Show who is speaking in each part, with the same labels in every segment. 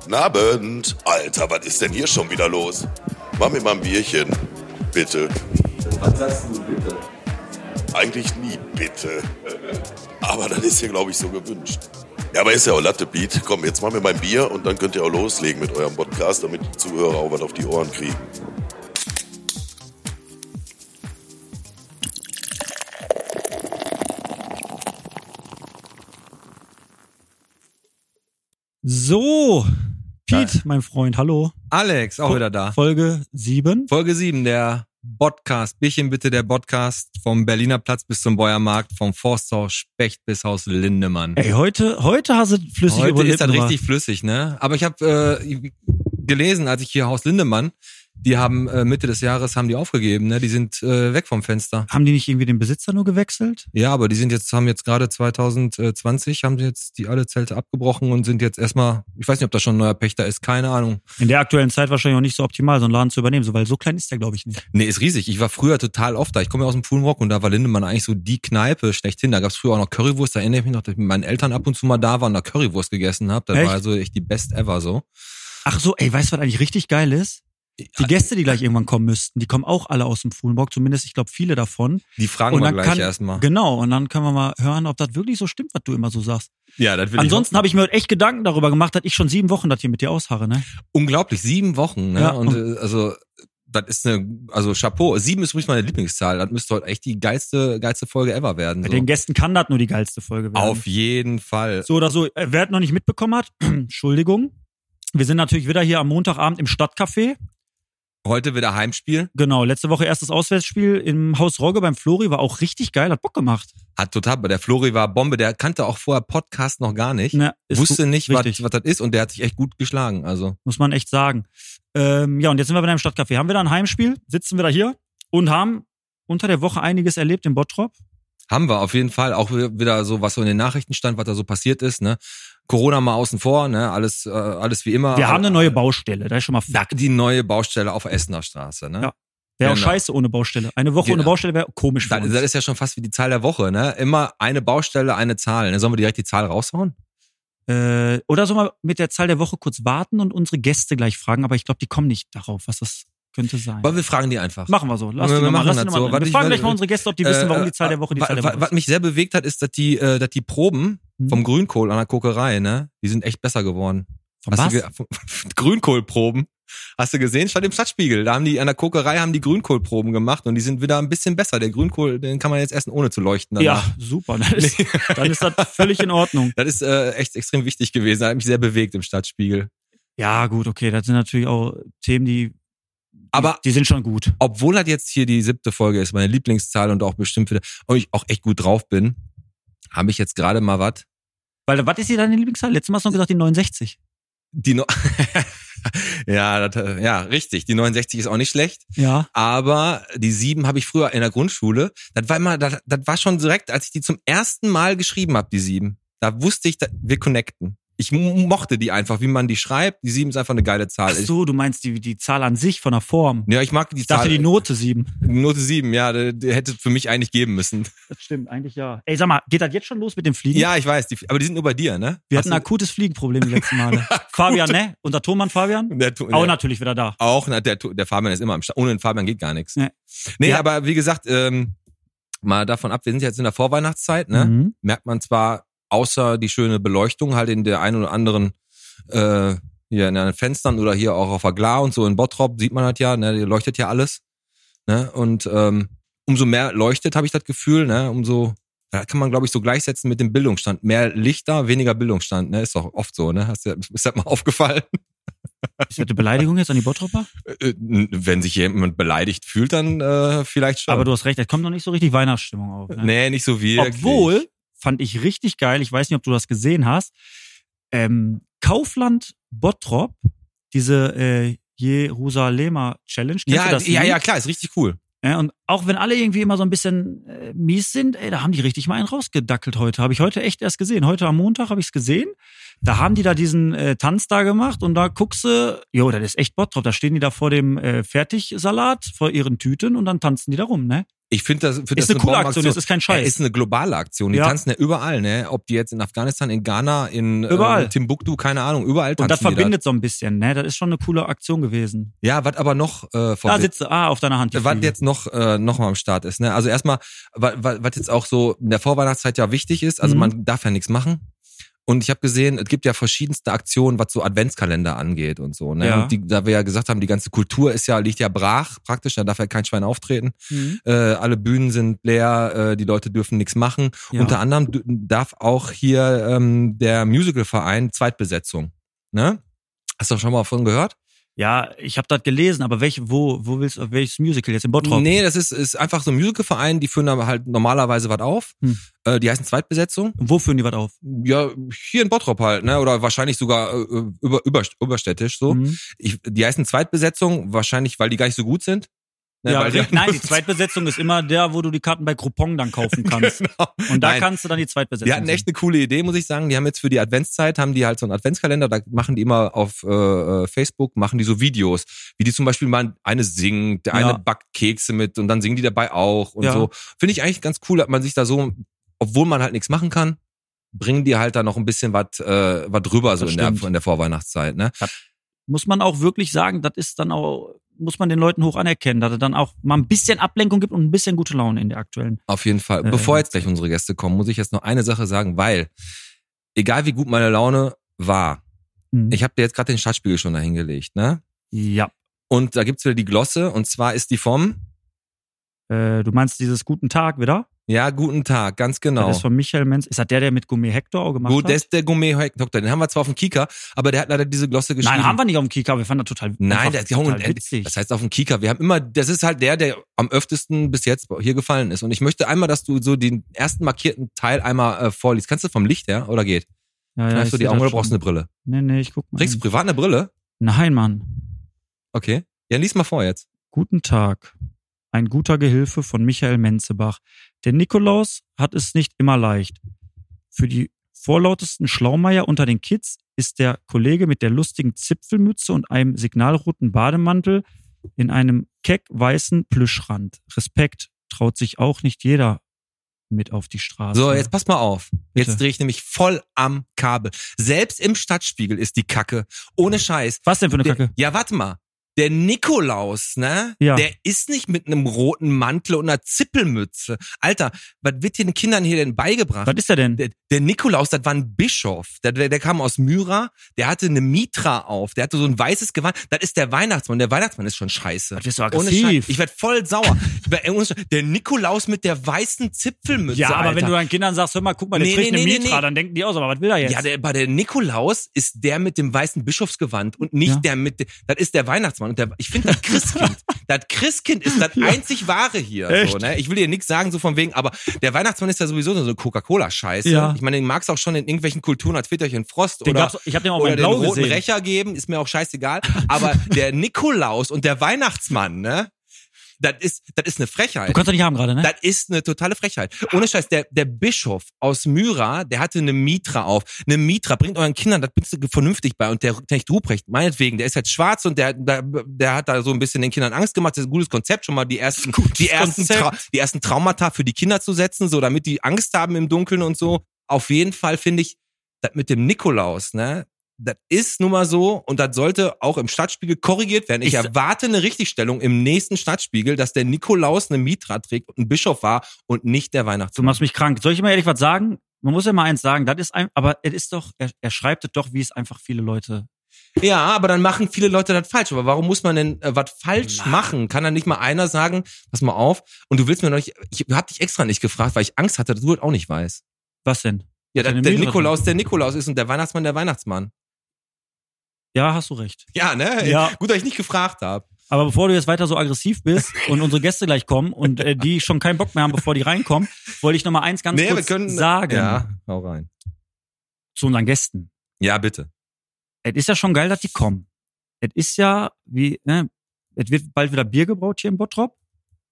Speaker 1: Guten Abend. Alter, was ist denn hier schon wieder los? Mach mir mal ein Bierchen. Bitte.
Speaker 2: Was sagst du bitte?
Speaker 1: Eigentlich nie bitte. Aber das ist hier, glaube ich, so gewünscht. Ja, aber ist ja auch Latte Beat. Komm, jetzt mach mir mein Bier und dann könnt ihr auch loslegen mit eurem Podcast, damit die Zuhörer auch was auf die Ohren kriegen.
Speaker 3: So, Pete, mein Freund, hallo.
Speaker 4: Alex, auch wieder da.
Speaker 3: Folge 7.
Speaker 4: Folge 7, der Podcast. Bierchen bitte, der Podcast vom Berliner Platz bis zum Bäuermarkt, vom Forsthaus Specht bis Haus Lindemann.
Speaker 3: Ey, heute, heute hast du flüssig
Speaker 4: Heute
Speaker 3: über
Speaker 4: ist das
Speaker 3: Lippen
Speaker 4: richtig flüssig, ne? Aber ich habe äh, gelesen, als ich hier Haus Lindemann, die haben äh, Mitte des Jahres haben die aufgegeben, ne? Die sind äh, weg vom Fenster.
Speaker 3: war. Haben die nicht irgendwie den Besitzer nur gewechselt?
Speaker 4: Ja, aber die sind jetzt haben jetzt gerade 2020 haben sie jetzt die alle Zelte abgebrochen und sind jetzt erstmal, ich weiß nicht, ob da schon ein neuer Pächter ist, keine Ahnung.
Speaker 3: In der aktuellen Zeit wahrscheinlich auch nicht so optimal, so einen Laden zu übernehmen, so, weil so klein ist der, glaube ich, nicht.
Speaker 4: Nee, ist riesig. Ich war früher total oft da. Ich komme ja aus dem Pfuhlenrock und da war Lindemann eigentlich so die Kneipe schlechthin. Da gab's früher auch noch Currywurst. Da erinnere ich mich noch, dass ich mit meinen Eltern ab und zu mal da war und da Currywurst gegessen hab. Das
Speaker 3: Echt?
Speaker 4: war also echt die Best ever so.
Speaker 3: Ach so, ey, weißt du, was eigentlich richtig geil ist? Die Gäste, die gleich irgendwann kommen müssten, die kommen auch alle aus dem Fuhlenbock, zumindest ich glaube viele davon.
Speaker 4: Die fragen
Speaker 3: Und
Speaker 4: wir
Speaker 3: dann
Speaker 4: gleich
Speaker 3: kann-
Speaker 4: erstmal.
Speaker 3: Genau, und dann können wir mal hören, ob das wirklich so stimmt, was du immer so sagst.
Speaker 4: Ja, das will
Speaker 3: Ansonsten habe ich mir heute echt Gedanken darüber gemacht, dass ich schon sieben Wochen das hier mit dir ausharre, ne?
Speaker 4: ich. Unglaublich, sieben Wochen. Ne?
Speaker 3: Ja,
Speaker 4: und äh, also das ist eine, also Chapeau. Sieben ist übrigens meine Lieblingszahl. Das müsste heute echt die geilste, geilste Folge ever werden.
Speaker 3: Bei
Speaker 4: So.
Speaker 3: den Gästen kann das nur die geilste Folge werden.
Speaker 4: Auf jeden Fall.
Speaker 3: So oder so. Äh, Wer es noch nicht mitbekommen hat, Entschuldigung. Wir sind natürlich wieder hier am Montagabend im Stadtcafé.
Speaker 4: Heute wieder Heimspiel.
Speaker 3: Genau, letzte Woche erstes Auswärtsspiel im Haus Rogge beim Flori war auch richtig geil, hat Bock gemacht.
Speaker 4: Hat total, der Flori war Bombe, der kannte auch vorher Podcast noch gar nicht.
Speaker 3: Ne, ist
Speaker 4: wusste
Speaker 3: gu-
Speaker 4: nicht, was,
Speaker 3: richtig,
Speaker 4: was das ist und der hat sich echt gut geschlagen. Also
Speaker 3: muss man echt sagen. Ähm, ja, und jetzt sind wir wieder im Stadtcafé. Haben wir da ein Heimspiel, sitzen wir da hier und haben unter der Woche einiges erlebt in Bottrop.
Speaker 4: haben wir auf jeden Fall auch wieder so, was so in den Nachrichten stand, was da so passiert ist. Ne? Corona mal außen vor, ne? alles, äh, alles wie immer.
Speaker 3: Wir haben eine neue Baustelle, da ist schon mal
Speaker 4: Da-
Speaker 3: Fakt.
Speaker 4: die neue Baustelle auf Essener Straße. Ne?
Speaker 3: Ja, Wäre auch
Speaker 4: Genau.
Speaker 3: scheiße ohne Baustelle. Eine Woche ohne
Speaker 4: Genau.
Speaker 3: Baustelle wäre komisch für
Speaker 4: Da, das
Speaker 3: uns.
Speaker 4: ist ja schon fast wie die Zahl der Woche. Ne? Immer eine Baustelle, eine Zahl. Ne? Sollen wir direkt die Zahl raushauen?
Speaker 3: Äh, oder sollen wir mit der Zahl der Woche kurz warten und unsere Gäste gleich fragen, aber ich glaube, die kommen nicht darauf, was das könnte sein.
Speaker 4: Aber wir fragen die einfach.
Speaker 3: Machen wir so. Lass
Speaker 4: Wir-
Speaker 3: die mal,
Speaker 4: wir Ne, machen
Speaker 3: lass
Speaker 4: das
Speaker 3: die mal
Speaker 4: so.
Speaker 3: drin.
Speaker 4: Warte,
Speaker 3: Wir
Speaker 4: ich
Speaker 3: fragen
Speaker 4: will-
Speaker 3: gleich mal unsere Gäste, ob die wissen, warum
Speaker 4: Äh,
Speaker 3: die Zahl der Woche die
Speaker 4: wa-
Speaker 3: Zahl der
Speaker 4: wa-
Speaker 3: Woche
Speaker 4: Was
Speaker 3: ist.
Speaker 4: mich sehr bewegt hat, ist, dass die, äh, dass die Proben
Speaker 3: Hm?
Speaker 4: vom Grünkohl an der Kokerei, ne, die sind echt besser geworden.
Speaker 3: Vom
Speaker 4: Hast du
Speaker 3: was?
Speaker 4: ge- vom- vom Grünkohlproben. Hast du gesehen? Stand im Stadtspiegel. Da haben die an der Kokerei haben die Grünkohlproben gemacht und die sind wieder ein bisschen besser. Der Grünkohl, den kann man jetzt essen, ohne zu leuchten. danach.
Speaker 3: Ja, super. Dann ist, dann ist das völlig in Ordnung.
Speaker 4: Das ist äh, echt extrem wichtig gewesen. Das hat mich sehr bewegt im Stadtspiegel.
Speaker 3: Ja, gut, okay. Das sind natürlich auch Themen, die, die,
Speaker 4: Aber
Speaker 3: die sind schon gut.
Speaker 4: obwohl das jetzt hier die siebte Folge ist, meine Lieblingszahl und auch bestimmt wieder, und ich auch echt gut drauf bin, habe ich jetzt gerade mal was.
Speaker 3: Weil, was ist hier deine Lieblingszahl? Letztes Mal hast du noch gesagt, die 69.
Speaker 4: Die no ja, das, äh, ja, richtig. Die 69 ist auch nicht schlecht.
Speaker 3: Ja.
Speaker 4: aber die sieben habe ich früher in der Grundschule. Das war immer, das, das war schon direkt, als ich die zum ersten Mal geschrieben habe, die sieben. Da wusste ich, da, wir connecten. Ich mo- mochte die einfach, wie man die schreibt. Die sieben ist einfach eine geile Zahl.
Speaker 3: Ach so, du meinst die, die Zahl an sich von der Form.
Speaker 4: Ich, ja, ich mag die
Speaker 3: Ich dachte,
Speaker 4: Zahl.
Speaker 3: die Note 7.
Speaker 4: Note sieben, ja, die, die hätte es für mich eigentlich geben müssen.
Speaker 3: Das stimmt, eigentlich ja. Ey, sag mal, geht das jetzt schon los mit dem Fliegen?
Speaker 4: Ja, ich weiß, die, aber die sind nur bei dir, ne?
Speaker 3: Wir hatten ein
Speaker 4: Hast
Speaker 3: akutes Fliegenproblem die letzten Male. Fabian, ne? Unser Tonmann Fabian?
Speaker 4: du- der, Tu-
Speaker 3: Auch
Speaker 4: der,
Speaker 3: natürlich wieder da.
Speaker 4: auch na, der, Tu- der Fabian ist immer am Start. Ohne den Fabian geht gar nichts.
Speaker 3: Nee.
Speaker 4: Nee,
Speaker 3: Ja.
Speaker 4: aber wie gesagt, ähm, mal davon ab, wir sind jetzt in der Vorweihnachtszeit, ne?
Speaker 3: Mhm.
Speaker 4: merkt man zwar außer die schöne Beleuchtung halt in der einen oder anderen äh, hier in den Fenstern oder hier auch auf der Glar und so in Bottrop sieht man halt ja, ne, hier leuchtet ja alles. Ne? Und ähm, umso mehr leuchtet, habe ich das Gefühl, ne, umso da kann man, glaube ich, so gleichsetzen mit dem Bildungsstand. Mehr Lichter, weniger Bildungsstand, ne? Ist doch oft so, ne? Hast du, ist das mal aufgefallen?
Speaker 3: Ist das eine Beleidigung jetzt an die Bottropper?
Speaker 4: Äh, Wenn sich jemand beleidigt fühlt, dann äh, vielleicht schon.
Speaker 3: Aber du hast recht, es kommt noch nicht so richtig Weihnachtsstimmung auf. Ne?
Speaker 4: nee, nicht so wirklich.
Speaker 3: Obwohl, fand ich richtig geil, ich weiß nicht, ob du das gesehen hast, ähm, Kaufland Bottrop, diese äh, Jerusalemer Challenge, kennst
Speaker 4: ja,
Speaker 3: du das?
Speaker 4: ja,
Speaker 3: Lied?
Speaker 4: ja, klar, ist richtig cool.
Speaker 3: Ja, Und auch wenn alle irgendwie immer so ein bisschen äh, mies sind, ey, da haben die richtig mal einen rausgedackelt heute. Habe ich heute echt erst gesehen. Heute am Montag habe ich es gesehen. Da haben die da diesen äh, Tanz da gemacht und da guckst du, jo, das ist echt Bottrop. Da stehen die da vor dem äh, Fertigsalat, vor ihren Tüten und dann tanzen die da rum, ne?
Speaker 4: Ich finde das, find
Speaker 3: Ist
Speaker 4: das
Speaker 3: eine coole Aktion,
Speaker 4: Bombenaktion.
Speaker 3: das ist kein Scheiß.
Speaker 4: Ja, ist eine globale Aktion. Die
Speaker 3: Ja.
Speaker 4: tanzen ja überall, ne? Ob die jetzt in Afghanistan, in Ghana, in
Speaker 3: Überall.
Speaker 4: Ähm, Timbuktu, keine Ahnung, überall tanzen
Speaker 3: und das
Speaker 4: die
Speaker 3: verbindet so ein bisschen, ne? Das ist schon eine coole Aktion gewesen.
Speaker 4: Das. Ja, was aber noch äh,
Speaker 3: Da
Speaker 4: verbindet,
Speaker 3: sitzt du, ah, auf deiner Hand. die
Speaker 4: was
Speaker 3: Flügel.
Speaker 4: jetzt noch äh, noch mal am Start ist, ne? Also erstmal, was, was jetzt auch so in der Vorweihnachtszeit ja wichtig ist, also
Speaker 3: Mhm.
Speaker 4: man darf ja nichts machen. Und ich habe gesehen, es gibt ja verschiedenste Aktionen, was so Adventskalender angeht und so. Ne?
Speaker 3: Ja.
Speaker 4: Und die, da wir ja gesagt haben, die ganze Kultur ist ja liegt ja brach praktisch, da darf ja kein Schwein auftreten.
Speaker 3: Mhm.
Speaker 4: äh, alle Bühnen sind leer, äh, die Leute dürfen nichts machen.
Speaker 3: Ja.
Speaker 4: Unter anderem d- darf auch hier ähm, der Musicalverein Zweitbesetzung. Ne? Hast du schon mal von gehört?
Speaker 3: Ja, ich habe das gelesen, aber welche, wo, wo willst du, welches Musical jetzt in Bottrop?
Speaker 4: Nee, das ist, ist einfach so ein Musicalverein, die führen aber halt normalerweise was auf.
Speaker 3: Hm.
Speaker 4: Äh, die heißen Zweitbesetzung.
Speaker 3: Und Wo führen die was auf?
Speaker 4: Ja, hier in Bottrop halt, ne? Oder wahrscheinlich sogar äh, über, über, überstädtisch so.
Speaker 3: Mhm.
Speaker 4: Ich, die heißen Zweitbesetzung, wahrscheinlich, weil die gar nicht so gut sind. Ne,
Speaker 3: Ja,
Speaker 4: weil die-
Speaker 3: nein, die Zweitbesetzung ist immer der, wo du die Karten bei Groupon dann kaufen kannst.
Speaker 4: Genau.
Speaker 3: Und da
Speaker 4: Nein.
Speaker 3: kannst du dann die Zweitbesetzung.
Speaker 4: Die hatten echt eine coole Idee, muss ich sagen. Die haben jetzt für die Adventszeit, haben die halt so einen Adventskalender, da machen die immer auf äh, äh, Facebook, machen die so Videos, wie die zum Beispiel mal eine singt, der
Speaker 3: Ja.
Speaker 4: eine backt Kekse mit und dann singen die dabei auch und
Speaker 3: Ja.
Speaker 4: so. Finde ich eigentlich ganz cool, dass man sich da so, obwohl man halt nichts machen kann, bringen die halt da noch ein bisschen was äh, was drüber so
Speaker 3: Das
Speaker 4: in der,
Speaker 3: stimmt.
Speaker 4: in der Vorweihnachtszeit. Ne?
Speaker 3: sehen. Muss man auch wirklich sagen, das ist dann auch, muss man den Leuten hoch anerkennen, dass es dann auch mal ein bisschen Ablenkung gibt und ein bisschen gute Laune in der aktuellen.
Speaker 4: Auf jeden Fall.
Speaker 3: Ja,
Speaker 4: Bevor
Speaker 3: ja.
Speaker 4: jetzt gleich unsere Gäste kommen, muss ich jetzt noch eine Sache sagen, weil egal wie gut meine Laune war,
Speaker 3: Mhm.
Speaker 4: ich habe dir jetzt gerade den Schatzspiegel schon dahingelegt, ne?
Speaker 3: ja.
Speaker 4: Und da gibt's wieder die Glosse und zwar ist die vom
Speaker 3: Äh, du meinst dieses Guten Tag wieder?
Speaker 4: Ja, guten Tag, ganz genau.
Speaker 3: Das ist von Michael Menz. Ist das der, der mit Gourmet Hector auch gemacht
Speaker 4: Gut,
Speaker 3: hat?
Speaker 4: das ist der Gourmet Hack Doktor, den haben wir zwar auf dem Kika, aber der hat leider diese Glosse geschrieben.
Speaker 3: Nein, haben wir nicht auf dem Kika, wir fanden das total,
Speaker 4: Nein,
Speaker 3: das
Speaker 4: das, Junge,
Speaker 3: total witzig.
Speaker 4: das heißt auf dem Kika. Wir haben immer, das ist halt der, der am öftesten bis jetzt hier gefallen ist. Und ich möchte einmal, dass du so den ersten markierten Teil einmal äh, vorliest. Kannst du vom Licht her oder geht?
Speaker 3: ja,
Speaker 4: Knallst du
Speaker 3: ich
Speaker 4: die
Speaker 3: seh
Speaker 4: Augen
Speaker 3: das
Speaker 4: oder brauchst
Speaker 3: schon.
Speaker 4: du eine Brille?
Speaker 3: Nee, nee, ich guck mal.
Speaker 4: Trägst du
Speaker 3: hin.
Speaker 4: privat eine Brille?
Speaker 3: Nein, Mann.
Speaker 4: Okay. Ja, lies mal vor jetzt.
Speaker 3: Guten Tag. Ein guter Gehilfe von Michael Menzebach. Der Nikolaus hat es nicht immer leicht. Für die vorlautesten Schlaumeier unter den Kids ist der Kollege mit der lustigen Zipfelmütze und einem signalroten Bademantel in einem keck weißen Plüschrand. Respekt, traut sich auch nicht jeder mit auf die Straße.
Speaker 4: So, jetzt pass mal auf.
Speaker 3: Bitte.
Speaker 4: Jetzt drehe ich nämlich voll am Kabel. Selbst im Stadtspiegel ist die Kacke. Ohne Scheiß.
Speaker 3: Was denn für eine
Speaker 4: Der-
Speaker 3: Kacke?
Speaker 4: Ja, warte mal. Der Nikolaus, ne?
Speaker 3: Ja.
Speaker 4: Der ist nicht mit einem roten Mantel und einer Zippelmütze. Alter, was wird den Kindern hier denn beigebracht?
Speaker 3: Was ist der denn?
Speaker 4: Der, der Nikolaus, das war ein Bischof. Der, der, der kam aus Myra, der hatte eine Mitra auf, der hatte so ein weißes Gewand. Das ist der Weihnachtsmann. Der Weihnachtsmann ist schon scheiße.
Speaker 3: Das ist so
Speaker 4: Ohne
Speaker 3: aggressiv.
Speaker 4: Scheiß. Ich werd voll sauer. Ich werd- ohne Scheiß. der Nikolaus mit der weißen Zipfelmütze.
Speaker 3: ja, aber
Speaker 4: Alter.
Speaker 3: wenn du deinen Kindern sagst, hör mal, guck mal, der
Speaker 4: Nee,
Speaker 3: trägt
Speaker 4: nee,
Speaker 3: eine
Speaker 4: nee,
Speaker 3: Mitra,
Speaker 4: nee.
Speaker 3: dann denken die auch, so, aber was will er jetzt?
Speaker 4: Ja, der, bei der Nikolaus ist der mit dem weißen Bischofsgewand und nicht
Speaker 3: Ja.
Speaker 4: der mit, das ist der Weihnachtsmann und der, ich finde das Christkind, das Christkind ist das einzig wahre hier, so,
Speaker 3: Echt?
Speaker 4: ne? Ich will dir nichts sagen, so von wegen, aber der Weihnachtsmann ist ja sowieso so eine Coca-Cola-Scheiße.
Speaker 3: Ja.
Speaker 4: Ich meine, den magst du auch schon in irgendwelchen Kulturen als Väterchen Frost
Speaker 3: Den
Speaker 4: oder,
Speaker 3: gab's- ich hab den auch mal
Speaker 4: oder
Speaker 3: in
Speaker 4: den
Speaker 3: Blau
Speaker 4: roten
Speaker 3: gesehen.
Speaker 4: Recher geben, ist mir auch scheißegal, aber der Nikolaus und der Weihnachtsmann, ne? Das ist, das ist eine Frechheit.
Speaker 3: du kannst doch nicht haben gerade, ne?
Speaker 4: Das ist eine totale Frechheit. Ohne Scheiß, der, der Bischof aus Myra, der hatte eine Mitra auf. Eine Mitra, bringt euren Kindern, das bist du vernünftig bei. Und der Knecht Ruprecht, meinetwegen, der ist jetzt schwarz und der, der, der hat da so ein bisschen den Kindern Angst gemacht. Das ist ein gutes Konzept, schon mal die ersten, die ersten,
Speaker 3: Konzept.
Speaker 4: Trau die ersten Traumata für die Kinder zu setzen, so damit die Angst haben im Dunkeln und so. Auf jeden Fall finde ich, das mit dem Nikolaus, ne? Das ist nun mal so und das sollte auch im Stadtspiegel korrigiert werden. Ich,
Speaker 3: Ich-
Speaker 4: erwarte eine Richtigstellung im nächsten Stadtspiegel, dass der Nikolaus eine Mitra trägt und ein Bischof war und nicht der
Speaker 3: Du
Speaker 4: Weihnachtsmann.
Speaker 3: machst mich krank. Soll ich mal ehrlich was sagen? Man muss ja mal eins sagen, das ist ein, aber es ist doch, er, er schreibt es doch, wie es einfach viele Leute.
Speaker 4: Ja, aber dann machen viele Leute das falsch. Aber warum muss man denn äh, was falsch
Speaker 3: Mann.
Speaker 4: machen? Kann dann nicht mal einer sagen, pass mal auf und du willst mir noch nicht, ich hab dich extra nicht gefragt, weil ich Angst hatte, dass du das auch nicht weißt.
Speaker 3: Was denn?
Speaker 4: Ja, dass
Speaker 3: Deine
Speaker 4: der
Speaker 3: Mitra
Speaker 4: Nikolaus der Nikolaus ist und der Weihnachtsmann der Weihnachtsmann.
Speaker 3: Ja, hast du recht.
Speaker 4: Ja, ne?
Speaker 3: Ja.
Speaker 4: Gut, dass ich nicht gefragt habe.
Speaker 3: Aber bevor du jetzt weiter so aggressiv bist und unsere Gäste gleich kommen und äh, die schon keinen Bock mehr haben, bevor die reinkommen, wollte ich noch mal eins ganz
Speaker 4: Nee, wir
Speaker 3: kurz
Speaker 4: können
Speaker 3: sagen
Speaker 4: Ja, hau rein.
Speaker 3: zu unseren Gästen.
Speaker 4: Ja, bitte.
Speaker 3: Es ist ja schon geil, dass die kommen. Es ist ja wie, ne, es wird bald wieder Bier gebraut hier in Bottrop.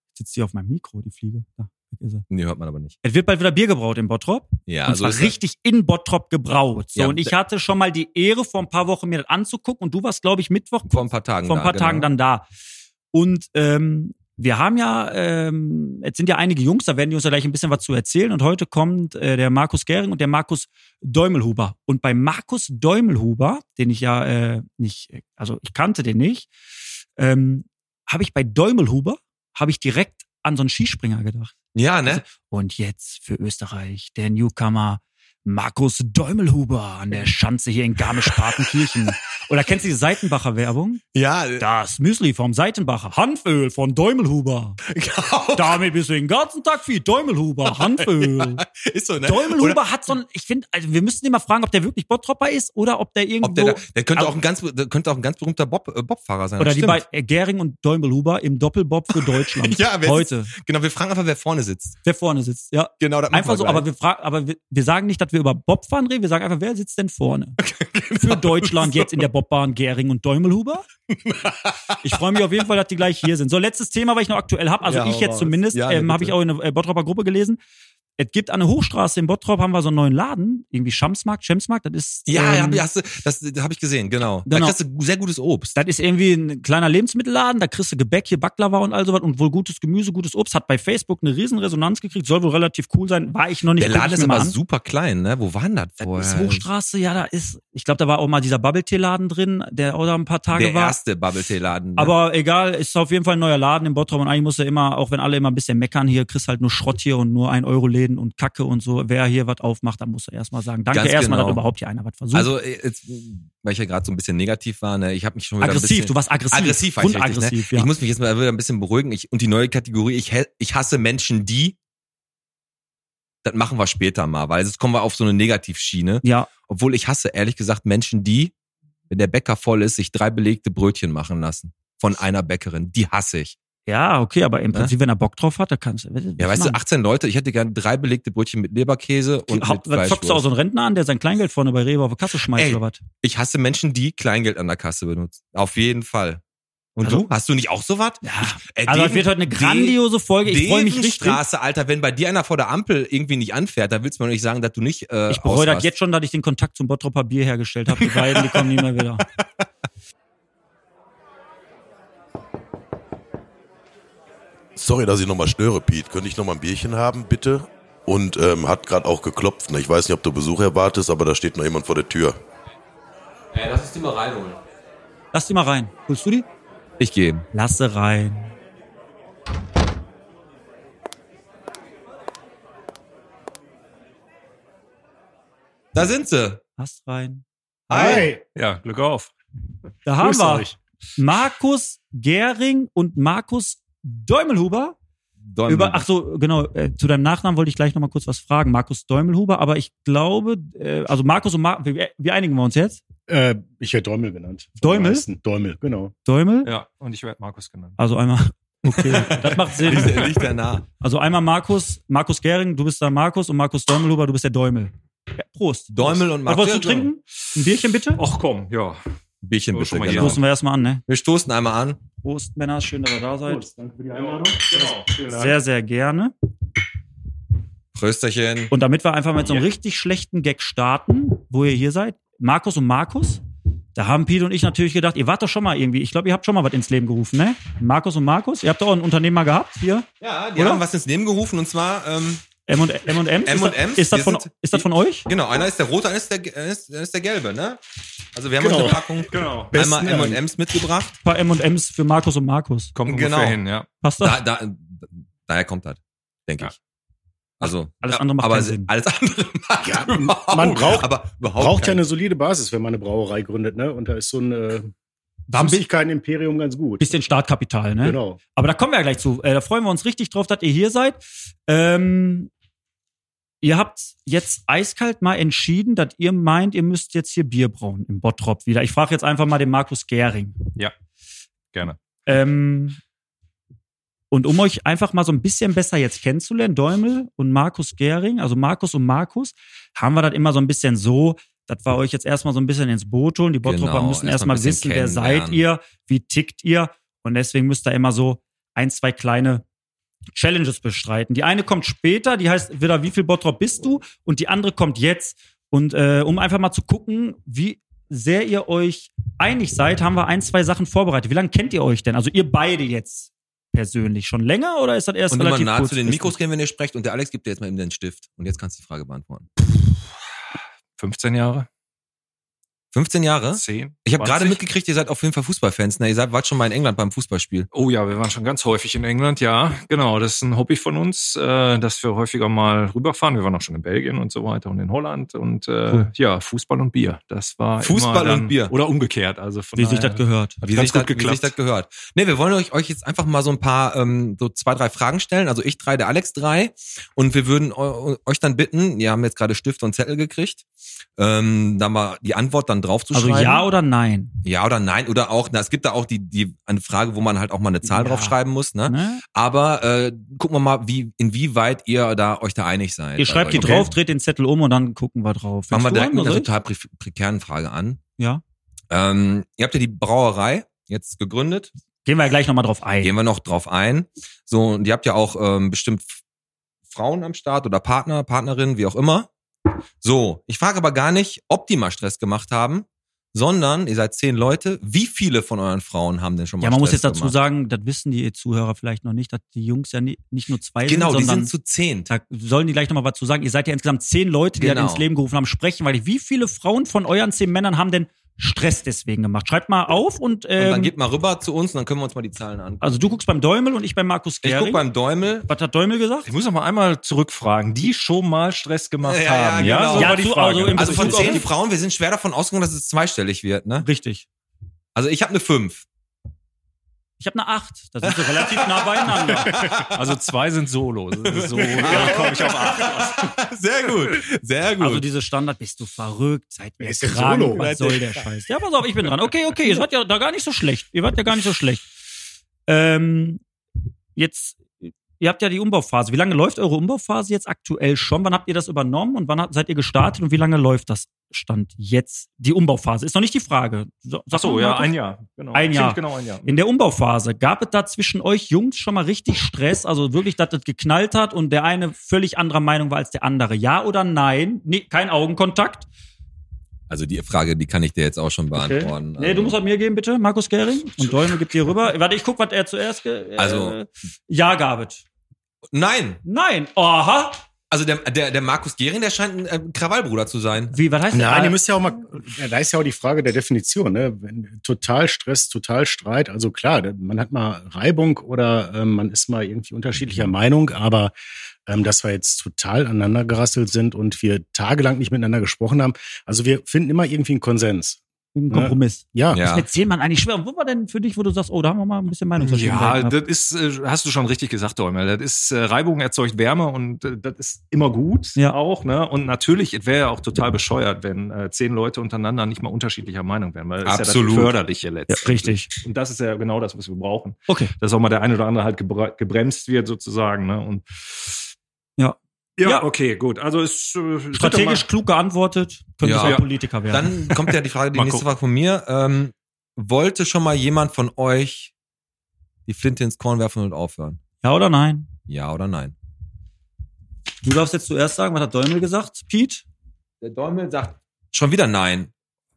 Speaker 3: Jetzt sitzt die auf meinem Mikro, die Fliege. Da, weg ist sie.
Speaker 4: Nee, hört man aber nicht.
Speaker 3: Es wird bald wieder Bier gebraut in Bottrop.
Speaker 4: Ja,
Speaker 3: und
Speaker 4: so
Speaker 3: zwar
Speaker 4: Also ist das.
Speaker 3: richtig in Bottrop gebraut. So,
Speaker 4: Ja,
Speaker 3: und ich hatte schon mal die Ehre, vor ein paar Wochen mir das anzugucken. Und du warst, glaube ich, Mittwoch
Speaker 4: Vor ein paar Tagen.
Speaker 3: vor ein
Speaker 4: da,
Speaker 3: paar
Speaker 4: genau.
Speaker 3: Tagen dann da. Und ähm, Wir haben ja, ähm, jetzt sind ja einige Jungs, da werden die uns ja gleich ein bisschen was zu erzählen. Und heute kommt äh, der Markus Gering und der Markus Däumelhuber. Und bei Markus Däumelhuber, den ich ja äh, nicht, also ich kannte den nicht, ähm, habe ich bei Däumelhuber, habe ich direkt an so einen Skispringer gedacht.
Speaker 4: Ja, ne?
Speaker 3: Und jetzt für Österreich der Newcomer Markus Däumelhuber an der Schanze hier in Garmisch-Partenkirchen. Oder kennst du die Seitenbacher Werbung?
Speaker 4: Ja. äh,
Speaker 3: Das Müsli vom Seitenbacher, Hanföl von Däumelhuber.
Speaker 4: genau.
Speaker 3: Damit bist du den ganzen Tag viel Däumelhuber, Hanföl.
Speaker 4: Ist so, ne?
Speaker 3: Däumelhuber
Speaker 4: Oder
Speaker 3: hat so ein, ich finde, also wir müssen immer fragen, ob der wirklich Bottropper ist oder ob der irgendwo
Speaker 4: Ob der, da, der könnte
Speaker 3: Aber-
Speaker 4: auch ein ganz, der könnte auch ein ganz berühmter Bob, äh, Bobfahrer sein.
Speaker 3: oder die
Speaker 4: Stimmt.
Speaker 3: beiden äh, Gering und Däumelhuber im Doppelbob für Deutschland.
Speaker 4: Ja, wer
Speaker 3: heute,
Speaker 4: Genau, wir fragen einfach, wer vorne sitzt.
Speaker 3: wer vorne sitzt. Ja,
Speaker 4: Genau, das machen
Speaker 3: einfach
Speaker 4: wir
Speaker 3: so.
Speaker 4: gleich.
Speaker 3: Aber wir fragen, aber wir, wir sagen nicht, dass wir über Bobfahren reden. Wir sagen einfach, wer sitzt denn vorne?
Speaker 4: Genau.
Speaker 3: Für Deutschland jetzt in der Bobbahn Gering und Däumelhuber. Ich freue mich auf jeden Fall, dass die gleich hier sind. So letztes Thema, weil ich noch aktuell habe. Also
Speaker 4: Ja,
Speaker 3: ich
Speaker 4: hau
Speaker 3: jetzt
Speaker 4: raus.
Speaker 3: zumindest
Speaker 4: Ja,
Speaker 3: ähm,
Speaker 4: nee,
Speaker 3: habe ich
Speaker 4: bitte.
Speaker 3: auch in der äh, Bottroper Gruppe gelesen. Es gibt an der Hochstraße in Bottrop haben wir so einen neuen Laden, irgendwie Schamsmarkt, Schemsmarkt. Das ist
Speaker 4: Ja,
Speaker 3: ähm,
Speaker 4: hab- hast du- das, das habe ich gesehen, genau. Da
Speaker 3: Genau.
Speaker 4: kriegst du sehr gutes Obst.
Speaker 3: Das ist irgendwie ein kleiner Lebensmittelladen, da kriegst du Gebäck, hier Baklava und all sowas und wohl gutes Gemüse, gutes Obst. Hat bei Facebook eine riesen Resonanz gekriegt, soll wohl relativ cool sein. War ich noch nicht.
Speaker 4: Der
Speaker 3: guck ich
Speaker 4: Laden ist
Speaker 3: mir mal
Speaker 4: aber
Speaker 3: an.
Speaker 4: super klein, ne? Wo waren das vorher?
Speaker 3: Das ist Hochstraße, ja, da ist, ich glaube, da war auch mal dieser Bubble-Tee-Laden drin, der auch da ein paar Tage
Speaker 4: Der
Speaker 3: war.
Speaker 4: erste Bubble-Tee-Laden. ne?
Speaker 3: Aber egal, ist auf jeden Fall ein neuer Laden in Bottrop und eigentlich musst du immer, auch wenn alle immer ein bisschen meckern, hier kriegst halt nur Schrott hier und nur 1-Euro-Läden und Kacke und so. Wer hier was aufmacht, dann musst du erstmal sagen, danke
Speaker 4: Ganz
Speaker 3: erstmal,
Speaker 4: genau.
Speaker 3: dass überhaupt hier einer was versucht.
Speaker 4: also, äh, jetzt, weil ich ja gerade so ein bisschen negativ war, ne? Ich habe mich schon wieder ein
Speaker 3: aggressiv,
Speaker 4: bisschen,
Speaker 3: du warst aggressiv.
Speaker 4: aggressiv, war ich richtig,
Speaker 3: grundaggressiv,
Speaker 4: ne?
Speaker 3: ja.
Speaker 4: Ich muss mich jetzt mal wieder ein bisschen beruhigen. Ich, und die neue Kategorie, ich, hä- ich hasse Menschen, die. Das machen wir später mal, weil jetzt kommen wir auf so eine Negativschiene.
Speaker 3: ja,
Speaker 4: Obwohl ich hasse, ehrlich gesagt, Menschen, die, wenn der Bäcker voll ist, sich drei belegte Brötchen machen lassen. Von einer Bäckerin. Die hasse ich.
Speaker 3: ja, okay, aber im
Speaker 4: Ne?
Speaker 3: Prinzip, wenn er Bock drauf hat, dann kannst du.
Speaker 4: Ja, weißt du, 18 Leute, ich hätte gerne drei belegte Brötchen mit Leberkäse und mit
Speaker 3: was zockst du auch
Speaker 4: Fleischwurst.
Speaker 3: so einen Rentner an, der sein Kleingeld vorne bei Rewe auf die Kasse schmeißt
Speaker 4: Ey.
Speaker 3: oder was?
Speaker 4: Ich hasse Menschen, die Kleingeld an der Kasse benutzen. Auf jeden Fall. Und
Speaker 3: Also-
Speaker 4: du? Hast du nicht auch sowas?
Speaker 3: Ja.
Speaker 4: Äh,
Speaker 3: Also, es
Speaker 4: Deven-
Speaker 3: wird heute eine
Speaker 4: De-
Speaker 3: grandiose Folge. Ich freue mich richtig.
Speaker 4: Straße, Alter, wenn bei dir einer vor der Ampel irgendwie nicht anfährt, dann willst du mir doch nicht sagen, dass du nicht äh,
Speaker 3: Ich bereue das
Speaker 4: ausrast-
Speaker 3: jetzt schon, dass ich den Kontakt zum Bottroper Bier hergestellt habe. Die beiden, die kommen nie mehr wieder.
Speaker 1: Sorry, dass ich nochmal störe, Pete. Könnte ich nochmal ein Bierchen haben, bitte? Und ähm, hat gerade auch geklopft. Ne? Ich weiß nicht, ob du Besuch erwartest, aber da steht noch jemand vor der Tür.
Speaker 4: Ey, lass uns die mal reinholen.
Speaker 3: Lass die mal rein. Holst du die?
Speaker 4: Ich gehe.
Speaker 3: Lasse rein.
Speaker 4: Da sind sie.
Speaker 3: Lass rein.
Speaker 4: Hi.
Speaker 5: Ja, Glück auf.
Speaker 3: Da haben
Speaker 5: Grüßt
Speaker 3: wir
Speaker 5: euch.
Speaker 3: Markus Gering und Markus Däumelhuber.
Speaker 4: Däumel.
Speaker 3: Über, ach so, genau, äh, zu deinem Nachnamen wollte ich gleich nochmal kurz was fragen. Markus Däumelhuber, aber ich glaube, äh, also Markus und Markus, wie, wie einigen wir uns jetzt?
Speaker 6: Äh, ich werde Däumel genannt. Von
Speaker 3: Däumel?
Speaker 6: den meisten. Däumel, genau.
Speaker 3: Däumel?
Speaker 5: Ja, und ich werde Markus genannt.
Speaker 3: Also einmal. Okay, das macht
Speaker 4: liegt,
Speaker 3: Sinn.
Speaker 4: der- liegt der nah.
Speaker 3: Also einmal Markus, Markus Gering, du bist der Markus und Markus Däumelhuber, du bist der Däumel. Ja, Prost.
Speaker 4: Däumel und
Speaker 3: Was
Speaker 4: Markus.
Speaker 3: wolltest du trinken? Ein Bierchen bitte?
Speaker 5: Ach komm, ja.
Speaker 4: Ein Bierchen
Speaker 5: Oh,
Speaker 4: bitte,
Speaker 5: schon mal hier.
Speaker 4: genau.
Speaker 5: Prost.
Speaker 3: Stoßen wir erstmal an, ne?
Speaker 4: Wir stoßen einmal an.
Speaker 3: Prost, Männer, schön, dass ihr da seid.
Speaker 6: danke für die Einladung.
Speaker 3: Sehr, sehr gerne.
Speaker 4: Prösterchen.
Speaker 3: Und damit wir einfach mal mit so einem richtig schlechten Gag starten, wo ihr hier seid, Markus und Markus, da haben Pete und ich natürlich gedacht, ihr wart doch schon mal irgendwie, ich glaube, ihr habt schon mal was ins Leben gerufen, ne? Markus und Markus, ihr habt doch auch einen Unternehmer gehabt hier.
Speaker 4: Ja, die
Speaker 3: Oder?
Speaker 4: haben was ins Leben gerufen und zwar, ähm,
Speaker 3: M und M und M's. Ist das-
Speaker 4: M&Ms,
Speaker 3: Ist das
Speaker 4: wir
Speaker 3: von,
Speaker 4: sind-
Speaker 3: ist das von euch?
Speaker 4: genau, einer ist der rote, einer ist der, einer ist, einer ist der gelbe, ne? Also wir haben
Speaker 6: Genau.
Speaker 4: heute eine Packung
Speaker 5: Genau.
Speaker 6: Besten
Speaker 4: einmal
Speaker 6: Dank.
Speaker 4: M&M's mitgebracht.
Speaker 3: Ein paar M und M's für Markus und Markus.
Speaker 5: Kommt
Speaker 4: Genau.
Speaker 5: ungefähr hin, ja.
Speaker 3: Passt das?
Speaker 4: Da, da, daher kommt das, denke
Speaker 5: Ja.
Speaker 4: ich. Also,
Speaker 3: Alles
Speaker 4: ja,
Speaker 3: andere macht
Speaker 4: aber
Speaker 3: keinen Sinn.
Speaker 4: Alles andere macht
Speaker 6: Ja,
Speaker 4: überhaupt,
Speaker 6: man braucht-
Speaker 4: aber überhaupt
Speaker 6: Braucht ja
Speaker 4: keinen-
Speaker 6: eine solide Basis, wenn man eine Brauerei gründet, ne? Und da ist so ein äh,
Speaker 3: ein bi-
Speaker 6: Süßigkeiten-Imperium ganz gut.
Speaker 3: bisschen Startkapital, ne?
Speaker 6: Genau.
Speaker 3: Aber da kommen wir ja gleich zu. Äh, da freuen wir uns richtig drauf, dass ihr hier seid. Ähm, ihr habt jetzt eiskalt mal entschieden, dass ihr meint, ihr müsst jetzt hier Bier brauen im Bottrop wieder. Ich frage jetzt einfach mal den Markus Gering.
Speaker 5: Ja, gerne.
Speaker 3: Ähm, und um euch einfach mal so ein bisschen besser jetzt kennenzulernen, Däumel und Markus Gering, also Markus und Markus, haben wir das immer so ein bisschen so, dass wir euch jetzt erstmal so ein bisschen ins Boot holen. Die Bottroper
Speaker 4: Genau,
Speaker 3: müssen erstmal
Speaker 4: erstmal ein bisschen
Speaker 3: wissen, wer
Speaker 4: kennenlernen.
Speaker 3: seid ihr, wie tickt ihr. Und deswegen müsst ihr immer so ein, zwei kleine Challenges bestreiten. Die eine kommt später, die heißt wieder, wie viel Bottrop bist du? Und die andere kommt jetzt. Und äh, um einfach mal zu gucken, wie sehr ihr euch einig seid, haben wir ein, zwei Sachen vorbereitet. Wie lange kennt ihr euch denn? Also ihr beide jetzt. persönlich? Schon länger oder ist das erst
Speaker 4: Und immer
Speaker 3: relativ
Speaker 4: nah zu den
Speaker 3: kurzfristig?
Speaker 4: Mikros gehen, wenn ihr sprecht. Und der Alex gibt dir jetzt mal eben den Stift. Und jetzt kannst du die Frage beantworten.
Speaker 5: 15 Jahre?
Speaker 4: 15 Jahre?
Speaker 5: 10?
Speaker 4: Ich habe gerade
Speaker 5: 20?
Speaker 4: mitgekriegt, ihr seid auf jeden Fall Fußballfans. Ne? Ihr seid, wart schon mal in England beim Fußballspiel.
Speaker 5: Oh ja, wir waren schon ganz häufig in England, ja. Genau, das ist ein Hobby von uns, äh, dass wir häufiger mal rüberfahren. Wir waren auch schon in Belgien und so weiter und in Holland. Und äh,
Speaker 4: Cool.
Speaker 5: ja, Fußball und Bier. Das war
Speaker 4: Fußball
Speaker 5: immer dann,
Speaker 4: und Bier.
Speaker 5: Oder umgekehrt. Also von
Speaker 3: Wie sich
Speaker 5: daher-
Speaker 3: das gehört.
Speaker 5: Hat
Speaker 4: Wie
Speaker 5: ganz
Speaker 4: sich, das,
Speaker 5: gut
Speaker 4: wie sich
Speaker 5: geklappt.
Speaker 4: das gehört. Ne, wir wollen euch, euch jetzt einfach mal so ein paar, ähm, so zwei, drei Fragen stellen. Also ich drei, der Alex drei. Und wir würden eu- euch dann bitten, wir haben jetzt gerade Stift und Zettel gekriegt, ähm, da mal die Antwort dann drauf zu
Speaker 3: Also
Speaker 4: schreiben.
Speaker 3: ja oder nein?
Speaker 4: ja oder nein. Oder auch, na, es gibt da auch die, die eine Frage, wo man halt auch mal eine Zahl
Speaker 3: Ja.
Speaker 4: draufschreiben muss. Ne?
Speaker 3: Ne?
Speaker 4: Aber äh, gucken wir mal, wie, inwieweit ihr da euch da einig seid.
Speaker 3: Ihr
Speaker 4: bei
Speaker 3: schreibt die
Speaker 4: solchen
Speaker 3: drauf, dreht den Zettel um und dann gucken wir drauf.
Speaker 4: Fangen wir
Speaker 3: Willst
Speaker 4: direkt
Speaker 3: du
Speaker 4: mit
Speaker 3: an,
Speaker 4: einer
Speaker 3: oder
Speaker 4: total pre prekären Frage an.
Speaker 3: Ja.
Speaker 4: Ähm, ihr habt ja die Brauerei jetzt gegründet.
Speaker 3: soll ich? Gehen wir ja gleich nochmal drauf ein.
Speaker 4: Gehen wir noch drauf ein. So, und ihr habt ja auch ähm, bestimmt F- Frauen am Start oder Partner, Partnerin, wie auch immer. So, ich frage aber gar nicht, ob die mal Stress gemacht haben, sondern ihr seid zehn Leute. Wie viele von euren Frauen haben denn schon mal
Speaker 3: Ja, man muss
Speaker 4: Stress
Speaker 3: jetzt dazu
Speaker 4: gemacht?
Speaker 3: sagen, das wissen die Zuhörer vielleicht noch nicht, dass die Jungs ja nie, nicht nur zwei
Speaker 4: Genau, die
Speaker 3: sind, sondern
Speaker 4: sind zu zehn.
Speaker 3: da sollen die gleich nochmal was zu sagen. Ihr seid ja insgesamt zehn Leute, die
Speaker 4: Genau.
Speaker 3: das ins Leben gerufen haben, sprechen, weil wie viele Frauen von euren zehn Männern haben denn Stress deswegen gemacht? Schreibt mal auf und,
Speaker 4: Und
Speaker 3: ähm,
Speaker 4: dann geht mal rüber zu uns und dann können wir uns mal die Zahlen angucken.
Speaker 3: also du guckst beim Däumel und ich bei Markus
Speaker 4: Ich
Speaker 3: Gehring.
Speaker 4: guck beim Däumel.
Speaker 3: was hat Däumel gesagt?
Speaker 5: Ich muss noch mal einmal zurückfragen, die schon mal Stress gemacht
Speaker 4: Ja, ja,
Speaker 5: haben. Ja,
Speaker 4: genau.
Speaker 5: So
Speaker 4: Ja,
Speaker 5: war die
Speaker 3: du-
Speaker 5: Frage.
Speaker 3: also im-
Speaker 4: Also von
Speaker 3: Bezug auf
Speaker 4: zehn
Speaker 3: die-
Speaker 4: Frauen, wir sind schwer davon ausgegangen, dass es zweistellig wird, ne?
Speaker 3: Richtig.
Speaker 4: Also ich habe eine 5.
Speaker 3: Ich habe eine acht. Da sind wir relativ nah beieinander.
Speaker 5: also zwei sind solo. So ja, komm ich auf acht.
Speaker 4: Sehr gut, sehr gut.
Speaker 3: Also diese Standard, bist du verrückt, seid ihr
Speaker 6: Wer ist denn
Speaker 3: krank,
Speaker 6: solo?
Speaker 3: was soll der Scheiß? Ja, pass auf, ich bin dran. Okay, okay, ihr seid ja da gar nicht so schlecht. Ihr wart ja gar nicht so schlecht. Ähm, jetzt, ihr habt ja die Umbauphase. Wie lange läuft eure Umbauphase jetzt aktuell schon? Wann habt ihr das übernommen und wann hat, seid ihr gestartet und wie lange läuft das Stand jetzt? Die Umbauphase ist noch nicht die Frage. So, sag
Speaker 5: Ach so,
Speaker 3: mal,
Speaker 5: ja,
Speaker 3: Markus.
Speaker 5: ein Jahr. Genau.
Speaker 3: Ein Jahr.
Speaker 5: Ziemlich genau ein Jahr.
Speaker 3: In der Umbauphase, gab es da zwischen euch Jungs schon mal richtig Stress? Also wirklich, dass das geknallt hat und der eine völlig anderer Meinung war als der andere? Ja oder nein? Nee, kein Augenkontakt?
Speaker 4: Also die Frage, die kann ich dir jetzt auch schon beantworten. Also
Speaker 3: Nee, du musst halt mir geben, bitte, Markus Gering. Und Däume gibt dir rüber. Warte, ich guck, was er zuerst ge
Speaker 4: Also-
Speaker 3: Äh, ja, gab es.
Speaker 4: Nein,
Speaker 3: Nein. Aha.
Speaker 4: also der, der, der Markus Gehring, der scheint ein ähm, Krawallbruder zu sein.
Speaker 3: Wie, was heißt
Speaker 6: Nein, ihr
Speaker 3: das?
Speaker 6: müsst ja auch mal, ja, da ist ja auch die Frage der Definition, ne? Wenn, total Stress, total Streit. Also klar, da- man hat mal Reibung oder ähm, man ist mal irgendwie unterschiedlicher
Speaker 3: Mhm.
Speaker 6: Meinung, aber ähm, dass wir jetzt total aneinander gerasselt sind und wir tagelang nicht miteinander gesprochen haben. Also wir finden immer irgendwie einen Konsens.
Speaker 3: Ein Kompromiss.
Speaker 6: Ja,
Speaker 4: Ja.
Speaker 3: Ist mit zehn Mann eigentlich schwer. Und wo war denn für dich, wo du sagst, oh, da haben wir mal ein bisschen Meinungsunterschiedenheit?
Speaker 5: Ja,
Speaker 3: gehabt?
Speaker 5: das ist, äh, hast du schon richtig gesagt, Däumel. Das ist, äh, Reibung erzeugt Wärme und äh, das ist immer gut
Speaker 3: Ja.
Speaker 5: auch. Ne? Und natürlich, es wäre ja auch total bescheuert, wenn äh, zehn Leute untereinander nicht mal unterschiedlicher Meinung wären, weil das
Speaker 4: Absolut.
Speaker 5: ist ja das Förderliche
Speaker 3: ja,
Speaker 5: letztendlich.
Speaker 3: richtig.
Speaker 5: Und das ist ja genau das, was wir brauchen.
Speaker 3: Okay.
Speaker 5: Dass auch mal der eine oder andere halt gebra- gebremst wird sozusagen. Ne? Und
Speaker 3: Ja.
Speaker 5: ja.
Speaker 3: Ja.
Speaker 5: okay, gut. Also ist äh,
Speaker 3: Strategisch klug geantwortet, könnte
Speaker 4: Ja.
Speaker 3: auch
Speaker 5: Ja.
Speaker 3: Politiker werden.
Speaker 4: Dann kommt ja die Frage, die
Speaker 5: Mal
Speaker 4: nächste
Speaker 5: gucken.
Speaker 4: Frage von mir. Ähm, wollte schon mal jemand von euch die Flinte ins Korn werfen und aufhören?
Speaker 3: Ja oder nein?
Speaker 4: Ja oder nein?
Speaker 3: Du darfst jetzt zuerst sagen, was hat Däumel gesagt, Pete?
Speaker 4: Der Däumel sagt schon wieder nein.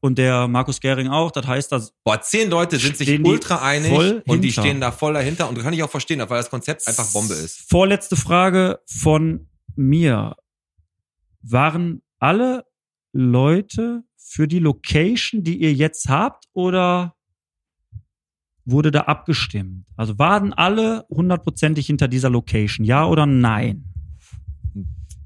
Speaker 3: Und der Markus Gering auch. Das heißt, das
Speaker 4: Boah, zehn Leute sind sich
Speaker 3: Stehen die
Speaker 4: ultra einig und
Speaker 3: voll
Speaker 4: die
Speaker 3: hinter.
Speaker 4: stehen da voll dahinter und kann ich auch verstehen, weil das Konzept einfach Bombe ist.
Speaker 3: Vorletzte Frage von mir. Waren alle Leute für die Location, die ihr jetzt habt, oder wurde da abgestimmt? Also waren alle hundertprozentig hinter dieser Location? Ja oder nein?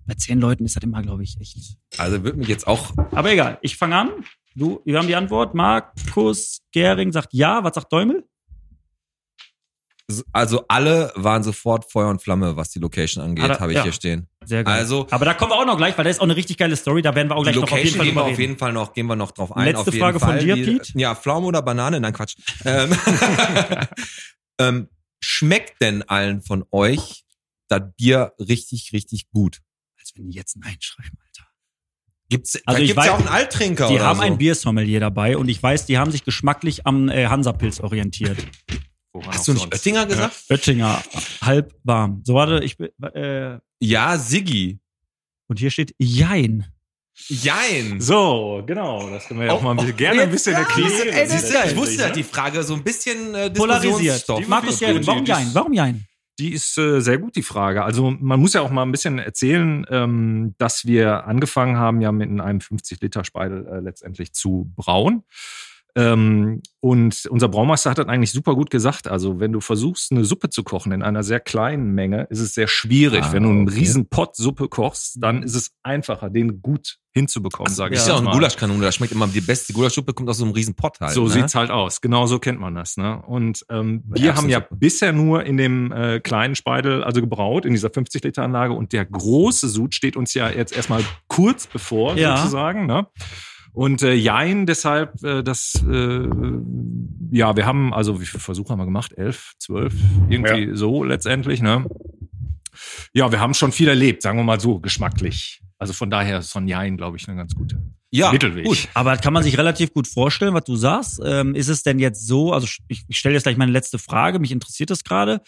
Speaker 3: Bei zehn Leuten ist das immer, glaube ich, echt.
Speaker 4: Also würde mich jetzt auch
Speaker 3: Aber egal, ich fange an. Du, wir haben die Antwort. Markus Gering sagt ja. Was sagt Däumel?
Speaker 4: Also alle waren sofort Feuer und Flamme, was die Location
Speaker 3: Ah,
Speaker 4: angeht,
Speaker 3: da-
Speaker 4: habe ich
Speaker 3: ja.
Speaker 4: hier stehen.
Speaker 3: Sehr geil.
Speaker 4: Also
Speaker 3: aber da kommen wir auch noch gleich, weil da ist auch eine richtig geile Story. Da werden wir auch
Speaker 4: Oh, die
Speaker 3: gleich noch auf jeden
Speaker 4: Location
Speaker 3: Fall
Speaker 4: gehen
Speaker 3: drüber
Speaker 4: wir auf
Speaker 3: reden.
Speaker 4: jeden Fall noch, gehen wir noch drauf ein.
Speaker 3: Letzte
Speaker 4: auf jeden
Speaker 3: Frage von
Speaker 4: Fall.
Speaker 3: dir,
Speaker 4: Die-
Speaker 3: Piet?
Speaker 4: Ja, Pflaume oder Banane? Nein, Quatsch. Ähm, ähm, schmeckt denn allen von euch das Bier richtig, richtig gut?
Speaker 3: Als wenn die jetzt Nein schreiben, Alter.
Speaker 4: Gibt's, da
Speaker 3: Also ich
Speaker 4: gibt's
Speaker 3: weiß-
Speaker 4: ja auch einen Alttrinker
Speaker 3: Die
Speaker 4: oder
Speaker 3: haben
Speaker 4: so.
Speaker 3: ein Biersommelier dabei und ich weiß, die haben sich geschmacklich am äh, Hansapilz orientiert.
Speaker 4: Hast du nicht Oettinger gesagt?
Speaker 3: Oettinger, halb warm. So, warte, ich bin, äh,
Speaker 4: Ja, Siggi.
Speaker 3: und hier steht Jein.
Speaker 4: Jein.
Speaker 5: So, genau. Das können wir ja auch mal ein bisschen, gerne ein bisschen erklären. ne?
Speaker 4: Ey, siehst du,
Speaker 3: geil.
Speaker 4: äh, ich wusste, dass die Frage so ein bisschen äh,
Speaker 3: ne? Polarisiert.
Speaker 4: Diskussionsstoff.
Speaker 3: Markus Jelden, warum
Speaker 5: Die- die-
Speaker 3: jein? Warum jein?
Speaker 5: Die ist äh, sehr gut, die Frage. Also man muss ja auch mal ein bisschen erzählen, ähm, dass wir angefangen haben, ja mit einem 50-Liter-Speidel äh, letztendlich zu brauen. Ähm, und unser Braumeister hat das eigentlich super gut gesagt. Also wenn du versuchst, eine Suppe zu kochen in einer sehr kleinen Menge, ist es sehr schwierig.
Speaker 4: Ah,
Speaker 5: wenn du einen
Speaker 4: okay.
Speaker 5: riesen Pott Suppe kochst, dann ist es einfacher, den gut hinzubekommen, sage ich
Speaker 4: Ist
Speaker 5: jetzt
Speaker 4: ja auch eine
Speaker 5: mal.
Speaker 4: Gulaschkanone, da schmeckt immer die beste Gulaschsuppe, kommt aus so einem riesen Pott halt.
Speaker 5: So
Speaker 4: ne?
Speaker 5: sieht's halt aus. Genau so kennt man das. Ne? Und ähm, wir haben ja
Speaker 4: Erbsensuppe.
Speaker 5: bisher nur in dem äh, kleinen Speidel, also gebraut, in dieser 50-Liter-Anlage. Und der große Sud steht uns ja jetzt erstmal kurz bevor,
Speaker 3: Ja.
Speaker 5: sozusagen. Ne? Und äh, Jein, deshalb, äh, das, äh, ja, wir haben, also wie viele Versuche haben wir gemacht? Elf, zwölf, irgendwie so letztendlich, ne? Ja, wir haben schon viel erlebt, sagen wir mal so, geschmacklich. Also von daher ist von Jein, glaube ich, eine ganz gute
Speaker 4: ja,
Speaker 5: Mittelweg.
Speaker 4: Gut.
Speaker 3: Aber das kann man sich relativ gut vorstellen, was du sagst. Ähm, ist es denn jetzt so, also ich, ich stelle jetzt gleich meine letzte Frage, mich interessiert das gerade.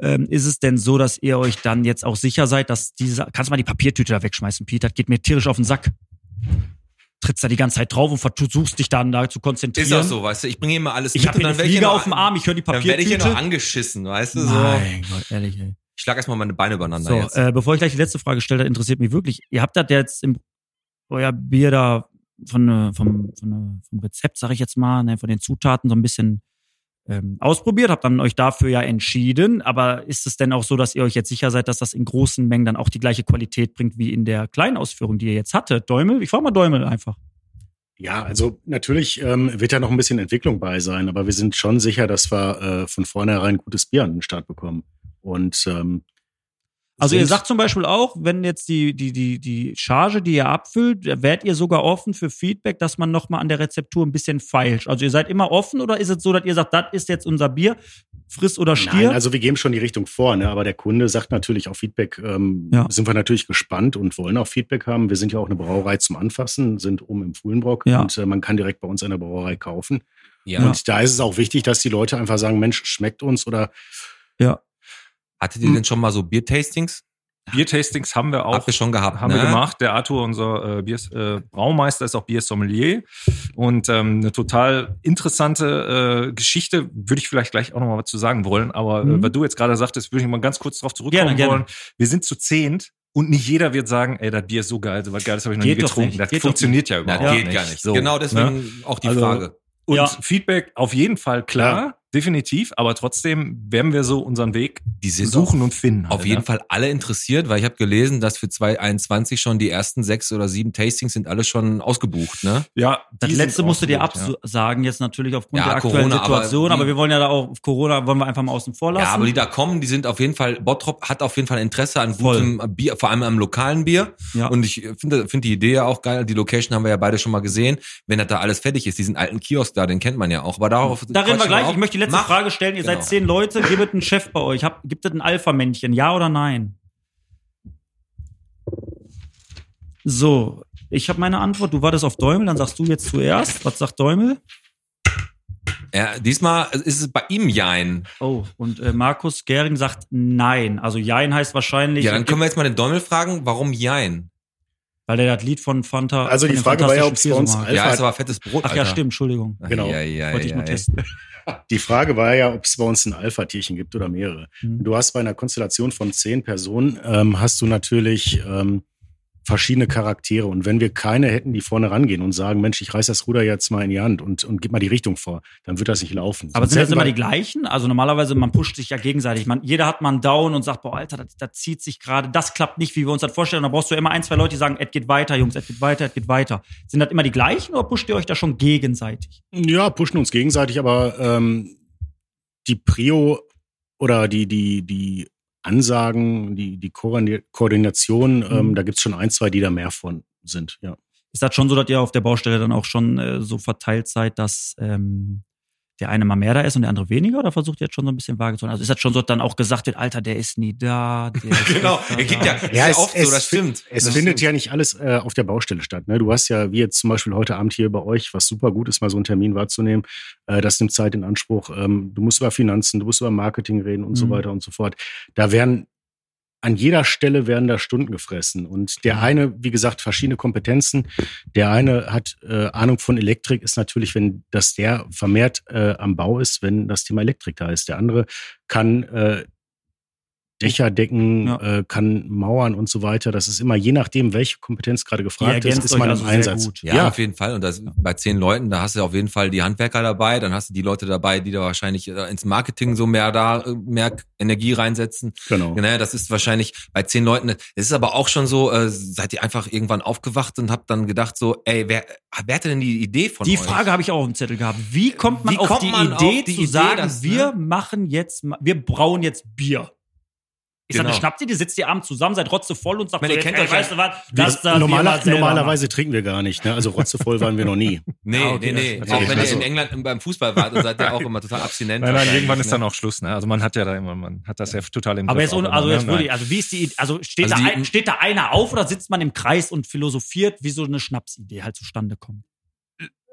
Speaker 3: Ähm, ist es denn so, dass ihr euch dann jetzt auch sicher seid, dass diese, kannst du mal die Papiertüte da wegschmeißen, Peter, das geht mir tierisch auf den Sack. Trittst da die ganze Zeit drauf und versuchst dich dann da zu konzentrieren.
Speaker 4: Ist auch so, weißt du, ich bringe immer alles
Speaker 3: Ich
Speaker 4: mit
Speaker 3: habe eine
Speaker 4: werd
Speaker 3: Fliege
Speaker 4: ja noch
Speaker 3: auf dem
Speaker 4: an-
Speaker 3: Arm, ich höre die
Speaker 4: Dann werde ich ja
Speaker 3: Papiertüte.
Speaker 4: noch angeschissen, weißt du, so.
Speaker 3: Mein Gott, ehrlich, ey.
Speaker 4: Ich schlag erstmal meine Beine übereinander
Speaker 3: So,
Speaker 4: jetzt.
Speaker 3: äh, bevor ich gleich die letzte Frage stelle, interessiert mich wirklich, ihr habt das jetzt im euer Bier da von, äh, vom, von, äh, vom Rezept, sag ich jetzt mal, ne, von den Zutaten so ein bisschen ähm, ausprobiert, habt dann euch dafür ja entschieden, aber ist es denn auch so, dass ihr euch jetzt sicher seid, dass das in großen Mengen dann auch die gleiche Qualität bringt wie in der kleinen Ausführung, die ihr jetzt hattet? Däumel? Ich frage mal Däumel einfach.
Speaker 6: Ja, also natürlich ähm, wird da noch ein bisschen Entwicklung bei sein, aber wir sind schon sicher, dass wir äh, von vornherein gutes Bier an den Start bekommen. Und ähm,
Speaker 3: Also ihr
Speaker 6: sind-
Speaker 3: sagt zum Beispiel auch, wenn jetzt die, die, die, die Charge, die ihr abfüllt, wärt ihr sogar offen für Feedback, dass man nochmal an der Rezeptur ein bisschen feilt. Also ihr seid immer offen oder ist es so, dass ihr sagt, das ist jetzt unser Bier, friss oder stirb?
Speaker 6: Nein, also wir geben schon die Richtung vor, ne? aber der Kunde sagt natürlich auch Feedback, ähm,
Speaker 3: Ja.
Speaker 6: sind wir natürlich gespannt und wollen auch Feedback haben. Wir sind ja auch eine Brauerei zum Anfassen, sind oben im Fuhlenbrock
Speaker 3: Ja.
Speaker 6: und äh, man kann direkt bei uns eine Brauerei kaufen.
Speaker 4: ja.
Speaker 6: Und da ist es auch wichtig, dass die Leute einfach sagen, Mensch, schmeckt uns oder
Speaker 4: Hattet ihr denn schon mal so Biertastings?
Speaker 5: Biertastings haben wir auch
Speaker 4: Habt ihr schon gehabt,
Speaker 5: Haben
Speaker 4: ne?
Speaker 5: wir gemacht. Der Arthur, unser äh, Bier, äh, Braumeister, ist auch Biersommelier. Und ähm, eine total interessante äh, Geschichte, würde ich vielleicht gleich auch noch mal was zu sagen wollen. Aber
Speaker 3: Mhm.
Speaker 5: äh, weil du jetzt gerade sagtest, würde ich mal ganz kurz darauf zurückkommen
Speaker 3: Gerne, gerne.
Speaker 5: wollen. Wir sind zu zehnt. Und nicht jeder wird sagen, ey, das Bier ist so geil, so was Geiles habe ich noch
Speaker 3: Geht
Speaker 5: nie
Speaker 3: doch
Speaker 5: getrunken.
Speaker 3: nicht,
Speaker 5: Das
Speaker 3: geht doch
Speaker 5: funktioniert ja
Speaker 4: Na,
Speaker 5: überhaupt
Speaker 4: geht
Speaker 5: nicht.
Speaker 4: gar nicht.
Speaker 5: So,
Speaker 4: genau
Speaker 5: ne?
Speaker 4: deswegen auch die
Speaker 5: Also,
Speaker 4: Frage.
Speaker 5: Und
Speaker 3: Ja.
Speaker 5: Feedback auf jeden Fall klar, definitiv. Aber trotzdem werden wir so unseren Weg
Speaker 4: Die sind
Speaker 5: suchen
Speaker 4: auf,
Speaker 5: und finden.
Speaker 4: auf jeden Fall alle interessiert, weil ich habe gelesen, dass für 2021 schon die ersten sechs oder sieben Tastings sind alle schon ausgebucht, ne?
Speaker 5: Ja,
Speaker 3: das
Speaker 5: die
Speaker 3: letzte
Speaker 5: sind
Speaker 3: musstet ihr
Speaker 5: ausgebucht, ja.
Speaker 3: absagen, jetzt natürlich aufgrund
Speaker 4: Ja,
Speaker 3: der aktuellen
Speaker 4: Corona, aber
Speaker 3: Situation,
Speaker 4: die-
Speaker 3: aber, wir wollen ja da auch, auf Corona wollen wir einfach mal außen vor lassen.
Speaker 4: Ja, aber die da kommen, die sind auf jeden Fall, Bottrop hat auf jeden Fall Interesse an
Speaker 3: Voll.
Speaker 4: gutem Bier, vor allem am lokalen Bier.
Speaker 3: Ja.
Speaker 4: Und ich äh, finde finde die Idee ja auch geil. Die Location haben wir ja beide schon mal gesehen. Wenn das da alles fertig ist, diesen alten Kiosk da, den kennt man ja auch. Aber darauf
Speaker 3: da reden wir
Speaker 4: quatschen
Speaker 3: gleich.
Speaker 4: auch.
Speaker 3: Ich möchte die letzte
Speaker 4: Mach-
Speaker 3: Frage stellen. Ihr seid
Speaker 4: Genau.
Speaker 3: zehn Leute, gebt einen Chef bei euch. Hab, gibt es ein Alpha-Männchen? Ja oder nein? So, ich habe meine Antwort. Du wartest auf Däumel, dann sagst du jetzt zuerst. Was sagt Däumel?
Speaker 4: Ja, diesmal ist es bei ihm Jein.
Speaker 3: Oh, und äh, Markus Gering sagt nein. Also Jein heißt wahrscheinlich,
Speaker 4: Ja, dann können wir jetzt mal den Däumel fragen, warum Jein?
Speaker 3: weil der das Lied von Fanta.
Speaker 6: Also die
Speaker 3: von den
Speaker 6: Frage war ja, ob's
Speaker 3: Fantastischen
Speaker 6: bei
Speaker 3: Vier
Speaker 6: uns
Speaker 3: so mag.
Speaker 6: Alpha
Speaker 4: Ja, ist
Speaker 6: hat-
Speaker 4: aber fettes Brot,
Speaker 3: Ach ja,
Speaker 4: Alter.
Speaker 3: stimmt, Entschuldigung.
Speaker 6: Genau.
Speaker 4: Ja, ja,
Speaker 3: Wollte ich
Speaker 4: ja,
Speaker 3: nur
Speaker 4: ja.
Speaker 3: testen.
Speaker 6: die Frage war ja, ob es bei uns ein Alpha-Tierchen gibt oder mehrere.
Speaker 3: Hm.
Speaker 6: Du hast bei einer Konstellation von zehn Personen, ähm, hast du natürlich ähm, verschiedene Charaktere. Und wenn wir keine hätten, die vorne rangehen und sagen, Mensch, ich reiß das Ruder jetzt mal in die Hand und, und gib mal die Richtung vor, dann wird das nicht laufen.
Speaker 3: Aber
Speaker 6: Sonst
Speaker 3: sind das
Speaker 6: hätten
Speaker 3: immer
Speaker 6: wir-
Speaker 3: die gleichen? Also normalerweise, man pusht sich ja gegenseitig. Man, jeder hat mal einen Down und sagt, boah, Alter, das, das zieht sich gerade, das klappt nicht, wie wir uns das vorstellen. Und da brauchst du immer ein, zwei Leute, die sagen, es geht weiter, Jungs, es geht weiter, es geht weiter. Sind das immer die gleichen oder pusht ihr euch da schon gegenseitig?
Speaker 6: Ja, pushen uns gegenseitig, aber ähm, die Prio oder die, die, die Ansagen, die, die Koordi- Koordination,
Speaker 3: Mhm.
Speaker 6: ähm, da gibt's schon ein, zwei, die da mehr von sind, ja.
Speaker 3: Ist das schon so, dass ihr auf der Baustelle dann auch schon äh, so verteilt seid, dass ähm, der eine mal mehr da ist und der andere weniger? Oder versucht ihr jetzt schon so ein bisschen vage zu sein? Also ist das schon so, dass dann auch gesagt wird, Alter, der ist nie da. Der ist
Speaker 4: Genau,
Speaker 3: öfter
Speaker 4: er gibt ja,
Speaker 3: da.
Speaker 4: ist ja oft so, das
Speaker 6: fin-
Speaker 4: stimmt.
Speaker 6: Es
Speaker 4: das
Speaker 6: findet
Speaker 4: stimmt.
Speaker 6: ja nicht alles äh, auf der Baustelle statt. Ne? Du hast ja, wie jetzt zum Beispiel heute Abend hier bei euch, was super gut ist, mal so einen Termin wahrzunehmen. Äh, das nimmt Zeit in Anspruch. Ähm, du musst über Finanzen, du musst über Marketing reden und so
Speaker 3: Mhm.
Speaker 6: weiter und so fort. Da werden an jeder Stelle werden da Stunden gefressen. Und
Speaker 4: Mhm.
Speaker 6: der eine, wie gesagt, verschiedene Kompetenzen. Der eine hat äh, Ahnung von Elektrik, ist natürlich, wenn dass der vermehrt äh, am Bau ist, wenn das Thema Elektrik da ist. Der andere kann äh, Dächer decken,
Speaker 3: Ja.
Speaker 6: äh, kann Mauern und so weiter. Das ist immer je nachdem, welche Kompetenz gerade gefragt ist,
Speaker 3: ergänzt
Speaker 6: ist
Speaker 3: euch
Speaker 6: man
Speaker 3: also
Speaker 6: im
Speaker 3: sehr
Speaker 6: Einsatz.
Speaker 3: gut.
Speaker 4: Ja, auf jeden Fall. Und das, bei zehn Leuten, da hast du auf jeden Fall die Handwerker dabei, dann hast du die Leute dabei, die da wahrscheinlich äh, ins Marketing so mehr da, äh, mehr Energie reinsetzen.
Speaker 6: genau.
Speaker 4: Naja, Ne, das ist wahrscheinlich bei zehn Leuten. Es ist aber auch schon so, äh, seid ihr einfach irgendwann aufgewacht und habt dann gedacht so, ey, wer, wer hatte denn die Idee von
Speaker 3: Die
Speaker 4: euch?
Speaker 3: Frage habe ich auch im Zettel gehabt. Wie kommt man,
Speaker 4: Wie
Speaker 3: auf,
Speaker 4: kommt
Speaker 3: die
Speaker 4: man auf
Speaker 3: Idee
Speaker 4: die
Speaker 3: zu
Speaker 4: Idee,
Speaker 3: sagen,
Speaker 4: dass, ne?
Speaker 3: wir machen jetzt, ma- wir brauen jetzt Bier? Ich sag,
Speaker 4: Genau.
Speaker 3: sag, schnappt ihr die, sitzt ihr abends zusammen, seid rotzevoll und sagt,
Speaker 4: Ich meine,
Speaker 3: so,
Speaker 4: ihr
Speaker 3: jetzt,
Speaker 4: kennt
Speaker 3: ey,
Speaker 4: euch ja.
Speaker 3: weißt du was,
Speaker 6: Wir-
Speaker 3: das da
Speaker 6: normaler, normalerweise trinken wir gar nicht. Ne? Also rotzevoll waren wir noch nie.
Speaker 4: Nee,
Speaker 3: Ah, okay,
Speaker 4: nee, nee.
Speaker 3: das-
Speaker 4: Auch
Speaker 6: natürlich.
Speaker 4: wenn ihr
Speaker 6: Also-
Speaker 4: in England beim Fußball wart, dann seid ihr auch immer total abstinent.
Speaker 5: Nein, nein,
Speaker 4: wahrscheinlich,
Speaker 5: irgendwann ist
Speaker 4: ne?
Speaker 5: dann auch Schluss. Ne? Also man hat ja da immer, man hat das ja total im
Speaker 3: Aber
Speaker 5: Griff
Speaker 3: jetzt, ohne,
Speaker 5: auch
Speaker 3: also
Speaker 5: immer,
Speaker 3: jetzt
Speaker 5: ne?
Speaker 3: würde ich,
Speaker 5: Nein.
Speaker 3: also wie ist die, also steht,
Speaker 4: Also
Speaker 3: da
Speaker 4: die-
Speaker 3: ein, steht da einer auf oder sitzt man im Kreis und philosophiert, wie so eine Schnapsidee halt zustande kommt?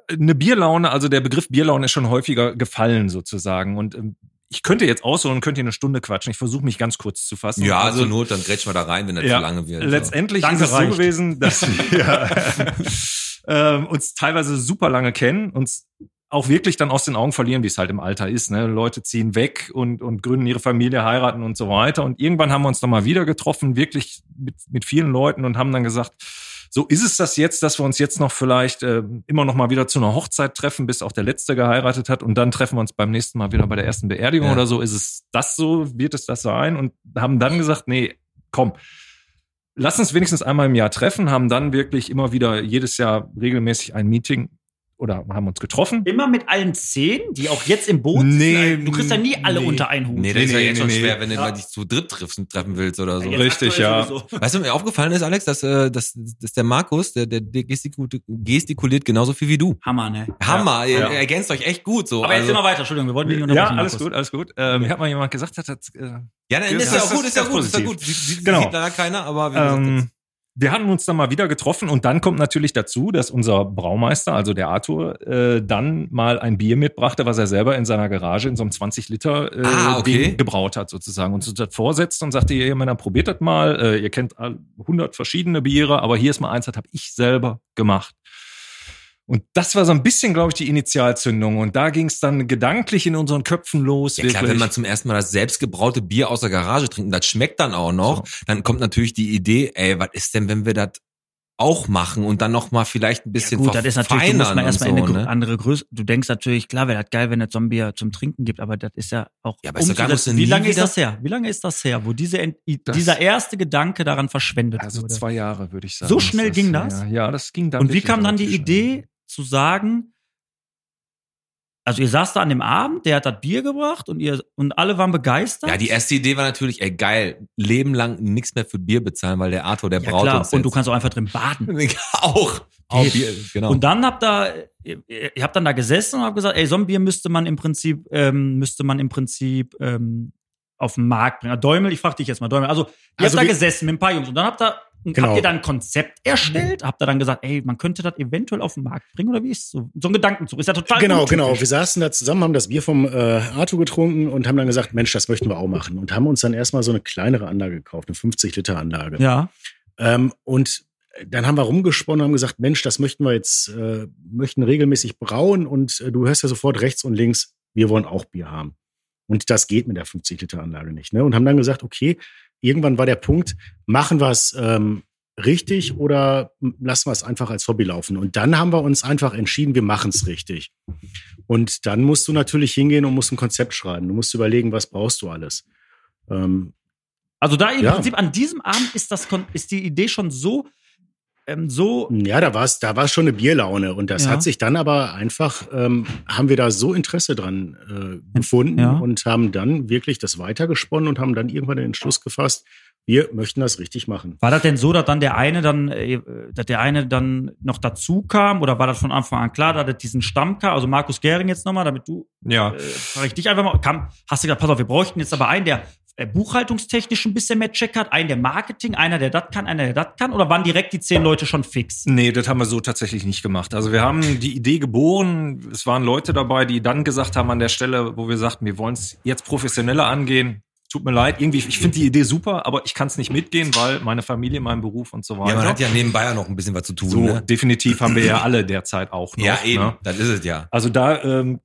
Speaker 5: eine Bierlaune, also der Begriff Bierlaune ist schon häufiger gefallen sozusagen. Und ähm, ich könnte jetzt ausholen, könnte hier eine Stunde quatschen. Ich versuche mich ganz kurz zu fassen.
Speaker 4: Ja,
Speaker 5: also
Speaker 4: zur Not, dann grätschen wir da rein, wenn das
Speaker 5: Ja,
Speaker 4: zu lange wird.
Speaker 5: Letztendlich
Speaker 3: Danke,
Speaker 5: ist es so
Speaker 3: reicht.
Speaker 5: gewesen, dass wir ähm, uns teilweise super lange kennen, uns auch wirklich dann aus den Augen verlieren, wie es halt im Alter ist. Ne? Leute ziehen weg und, und gründen ihre Familie, heiraten und so weiter. Und irgendwann haben wir uns nochmal wieder getroffen, wirklich mit, mit vielen Leuten und haben dann gesagt, so ist es das jetzt, dass wir uns jetzt noch vielleicht äh, immer noch mal wieder zu einer Hochzeit treffen, bis auch der Letzte geheiratet hat und dann treffen wir uns beim nächsten Mal wieder bei der ersten Beerdigung
Speaker 4: Ja.
Speaker 5: oder so. Ist es das so? Wird es das sein? Und haben dann gesagt, nee, komm, lass uns wenigstens einmal im Jahr treffen, haben dann wirklich immer wieder jedes Jahr regelmäßig ein Meeting oder haben uns getroffen.
Speaker 3: Immer mit allen zehn, die auch jetzt im Boot
Speaker 5: Nee,
Speaker 3: sitzen, also du kriegst ja nie alle
Speaker 5: nee.
Speaker 3: unter einen Hut.
Speaker 4: Nee, das ist ja
Speaker 5: Nee,
Speaker 4: jetzt
Speaker 5: nee,
Speaker 4: schon
Speaker 5: nee,
Speaker 4: schwer, wenn du
Speaker 3: Ja.
Speaker 4: mal dich zu dritt triffst, treffen willst oder so.
Speaker 3: Jetzt
Speaker 5: Richtig,
Speaker 3: aktuell
Speaker 5: ja.
Speaker 3: sowieso.
Speaker 4: Weißt du, was mir aufgefallen ist, Alex, dass, äh, dass, dass der Markus, der, der, der gestiku- gestikuliert genauso viel wie du.
Speaker 3: Hammer, ne?
Speaker 4: Hammer, ihr
Speaker 5: Ja.
Speaker 4: ihr ergänzt euch echt gut so.
Speaker 3: Aber jetzt
Speaker 4: also,
Speaker 3: immer weiter, Entschuldigung, wir wollten nicht
Speaker 5: Ja,
Speaker 3: unterbrechen.
Speaker 5: alles
Speaker 3: Markus.
Speaker 5: gut, alles gut. Ähm, Mir hat mal jemand gesagt, hat, hat äh,
Speaker 4: ja, dann ist
Speaker 5: Ja,
Speaker 4: ja
Speaker 5: das
Speaker 4: auch gut,
Speaker 5: ist
Speaker 4: ist ja
Speaker 5: ganz
Speaker 4: gut, ist ja
Speaker 5: positiv.
Speaker 4: gut. Sie- sie-
Speaker 5: Genau.
Speaker 4: Sieht leider keiner, aber wie gesagt,
Speaker 5: Ähm, wir hatten uns dann mal wieder getroffen und dann kommt natürlich dazu, dass unser Braumeister, also der Arthur, äh, dann mal ein Bier mitbrachte, was er selber in seiner Garage in so einem 20 Liter äh,
Speaker 4: Ah, okay.
Speaker 5: Ding gebraut hat sozusagen und uns das vorsetzt und sagte, ihr Männer, probiert das mal. Äh, ihr kennt all- 100 verschiedene Biere, aber hier ist mal eins, das habe ich selber gemacht. Und das war so ein bisschen, glaube ich, die Initialzündung. Und da ging es dann gedanklich in unseren Köpfen los.
Speaker 4: Ja klar, wenn man zum ersten Mal das selbstgebraute Bier aus der Garage trinkt, und das schmeckt dann auch noch, dann kommt natürlich die Idee, ey, was ist denn, wenn wir das auch machen und dann noch mal vielleicht ein bisschen
Speaker 3: ja, gut, das ist natürlich, du musst mal
Speaker 4: verfeinern
Speaker 3: erstmal
Speaker 4: und
Speaker 3: in
Speaker 4: so,
Speaker 3: eine
Speaker 4: ne?
Speaker 3: andere Größe. Du denkst natürlich, klar wäre das geil, wenn es Zombie zum Trinken gibt, aber das ist ja auch
Speaker 4: Ja, aber ist doch gar- musst du
Speaker 3: umzusetzen. Wie
Speaker 4: nie
Speaker 3: lange ist
Speaker 4: wieder-
Speaker 3: das her? Wie lange ist das her, wo diese, Ent- i-
Speaker 5: Das-
Speaker 3: dieser erste Gedanke daran verschwendet
Speaker 5: also
Speaker 3: wurde?
Speaker 5: zwei Jahre, würde ich sagen.
Speaker 3: So
Speaker 5: ist
Speaker 3: schnell ging das?
Speaker 5: Ja, ja, das ging dann.
Speaker 3: Und wie
Speaker 5: wirklich
Speaker 3: kam dann die
Speaker 5: relativ schnell.
Speaker 3: Idee zu sagen, also ihr saßt da an dem Abend, der hat das Bier gebracht und ihr und alle waren begeistert.
Speaker 4: Ja, die erste Idee war natürlich, ey, geil, Leben lang nichts mehr für Bier bezahlen, weil der Arthur, der
Speaker 3: ja,
Speaker 4: braut
Speaker 3: klar.
Speaker 4: uns
Speaker 3: Und du
Speaker 4: jetzt.
Speaker 3: kannst auch einfach drin baden.
Speaker 4: auch, auch Bier, genau.
Speaker 3: Und dann habt da, ihr, ihr habt dann da gesessen und habt gesagt, ey, so ein Bier müsste man im Prinzip, ähm, müsste man im Prinzip ähm, auf den Markt bringen. Däumel, ich frage dich jetzt mal, Däumel. Also, ihr habt
Speaker 6: Also
Speaker 3: da
Speaker 6: wir-
Speaker 3: gesessen mit ein paar Jungs und dann habt da
Speaker 6: Genau. Mhm.
Speaker 3: Habt ihr dann ein Konzept erstellt? Habt ihr dann gesagt, ey, man könnte das eventuell auf den Markt bringen oder wie ist so? So ein Gedankenzug. Ist ja total
Speaker 6: Genau,
Speaker 3: untypisch.
Speaker 6: genau. Wir saßen da zusammen, haben das Bier vom äh, Arthur getrunken und haben dann gesagt, Mensch, das möchten wir auch machen. Und haben uns dann erstmal so eine kleinere Anlage gekauft, eine 50-Liter-Anlage.
Speaker 3: Ja.
Speaker 6: Ähm, und dann haben wir rumgesponnen und haben gesagt, Mensch, das möchten wir jetzt, äh, möchten regelmäßig brauen und äh, du hörst ja sofort rechts und links, wir wollen auch Bier haben. Und das geht mit der 50-Liter-Anlage nicht. Ne? Und haben dann gesagt, okay, irgendwann war der Punkt, machen wir es ähm, richtig oder m- lassen wir es einfach als Hobby laufen. Und dann haben wir uns einfach entschieden, wir machen es richtig. Und dann musst du natürlich hingehen und musst ein Konzept schreiben. Du musst überlegen, was brauchst du alles. Ähm,
Speaker 3: Also da im
Speaker 6: Ja.
Speaker 3: Prinzip an diesem Abend ist das Kon- ist die Idee schon so ähm, so
Speaker 6: Ja, da war es da war's schon eine Bierlaune. Und das
Speaker 3: Ja.
Speaker 6: hat sich dann aber einfach, ähm, haben wir da so Interesse dran äh, gefunden
Speaker 3: Ja.
Speaker 6: und haben dann wirklich das weitergesponnen und haben dann irgendwann den Entschluss gefasst, wir möchten das richtig machen.
Speaker 3: war das denn so, dass dann der eine dann, äh, dass der eine dann noch dazu kam oder war das von Anfang an klar, dass es diesen Stamm kam? Also Markus Gering jetzt nochmal, damit du,
Speaker 5: Ja.
Speaker 3: äh, frage ich dich einfach mal, kam, hast du gesagt, pass auf, wir bräuchten jetzt aber einen, der äh, buchhaltungstechnisch ein bisschen mehr Check hat, einen der Marketing, einer der das kann, einer der das kann oder waren direkt die zehn Leute schon fix?
Speaker 5: Nee, das haben wir so tatsächlich nicht gemacht. Also wir haben die Idee geboren. Es waren Leute dabei, die dann gesagt haben an der Stelle, wo wir sagten, wir wollen es jetzt professioneller angehen. tut mir leid, irgendwie, ich finde die Idee super, aber ich kann es nicht mitgehen, weil meine Familie, mein Beruf und so weiter.
Speaker 4: Ja, man hat ja nebenbei ja noch ein bisschen was zu tun.
Speaker 5: so
Speaker 4: ne?
Speaker 5: definitiv haben wir ja alle derzeit auch noch.
Speaker 4: Ja, eben.
Speaker 5: Ne?
Speaker 4: Das ist es ja.
Speaker 5: Also da ähm,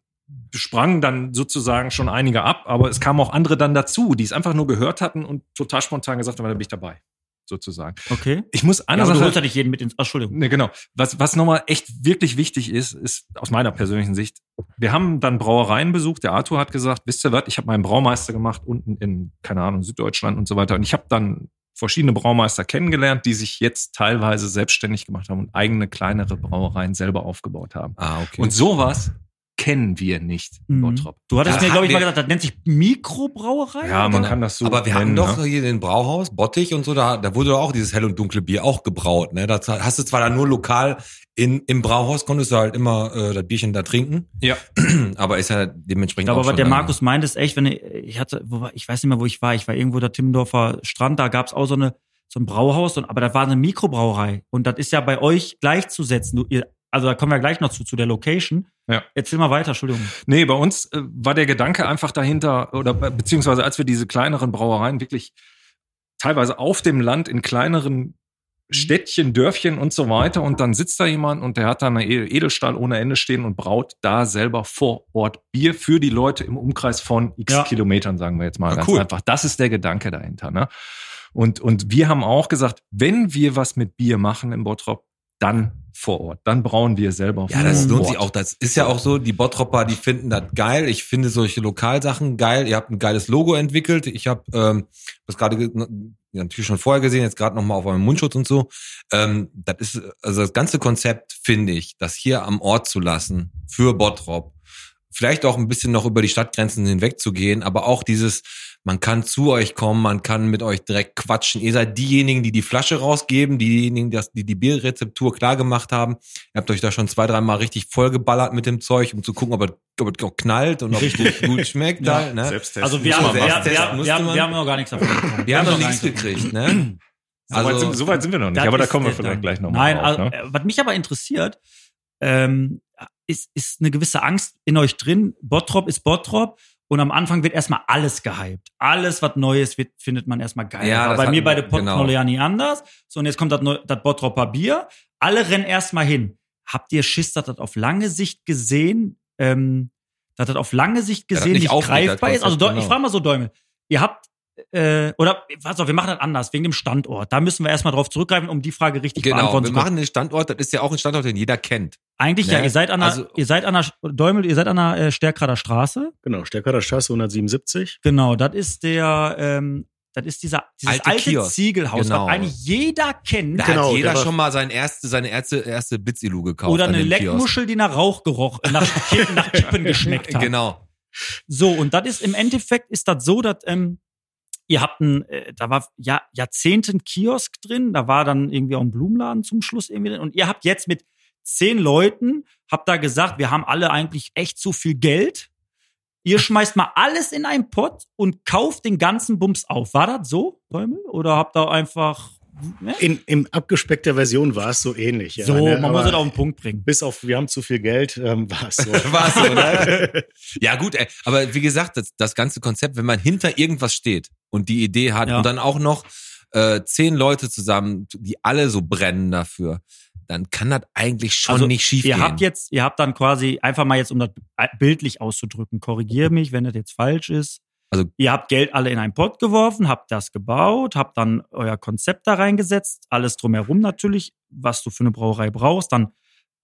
Speaker 5: sprangen dann sozusagen schon einige ab, aber es kamen auch andere dann dazu, die es einfach nur gehört hatten und total spontan gesagt haben, da bin ich dabei. Sozusagen.
Speaker 3: Okay.
Speaker 5: Ich muss
Speaker 3: Ja,
Speaker 5: einer
Speaker 3: aber du
Speaker 5: Sache.
Speaker 3: holst ja nicht jeden mit ins. Ach, Entschuldigung.
Speaker 5: Ne, genau. Was, was nochmal echt wirklich wichtig ist, ist aus meiner persönlichen Sicht, wir haben dann Brauereien besucht. Der Arthur hat gesagt, wisst ihr was, ich habe meinen Braumeister gemacht unten in, keine Ahnung, Süddeutschland und so weiter. Und ich habe dann verschiedene Braumeister kennengelernt, die sich jetzt teilweise selbstständig gemacht haben und eigene kleinere Brauereien selber aufgebaut haben.
Speaker 4: Ah, okay.
Speaker 5: Und sowas kennen wir nicht in
Speaker 3: Mhm.
Speaker 5: Bottrop.
Speaker 3: Du hattest
Speaker 4: Da
Speaker 3: mir, glaube
Speaker 4: haben
Speaker 3: ich, mal
Speaker 4: wir-
Speaker 3: gesagt, das nennt sich Mikrobrauerei.
Speaker 5: Ja, man
Speaker 3: oder?
Speaker 5: kann das so
Speaker 4: aber wir haben
Speaker 5: nennen,
Speaker 4: doch
Speaker 5: ne?
Speaker 4: hier den Brauhaus, Bottich und so, da, da wurde doch auch dieses hell und dunkle Bier auch gebraut. Ne? Da hast du zwar dann nur lokal in, im Brauhaus, konntest du halt immer äh, das Bierchen da trinken,
Speaker 5: Ja,
Speaker 4: aber ist ja dementsprechend auch
Speaker 3: Aber was
Speaker 4: schon
Speaker 3: der
Speaker 4: dann-
Speaker 3: Markus meint, ist echt, wenn ich, ich hatte, wo war, ich weiß nicht mehr, wo ich war, ich war irgendwo der Timmendorfer Strand, da gab's auch so eine so ein Brauhaus, und, aber da war eine Mikrobrauerei und das ist ja bei euch gleichzusetzen. Du, ihr, also da kommen wir gleich noch zu zu der Location.
Speaker 5: Ja.
Speaker 3: Erzähl mal weiter, Entschuldigung.
Speaker 5: Nee, bei uns äh, war der Gedanke einfach dahinter, oder be- beziehungsweise als wir diese kleineren Brauereien wirklich teilweise auf dem Land in
Speaker 4: Mhm.
Speaker 5: kleineren Städtchen, Dörfchen und so weiter und dann sitzt da jemand und der hat da einen Edelstahl ohne Ende stehen und braut da selber vor Ort Bier für die Leute im Umkreis von x
Speaker 3: Ja.
Speaker 5: Kilometern, sagen wir jetzt mal
Speaker 4: Ah,
Speaker 5: ganz
Speaker 4: cool.
Speaker 5: einfach. Das ist der Gedanke dahinter. Ne? Und, und wir haben auch gesagt, wenn wir was mit Bier machen im Bottrop, dann vor Ort. Dann brauen wir selber
Speaker 4: Ja,
Speaker 5: vor
Speaker 4: das
Speaker 5: Ort.
Speaker 4: lohnt sich auch. Das ist ja auch so, die Bottropper, die finden das geil. Ich finde solche Lokalsachen geil. Ihr habt ein geiles Logo entwickelt. Ich habe ähm, das gerade ge- ja, natürlich schon vorher gesehen, jetzt gerade nochmal auf eurem Mundschutz und so. Ähm, das ist, also das ganze Konzept finde ich, das hier am Ort zu lassen für Bottrop. Vielleicht auch ein bisschen noch über die Stadtgrenzen hinweg zu gehen, aber auch dieses, man kann zu euch kommen, man kann mit euch direkt quatschen. Ihr seid diejenigen, die die Flasche rausgeben, diejenigen, die das- die die Bierrezeptur klar gemacht haben. Ihr habt euch da schon zwei, dreimal richtig vollgeballert mit dem Zeug, um zu gucken, ob es, ob es auch knallt und ob es gut, gut schmeckt.
Speaker 3: Ja.
Speaker 4: da, ne?
Speaker 2: Selbsttest.
Speaker 3: Also wir
Speaker 4: muss
Speaker 3: haben,
Speaker 4: man
Speaker 3: wir, wir, wir,
Speaker 4: machen. Selbsttest
Speaker 3: wir,
Speaker 4: musste
Speaker 3: haben-
Speaker 4: man.
Speaker 3: wir haben noch gar nichts davon. bekommen.
Speaker 4: Wir haben noch
Speaker 3: gar
Speaker 4: nichts
Speaker 3: nichts davon.
Speaker 4: gekriegt, ne?
Speaker 5: so, weit sind, so weit sind wir noch nicht,
Speaker 3: Das
Speaker 5: aber da
Speaker 3: ist
Speaker 5: kommen wir
Speaker 3: der
Speaker 5: vielleicht
Speaker 3: Gedanke.
Speaker 5: gleich nochmal
Speaker 3: Nein,
Speaker 5: drauf.
Speaker 3: also,
Speaker 5: ne?
Speaker 3: äh, was mich aber interessiert, ähm, ist, ist eine gewisse Angst in euch drin. Bottrop ist Bottrop. Und am Anfang wird erstmal alles gehypt. Alles, was Neues wird, findet man erstmal geil.
Speaker 4: Ja,
Speaker 3: Ja,
Speaker 4: das
Speaker 3: bei
Speaker 4: hatten
Speaker 3: mir bei
Speaker 4: wir,
Speaker 3: der Pot
Speaker 4: genau.
Speaker 3: genau. ja nie anders. So, und jetzt kommt das Neu- das Bottropper Bier. Alle rennen erstmal hin. Habt ihr Schiss, dass das auf lange Sicht gesehen, ähm, dass das auf lange Sicht
Speaker 4: Ja, das
Speaker 3: gesehen
Speaker 4: nicht
Speaker 3: nicht
Speaker 4: aufgeht, das
Speaker 3: greifbar ist? Also,
Speaker 4: Konzept,
Speaker 3: Deu- ich
Speaker 4: genau.
Speaker 3: frage mal so, Däumel, ihr habt äh, oder pass auf, wir machen das anders, wegen dem Standort. Da müssen wir erstmal drauf zurückgreifen, um die Frage richtig
Speaker 4: Genau,
Speaker 3: beantworten
Speaker 4: wir
Speaker 3: zu können.
Speaker 4: machen den Standort, das ist ja auch ein Standort, den jeder kennt.
Speaker 3: Eigentlich, ja,
Speaker 4: Ne?
Speaker 3: ihr seid an der,
Speaker 4: Also-
Speaker 3: ihr seid an der Däumel, ihr seid an der äh, Stärkrader Straße.
Speaker 6: Genau, Stärkerer Straße 177.
Speaker 3: Genau, das ist der, ähm, das ist dieser dieses
Speaker 4: Alte
Speaker 3: alte,
Speaker 4: Kiosk.
Speaker 3: Ziegelhaus,
Speaker 4: Genau.
Speaker 3: was eigentlich jeder kennt.
Speaker 4: Da
Speaker 6: Genau,
Speaker 4: hat jeder
Speaker 6: der war-
Speaker 4: schon mal sein erste, seine erste, erste Blitzilu gekauft.
Speaker 3: Oder
Speaker 4: an
Speaker 3: eine
Speaker 4: dem Kiosk.
Speaker 3: Leckmuschel, die nach Rauch geroch, nach, Kippen- nach Kippen geschmeckt hat.
Speaker 4: Genau.
Speaker 3: So, und das ist im Endeffekt ist das so, dass ähm, ihr habt ein, äh, da war ja, Jahrzehnte ein Kiosk drin, da war dann irgendwie auch ein Blumenladen zum Schluss irgendwie drin. Und ihr habt jetzt mit zehn Leuten, habt da gesagt, wir haben alle eigentlich echt zu viel Geld. Ihr schmeißt mal alles in einen Pott und kauft den ganzen Bums auf. War das so, Däumel? Oder habt ihr einfach. Ne?
Speaker 6: In, in abgespeckter Version war es so ähnlich. ja,
Speaker 3: so,
Speaker 6: ne?
Speaker 3: man muss
Speaker 6: Aber
Speaker 3: es auf den Punkt bringen.
Speaker 6: Bis auf, wir haben zu viel Geld, ähm, war es so.
Speaker 4: War so, ne? ja, gut, ey. aber wie gesagt, das, das ganze Konzept, wenn man hinter irgendwas steht und die Idee hat
Speaker 3: Ja.
Speaker 4: und dann auch noch äh, zehn Leute zusammen, die alle so brennen dafür, dann kann das eigentlich schon
Speaker 3: Also,
Speaker 4: nicht schief
Speaker 3: ihr
Speaker 4: gehen.
Speaker 3: habt jetzt, ihr habt dann quasi einfach mal jetzt, um das bildlich auszudrücken, korrigier mich, wenn das jetzt falsch ist.
Speaker 4: Also-
Speaker 3: ihr habt Geld alle in einen Pott geworfen, habt das gebaut, habt dann euer Konzept da reingesetzt, alles drumherum natürlich, was du für eine Brauerei brauchst, dann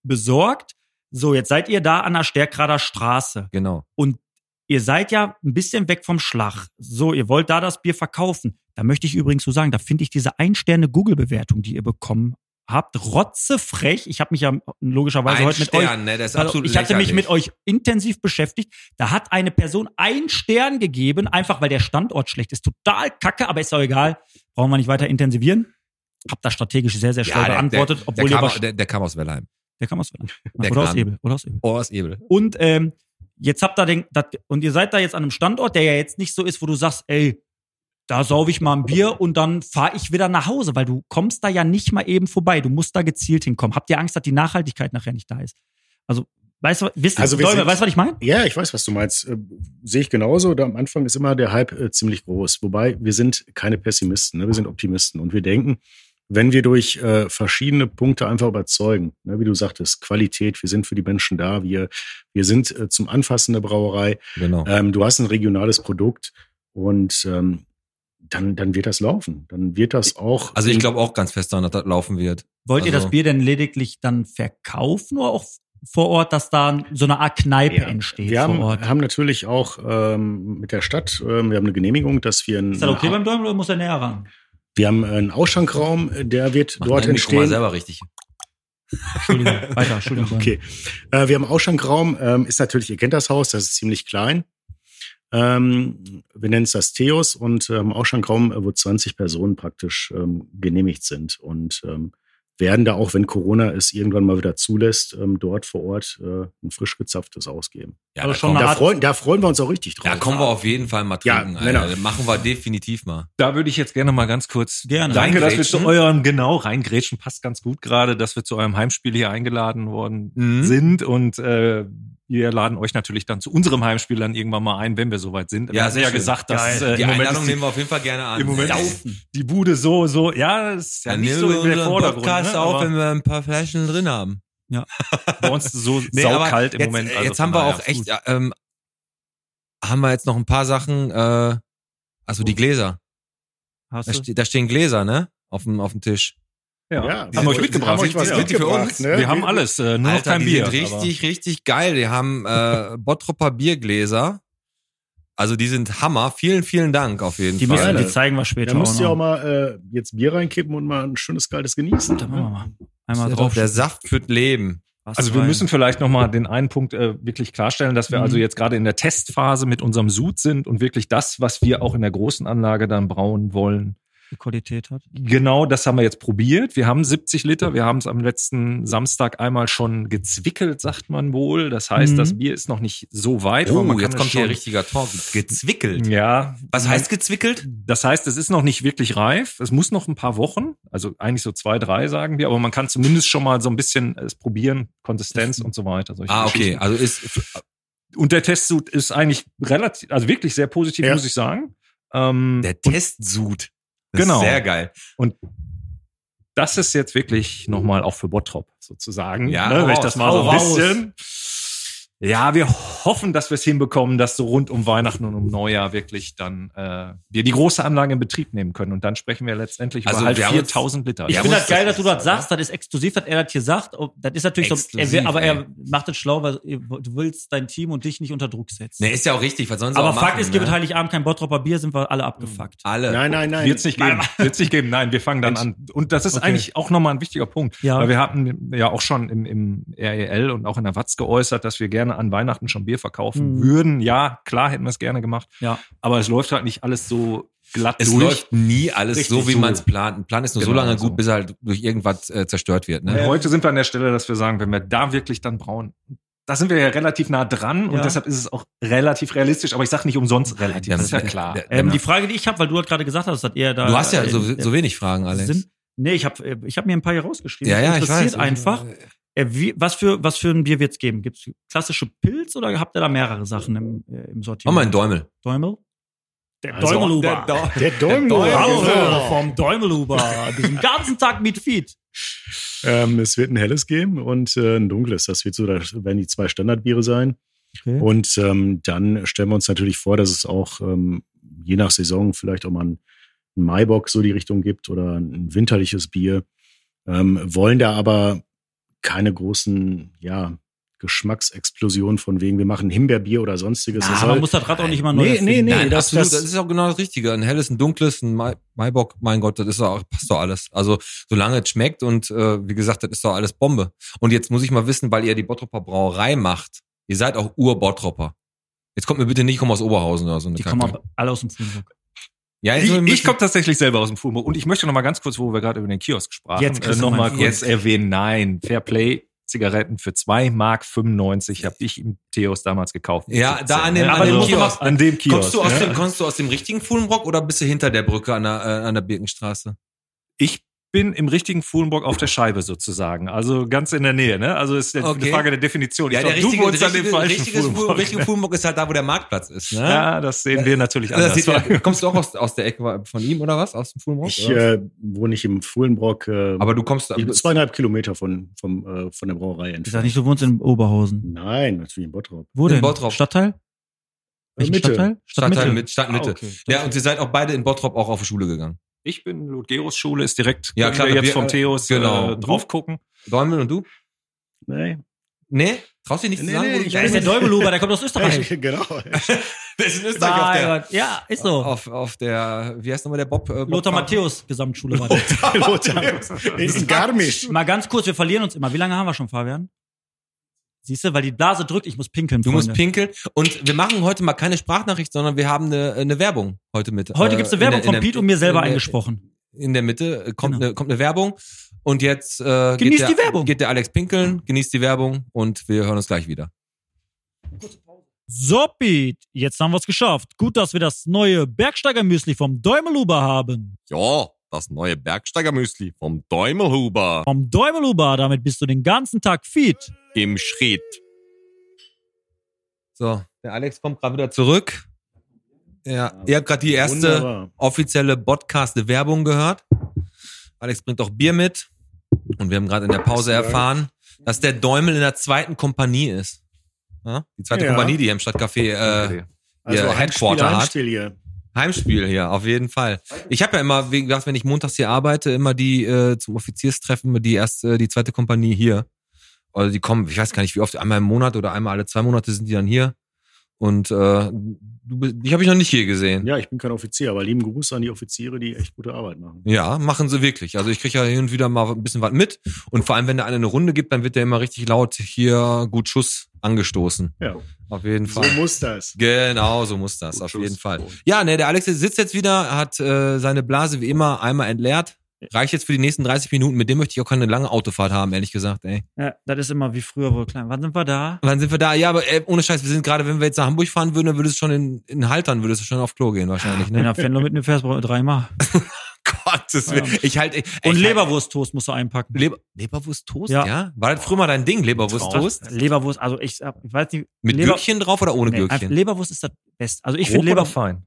Speaker 3: besorgt. So, jetzt seid ihr da an der Stärkrader Straße.
Speaker 4: genau.
Speaker 3: Ihr seid ja ein bisschen weg vom Schlag. So, ihr wollt da das Bier verkaufen. Da möchte ich übrigens so sagen, da finde ich diese einsterne Google-Bewertung, die ihr bekommen habt, rotzefrech. Ich habe mich ja logischerweise
Speaker 4: Ein
Speaker 3: heute mit euch
Speaker 4: Stern, ne? Das ist
Speaker 3: also,
Speaker 4: absolut
Speaker 3: ich hatte mich
Speaker 4: lächerlich.
Speaker 3: mit euch intensiv beschäftigt. Da hat eine Person einen Stern gegeben, einfach weil der Standort schlecht ist. Total kacke, aber ist ja egal. Brauchen wir nicht weiter intensivieren. Hab das strategisch sehr, sehr schnell
Speaker 4: Ja, der-
Speaker 3: beantwortet,
Speaker 4: der,
Speaker 3: obwohl ihr
Speaker 4: kam,
Speaker 3: was,
Speaker 4: au- der, der kam aus Wellheim.
Speaker 3: der kam aus
Speaker 4: der
Speaker 3: oder aus
Speaker 4: kam.
Speaker 3: Ebel, oder aus Ebel.
Speaker 4: Oh, aus Ebel.
Speaker 3: Und ähm, jetzt habt ihr den, dat, und ihr seid da jetzt an einem Standort, der ja jetzt nicht so ist, wo du sagst, ey, da sauf ich mal ein Bier und dann fahre ich wieder nach Hause, weil du kommst da ja nicht mal eben vorbei. Du musst da gezielt hinkommen. Habt ihr Angst, dass die Nachhaltigkeit nachher nicht da ist? Also Weißt du, wisst,
Speaker 6: Also wir
Speaker 3: Däume,
Speaker 6: sind-
Speaker 3: weißt du, was ich meine?
Speaker 6: Ja, ich weiß, was du meinst. Äh, Sehe ich genauso. Da am Anfang ist immer der Hype äh, ziemlich groß. Wobei wir sind keine Pessimisten, ne? wir sind Optimisten. Und wir denken, wenn wir durch äh, verschiedene Punkte einfach überzeugen, ne? wie du sagtest, Qualität, wir sind für die Menschen da, wir, wir sind äh, zum Anfassen eine Brauerei,
Speaker 4: Genau.
Speaker 3: Äh,
Speaker 6: ähm, du hast ein regionales Produkt und ähm, dann, dann wird das laufen. Dann wird das auch.
Speaker 4: Also ich glaube auch ganz fest daran, dass das laufen wird.
Speaker 3: Wollt ihr
Speaker 4: Also-
Speaker 3: das Bier denn lediglich dann verkaufen oder auch vor Ort, dass da so eine Art Kneipe
Speaker 6: Ja.
Speaker 3: entsteht
Speaker 6: Wir haben,
Speaker 3: vor Ort?
Speaker 6: haben natürlich auch ähm, mit der Stadt, ähm, wir haben eine Genehmigung, dass wir ein,
Speaker 3: ist das okay beim Däumen oder muss er näher ran?
Speaker 6: Wir haben äh, einen Ausschankraum, äh, der wird
Speaker 4: Mach
Speaker 6: dort
Speaker 4: dein Mikro mal
Speaker 6: entstehen.
Speaker 4: selber richtig.
Speaker 3: Entschuldigung, weiter, Entschuldigung.
Speaker 6: Okay. Äh, wir haben einen Ausschankraum, ähm, ist natürlich, ihr kennt das Haus, das ist ziemlich klein. Ähm, wir nennen es das Theos und äh, im Ausschankraum, äh, wo 20 Personen praktisch ähm, genehmigt sind und ähm, werden da auch, wenn Corona es irgendwann mal wieder zulässt, ähm, dort vor Ort äh, ein frisch gezapftes ausgeben.
Speaker 4: Ja,
Speaker 3: Also
Speaker 4: da
Speaker 3: schon
Speaker 4: kommen-
Speaker 3: eine
Speaker 6: Da
Speaker 3: Art-
Speaker 6: freuen, da freuen wir uns auch richtig drauf.
Speaker 4: Da kommen wir auf jeden Fall mal
Speaker 6: Ja,
Speaker 4: trinken,
Speaker 6: Männer.
Speaker 4: Alter. Das machen wir definitiv mal.
Speaker 5: Da würde ich jetzt gerne mal ganz kurz.
Speaker 3: Gerne.
Speaker 5: Danke, dass wir
Speaker 4: Reingrätschen.
Speaker 5: zu eurem, genau, reingrätschen passt ganz gut gerade, dass wir zu eurem Heimspiel hier eingeladen worden
Speaker 4: Mhm.
Speaker 5: sind und äh, wir laden euch natürlich dann zu unserem Heimspiel dann irgendwann mal ein, wenn wir soweit sind.
Speaker 4: Ja,
Speaker 5: wir haben
Speaker 4: sehr
Speaker 5: ja
Speaker 4: schön.
Speaker 5: gesagt, dass
Speaker 3: Geil.
Speaker 5: äh,
Speaker 4: Die
Speaker 5: im Moment
Speaker 4: Einladung
Speaker 5: ist die,
Speaker 4: nehmen wir auf jeden Fall gerne an.
Speaker 5: im Moment
Speaker 4: Ja.
Speaker 5: ist die Bude so, so, ja, das ist ja
Speaker 4: Dann
Speaker 5: nicht
Speaker 4: nehmen
Speaker 5: so
Speaker 4: wir
Speaker 5: in der
Speaker 4: unseren
Speaker 5: Vordergrund.
Speaker 4: Podcast
Speaker 5: ne,
Speaker 4: auf,
Speaker 5: aber
Speaker 4: wenn wir ein paar Flaschen drin haben.
Speaker 5: bei uns so
Speaker 4: Nee, aber
Speaker 5: saukalt im
Speaker 4: jetzt, äh,
Speaker 5: Moment. also
Speaker 4: jetzt
Speaker 5: von
Speaker 4: haben wir
Speaker 5: daher.
Speaker 4: auch echt, ähm, haben wir jetzt noch ein paar Sachen, äh, also die Gläser.
Speaker 3: Hast
Speaker 4: Da,
Speaker 3: du?
Speaker 4: ste da stehen Gläser, ne? Auf dem, auf dem Tisch.
Speaker 5: Ja.
Speaker 6: Ja,
Speaker 5: haben wir euch mitgebracht.
Speaker 6: Haben euch was
Speaker 4: Ja.
Speaker 6: mitgebracht,
Speaker 4: Für uns.
Speaker 6: Ne?
Speaker 5: wir haben alles, äh, nur noch
Speaker 4: Alter,
Speaker 5: kein
Speaker 4: die
Speaker 5: Bier.
Speaker 4: sind richtig, richtig geil. Die haben äh, Bottropper Biergläser. Also die sind Hammer. Vielen, vielen Dank auf jeden
Speaker 3: Die,
Speaker 4: Fall.
Speaker 3: müssen, die
Speaker 6: Gerne.
Speaker 3: zeigen wir später
Speaker 6: Da müsst ihr
Speaker 3: auch
Speaker 6: auch
Speaker 3: noch.
Speaker 6: mal äh, jetzt Bier reinkippen und mal ein schönes, kaltes genießen.
Speaker 3: Dann machen wir mal. Einmal
Speaker 4: Ist ja doch
Speaker 3: drauf.
Speaker 4: der Saft fürs Leben.
Speaker 3: Was
Speaker 5: Also wir
Speaker 3: rein.
Speaker 5: müssen vielleicht nochmal den einen Punkt äh, wirklich klarstellen, dass wir
Speaker 3: Mhm.
Speaker 5: also jetzt gerade in der Testphase mit unserem Sud sind und wirklich das, was wir auch in der großen Anlage dann brauen wollen.
Speaker 3: Die Qualität hat.
Speaker 5: Genau das haben wir jetzt probiert. Wir haben 70 Liter. Wir haben es am letzten Samstag einmal schon gezwickelt, sagt man wohl. Das heißt,
Speaker 3: Mhm.
Speaker 5: das Bier ist noch nicht so weit. aber man
Speaker 4: Oh,
Speaker 5: kann
Speaker 4: jetzt
Speaker 5: es
Speaker 4: kommt
Speaker 5: schon,
Speaker 4: hier richtiger Talk. Gezwickelt.
Speaker 5: Ja. Mhm.
Speaker 4: Was heißt gezwickelt?
Speaker 5: Das heißt, es ist noch nicht wirklich reif. Es muss noch ein paar Wochen, also eigentlich so zwei, drei sagen wir, aber man kann zumindest schon mal so ein bisschen es probieren, Konsistenz und so weiter. solche
Speaker 4: Ah, okay.
Speaker 5: Geschichten.
Speaker 4: Also ist
Speaker 5: Und der Testsud ist eigentlich relativ, also wirklich sehr positiv,
Speaker 6: Ja.
Speaker 5: muss ich sagen. Ähm,
Speaker 4: der Testsud. Das
Speaker 5: Genau.
Speaker 4: Ist sehr geil.
Speaker 5: das ist jetzt wirklich nochmal auch für Bottrop sozusagen.
Speaker 4: Ja,
Speaker 5: ne, wenn ich
Speaker 4: raus,
Speaker 5: das mal so
Speaker 4: hau
Speaker 5: ein
Speaker 4: raus.
Speaker 5: bisschen. Ja, wir hoffen, dass wir es hinbekommen, dass so rund um Weihnachten und um Neujahr wirklich dann äh, wir die große Anlage in Betrieb nehmen können. Und dann sprechen wir letztendlich
Speaker 4: Also
Speaker 5: über halt
Speaker 4: wir haben jetzt-
Speaker 5: 4000 Liter.
Speaker 3: Ich
Speaker 4: Ja,
Speaker 3: finde
Speaker 4: muss
Speaker 3: das geil,
Speaker 4: das
Speaker 3: dass du das
Speaker 4: sein,
Speaker 3: sagst. Das ist exklusiv, dass er das hier sagt. Oh, Das ist natürlich so. Er will,
Speaker 4: Exklusiv,
Speaker 3: aber
Speaker 4: ey.
Speaker 3: er macht es schlau, weil ihr- du willst dein Team und dich nicht unter Druck setzen.
Speaker 4: Ne, ist ja auch richtig. Was sollen sie
Speaker 3: aber
Speaker 4: auch machen,
Speaker 3: Fakt ist,
Speaker 4: ne? Hm.
Speaker 3: gibt halt Heiligabend kein Bottropper Bier, sind wir alle abgefuckt.
Speaker 4: Alle.
Speaker 6: Nein, nein, nein.
Speaker 5: Wird's nicht geben. Wird's nicht geben. Nein, wir fangen dann an. Und das ist
Speaker 3: Okay.
Speaker 5: eigentlich auch nochmal ein wichtiger Punkt.
Speaker 3: Ja.
Speaker 5: Weil wir hatten ja auch schon im, im REL und auch in der Watz geäußert, dass wir gerne an Weihnachten schon Bier verkaufen
Speaker 3: Mhm.
Speaker 5: würden. Ja, klar hätten wir es gerne gemacht.
Speaker 3: Ja.
Speaker 5: Aber es läuft halt nicht alles so glatt
Speaker 4: Es
Speaker 5: durch.
Speaker 4: läuft nie alles
Speaker 5: Richtig
Speaker 4: so, wie
Speaker 5: so.
Speaker 4: man es plant. Ein Plan ist nur so
Speaker 5: Genau,
Speaker 4: lange
Speaker 5: so.
Speaker 4: gut, bis er halt durch irgendwas äh, zerstört wird.
Speaker 5: Und
Speaker 4: Ne?
Speaker 5: Heute sind wir an der Stelle, dass wir sagen, wenn wir da wirklich dann brauen, da sind wir ja relativ nah dran
Speaker 3: Ja.
Speaker 5: und deshalb ist es auch relativ realistisch. Aber ich sage nicht umsonst relativ.
Speaker 4: Ja,
Speaker 5: das ist ja
Speaker 4: äh,
Speaker 5: klar.
Speaker 4: der-
Speaker 3: Ähm,
Speaker 4: Genau.
Speaker 3: Die Frage, die ich habe, weil du halt gerade gesagt hast, dass er da.
Speaker 4: Du hast ja
Speaker 3: äh,
Speaker 4: so,
Speaker 3: äh,
Speaker 4: so wenig Fragen, Alex.
Speaker 3: Sind, nee, ich habe ich hab mir ein paar hier rausgeschrieben.
Speaker 4: ja, ja, ich
Speaker 3: interessiert
Speaker 4: weiß.
Speaker 3: einfach. Äh, wie, was, für, was für ein Bier wird's geben? Gibt's klassische Pilz oder habt ihr da mehrere Sachen im, äh, im
Speaker 4: Mach
Speaker 3: Sortiment?
Speaker 4: mal einen Däumel.
Speaker 3: Däumel? Der
Speaker 6: Also,
Speaker 3: Däumeluber.
Speaker 6: Der
Speaker 3: Bravo,
Speaker 6: Däumler.
Speaker 3: vom Däumeluber. Diesen ganzen Tag mit Feed.
Speaker 6: Ähm, es wird ein helles geben und äh, ein dunkles. Das wird so, das werden die zwei Standardbiere sein.
Speaker 3: Okay.
Speaker 6: Und ähm, dann stellen wir uns natürlich vor, dass es auch ähm, je nach Saison vielleicht auch mal einen Maibock so die Richtung gibt oder ein winterliches Bier. Ähm, wollen da aber keine großen, ja, Geschmacksexplosionen von wegen, wir machen Himbeerbier oder sonstiges. Das halt
Speaker 3: Ja, Ah, man
Speaker 6: soll-
Speaker 3: muss das Rad auch nicht immer neu
Speaker 6: nee, nee,
Speaker 3: erfinden.
Speaker 6: nee,
Speaker 4: Nein,
Speaker 6: das,
Speaker 4: absolut,
Speaker 6: das,
Speaker 4: das, ist auch genau das Richtige. Ein helles, ein dunkles, ein Mai- Maibock, mein Gott, das ist doch auch, passt doch alles. Also solange es schmeckt und äh, wie gesagt, das ist doch alles Bombe. Und jetzt muss ich mal wissen, weil ihr die Bottropper Brauerei macht, ihr seid auch Ur-Bottropper. Jetzt kommt mir bitte nicht, ich komme aus Oberhausen oder so eine
Speaker 3: Die
Speaker 4: Kacke.
Speaker 3: kommen aber alle aus dem Frühstück.
Speaker 4: ja,
Speaker 5: Ich,
Speaker 4: so ein
Speaker 5: ich
Speaker 4: bisschen-
Speaker 5: komme tatsächlich selber aus dem Fuhrburg. Und ich möchte noch mal ganz kurz, wo wir gerade über den Kiosk sprachen, äh,
Speaker 3: Jetzt kriegst du
Speaker 5: noch
Speaker 3: meinen
Speaker 5: mal
Speaker 3: Fuß.
Speaker 5: kurz erwähnen. Nein, Fairplay. Zigaretten für 2,95 Mark habe ich im Theos damals gekauft.
Speaker 4: Ja, da an dem-
Speaker 5: Ja,
Speaker 4: an dem
Speaker 5: also
Speaker 4: Kiosk.
Speaker 5: An dem Kiosk.
Speaker 4: Kommst du, aus
Speaker 5: ne?
Speaker 4: dem, kommst du aus dem richtigen Fuhlenbrock oder bist du hinter der Brücke an der, äh, an der Birkenstraße?
Speaker 5: ich bin im richtigen Fuhlenburg auf der Scheibe sozusagen. Also ganz in der Nähe, ne? Also ist jetzt
Speaker 4: Okay.
Speaker 5: eine Frage der Definition.
Speaker 4: Ja, der
Speaker 5: glaub,
Speaker 4: richtige,
Speaker 5: wohnst an dem
Speaker 4: richtige,
Speaker 5: falschen
Speaker 4: richtiges Fuhlenburg,
Speaker 5: Fuhlenburg,
Speaker 4: richtige
Speaker 5: ne?
Speaker 4: Fuhlenburg ist halt da, wo der Marktplatz ist. Ne?
Speaker 5: Ja, das sehen wir natürlich
Speaker 4: Also das
Speaker 5: anders.
Speaker 4: sieht, ja- kommst du auch aus, aus der Ecke von ihm oder was? Aus dem Fuhlenburg?
Speaker 6: Ich
Speaker 4: oder?
Speaker 6: äh, wohne nicht im Fuhlenbrock, äh,
Speaker 4: Aber du kommst.
Speaker 6: ich bin zweieinhalb Kilometer von, vom, äh, von der Brauerei
Speaker 3: Ich sag
Speaker 6: entfernt.
Speaker 3: nicht, du wohnst in Oberhausen.
Speaker 6: Nein, natürlich in Bottrop.
Speaker 3: Wo
Speaker 4: In
Speaker 3: denn?
Speaker 4: Bottrop.
Speaker 3: Stadtteil? Welchen
Speaker 6: Mitte.
Speaker 3: Stadtteil?
Speaker 4: Stadtteil mit, Stadtmitte.
Speaker 3: Ah, okay.
Speaker 4: Ja, und ihr seid auch beide in Bottrop auch auf die Schule gegangen.
Speaker 5: Ich bin Ludgerus Schule, ist direkt
Speaker 4: Ja,
Speaker 5: können
Speaker 4: klar,
Speaker 5: wir jetzt
Speaker 4: wir-
Speaker 5: vom Theos
Speaker 4: genau.
Speaker 5: äh, drauf gucken.
Speaker 4: Däumel und du?
Speaker 6: Nee.
Speaker 4: Nee? Traust dich nicht zu
Speaker 6: Nee,
Speaker 4: sagen?
Speaker 6: nee,
Speaker 4: wo du
Speaker 6: ich
Speaker 3: Da
Speaker 4: bist?
Speaker 3: ist der Däubelhuber, der kommt aus Österreich.
Speaker 6: Ja, genau.
Speaker 4: Der ist in Österreich auf der, Oh,
Speaker 3: Nein, ja, ist so.
Speaker 4: auf, auf der, wie heißt nochmal der Bob? Äh, Bob
Speaker 3: Lothar Matthäus, Gesamtschule war das.
Speaker 4: Äh,
Speaker 6: Lothar. In Garmisch.
Speaker 3: Mal ganz kurz, wir verlieren uns immer. Wie lange haben wir schon, Fabian? Siehst du, weil die Blase drückt, ich muss pinkeln.
Speaker 4: Du
Speaker 3: Freunde.
Speaker 4: musst pinkeln. Und wir machen heute mal keine Sprachnachricht, sondern wir haben eine, eine Werbung heute mit.
Speaker 3: Heute
Speaker 4: äh,
Speaker 3: gibt's eine
Speaker 4: in
Speaker 3: Werbung
Speaker 4: der- in
Speaker 3: von
Speaker 4: der-
Speaker 3: Pete und mir selber
Speaker 4: in der-
Speaker 3: eingesprochen.
Speaker 4: In der Mitte äh, kommt,
Speaker 3: Genau.
Speaker 4: eine, kommt eine Werbung. Und jetzt äh,
Speaker 3: Genießt
Speaker 4: geht, der,
Speaker 3: die Werbung.
Speaker 4: geht der Alex pinkeln, genießt die Werbung und wir hören uns gleich wieder.
Speaker 3: So, Pete, jetzt haben wir es geschafft. Gut, dass wir das neue Bergsteiger-Müsli vom Däumeluber haben.
Speaker 4: Ja, das neue Bergsteigermüsli vom Däumelhuber
Speaker 3: Vom Däumeluber, damit bist du den ganzen Tag fit.
Speaker 4: im Schritt. So, der Alex kommt gerade wieder zurück. Ja, ihr habt gerade die erste
Speaker 6: Wunderbar.
Speaker 4: offizielle Podcast-Werbung gehört. Alex bringt auch Bier mit. Und wir haben gerade in der Pause erfahren, dass der Däumel in der zweiten Kompanie ist. Ja? Die zweite
Speaker 6: Ja.
Speaker 4: Kompanie, die hier im Stadtcafé äh,
Speaker 6: Also
Speaker 4: ihr Headquarter
Speaker 6: Heimspiel,
Speaker 4: hat.
Speaker 6: Heimspiel hier.
Speaker 4: Heimspiel hier, auf jeden Fall. Ich habe ja immer, wie gesagt, wenn ich montags hier arbeite, immer die äh, zum Offizierstreffen, immer die erste, die zweite Kompanie hier. Also die kommen, ich weiß gar nicht, wie oft, einmal im Monat oder einmal alle zwei Monate sind die dann hier. Und äh, du, bist- dich habe ich noch nicht hier gesehen.
Speaker 6: Ja, ich bin kein Offizier, aber lieben Gruß an die Offiziere, die echt gute Arbeit machen.
Speaker 4: Ja, machen sie wirklich. Also ich kriege ja hin und wieder mal ein bisschen was mit. Und vor allem, wenn der eine eine Runde gibt, dann wird der immer richtig laut hier gut Schuss angestoßen.
Speaker 6: Ja,
Speaker 4: Auf jeden
Speaker 6: so
Speaker 4: Fall.
Speaker 6: muss das.
Speaker 4: Genau, so muss das,
Speaker 5: Gut,
Speaker 4: auf
Speaker 5: Schuss.
Speaker 4: jeden Fall. Ja, ne, der Alex sitzt jetzt wieder, hat äh, seine Blase wie immer einmal entleert. Reicht jetzt für die nächsten 30 Minuten. Mit dem möchte ich auch keine lange Autofahrt haben, ehrlich gesagt, ey.
Speaker 3: Ja, das ist immer wie früher, wohl klein. Wann sind wir da?
Speaker 4: Wann sind wir da? Ja, aber ey, ohne Scheiß, wir sind gerade, wenn wir jetzt nach Hamburg fahren würden, dann würdest du schon in, in Haltern, würdest du schon auf Klo gehen, wahrscheinlich,
Speaker 3: Wenn
Speaker 4: ne?
Speaker 3: der Fenlo mit mir fährst, braucht er dreimal.
Speaker 4: Gottes Willen. Ich halt, ey,
Speaker 3: Und
Speaker 4: ich Halt,
Speaker 3: Leberwursttoast musst du einpacken.
Speaker 4: Leber, Leberwursttoast, ja.
Speaker 3: Ja.
Speaker 4: War das früher mal dein Ding, Leberwursttoast?
Speaker 3: Leberwurst, also ich, hab- ich weiß nicht.
Speaker 4: Mit
Speaker 3: Leber-
Speaker 4: Gürkchen drauf oder ohne
Speaker 3: Nee, einfach-
Speaker 4: Gürkchen?
Speaker 3: Leberwurst ist das Beste. Also ich
Speaker 5: Grob
Speaker 3: finde
Speaker 5: oder
Speaker 3: Leber,
Speaker 5: fein.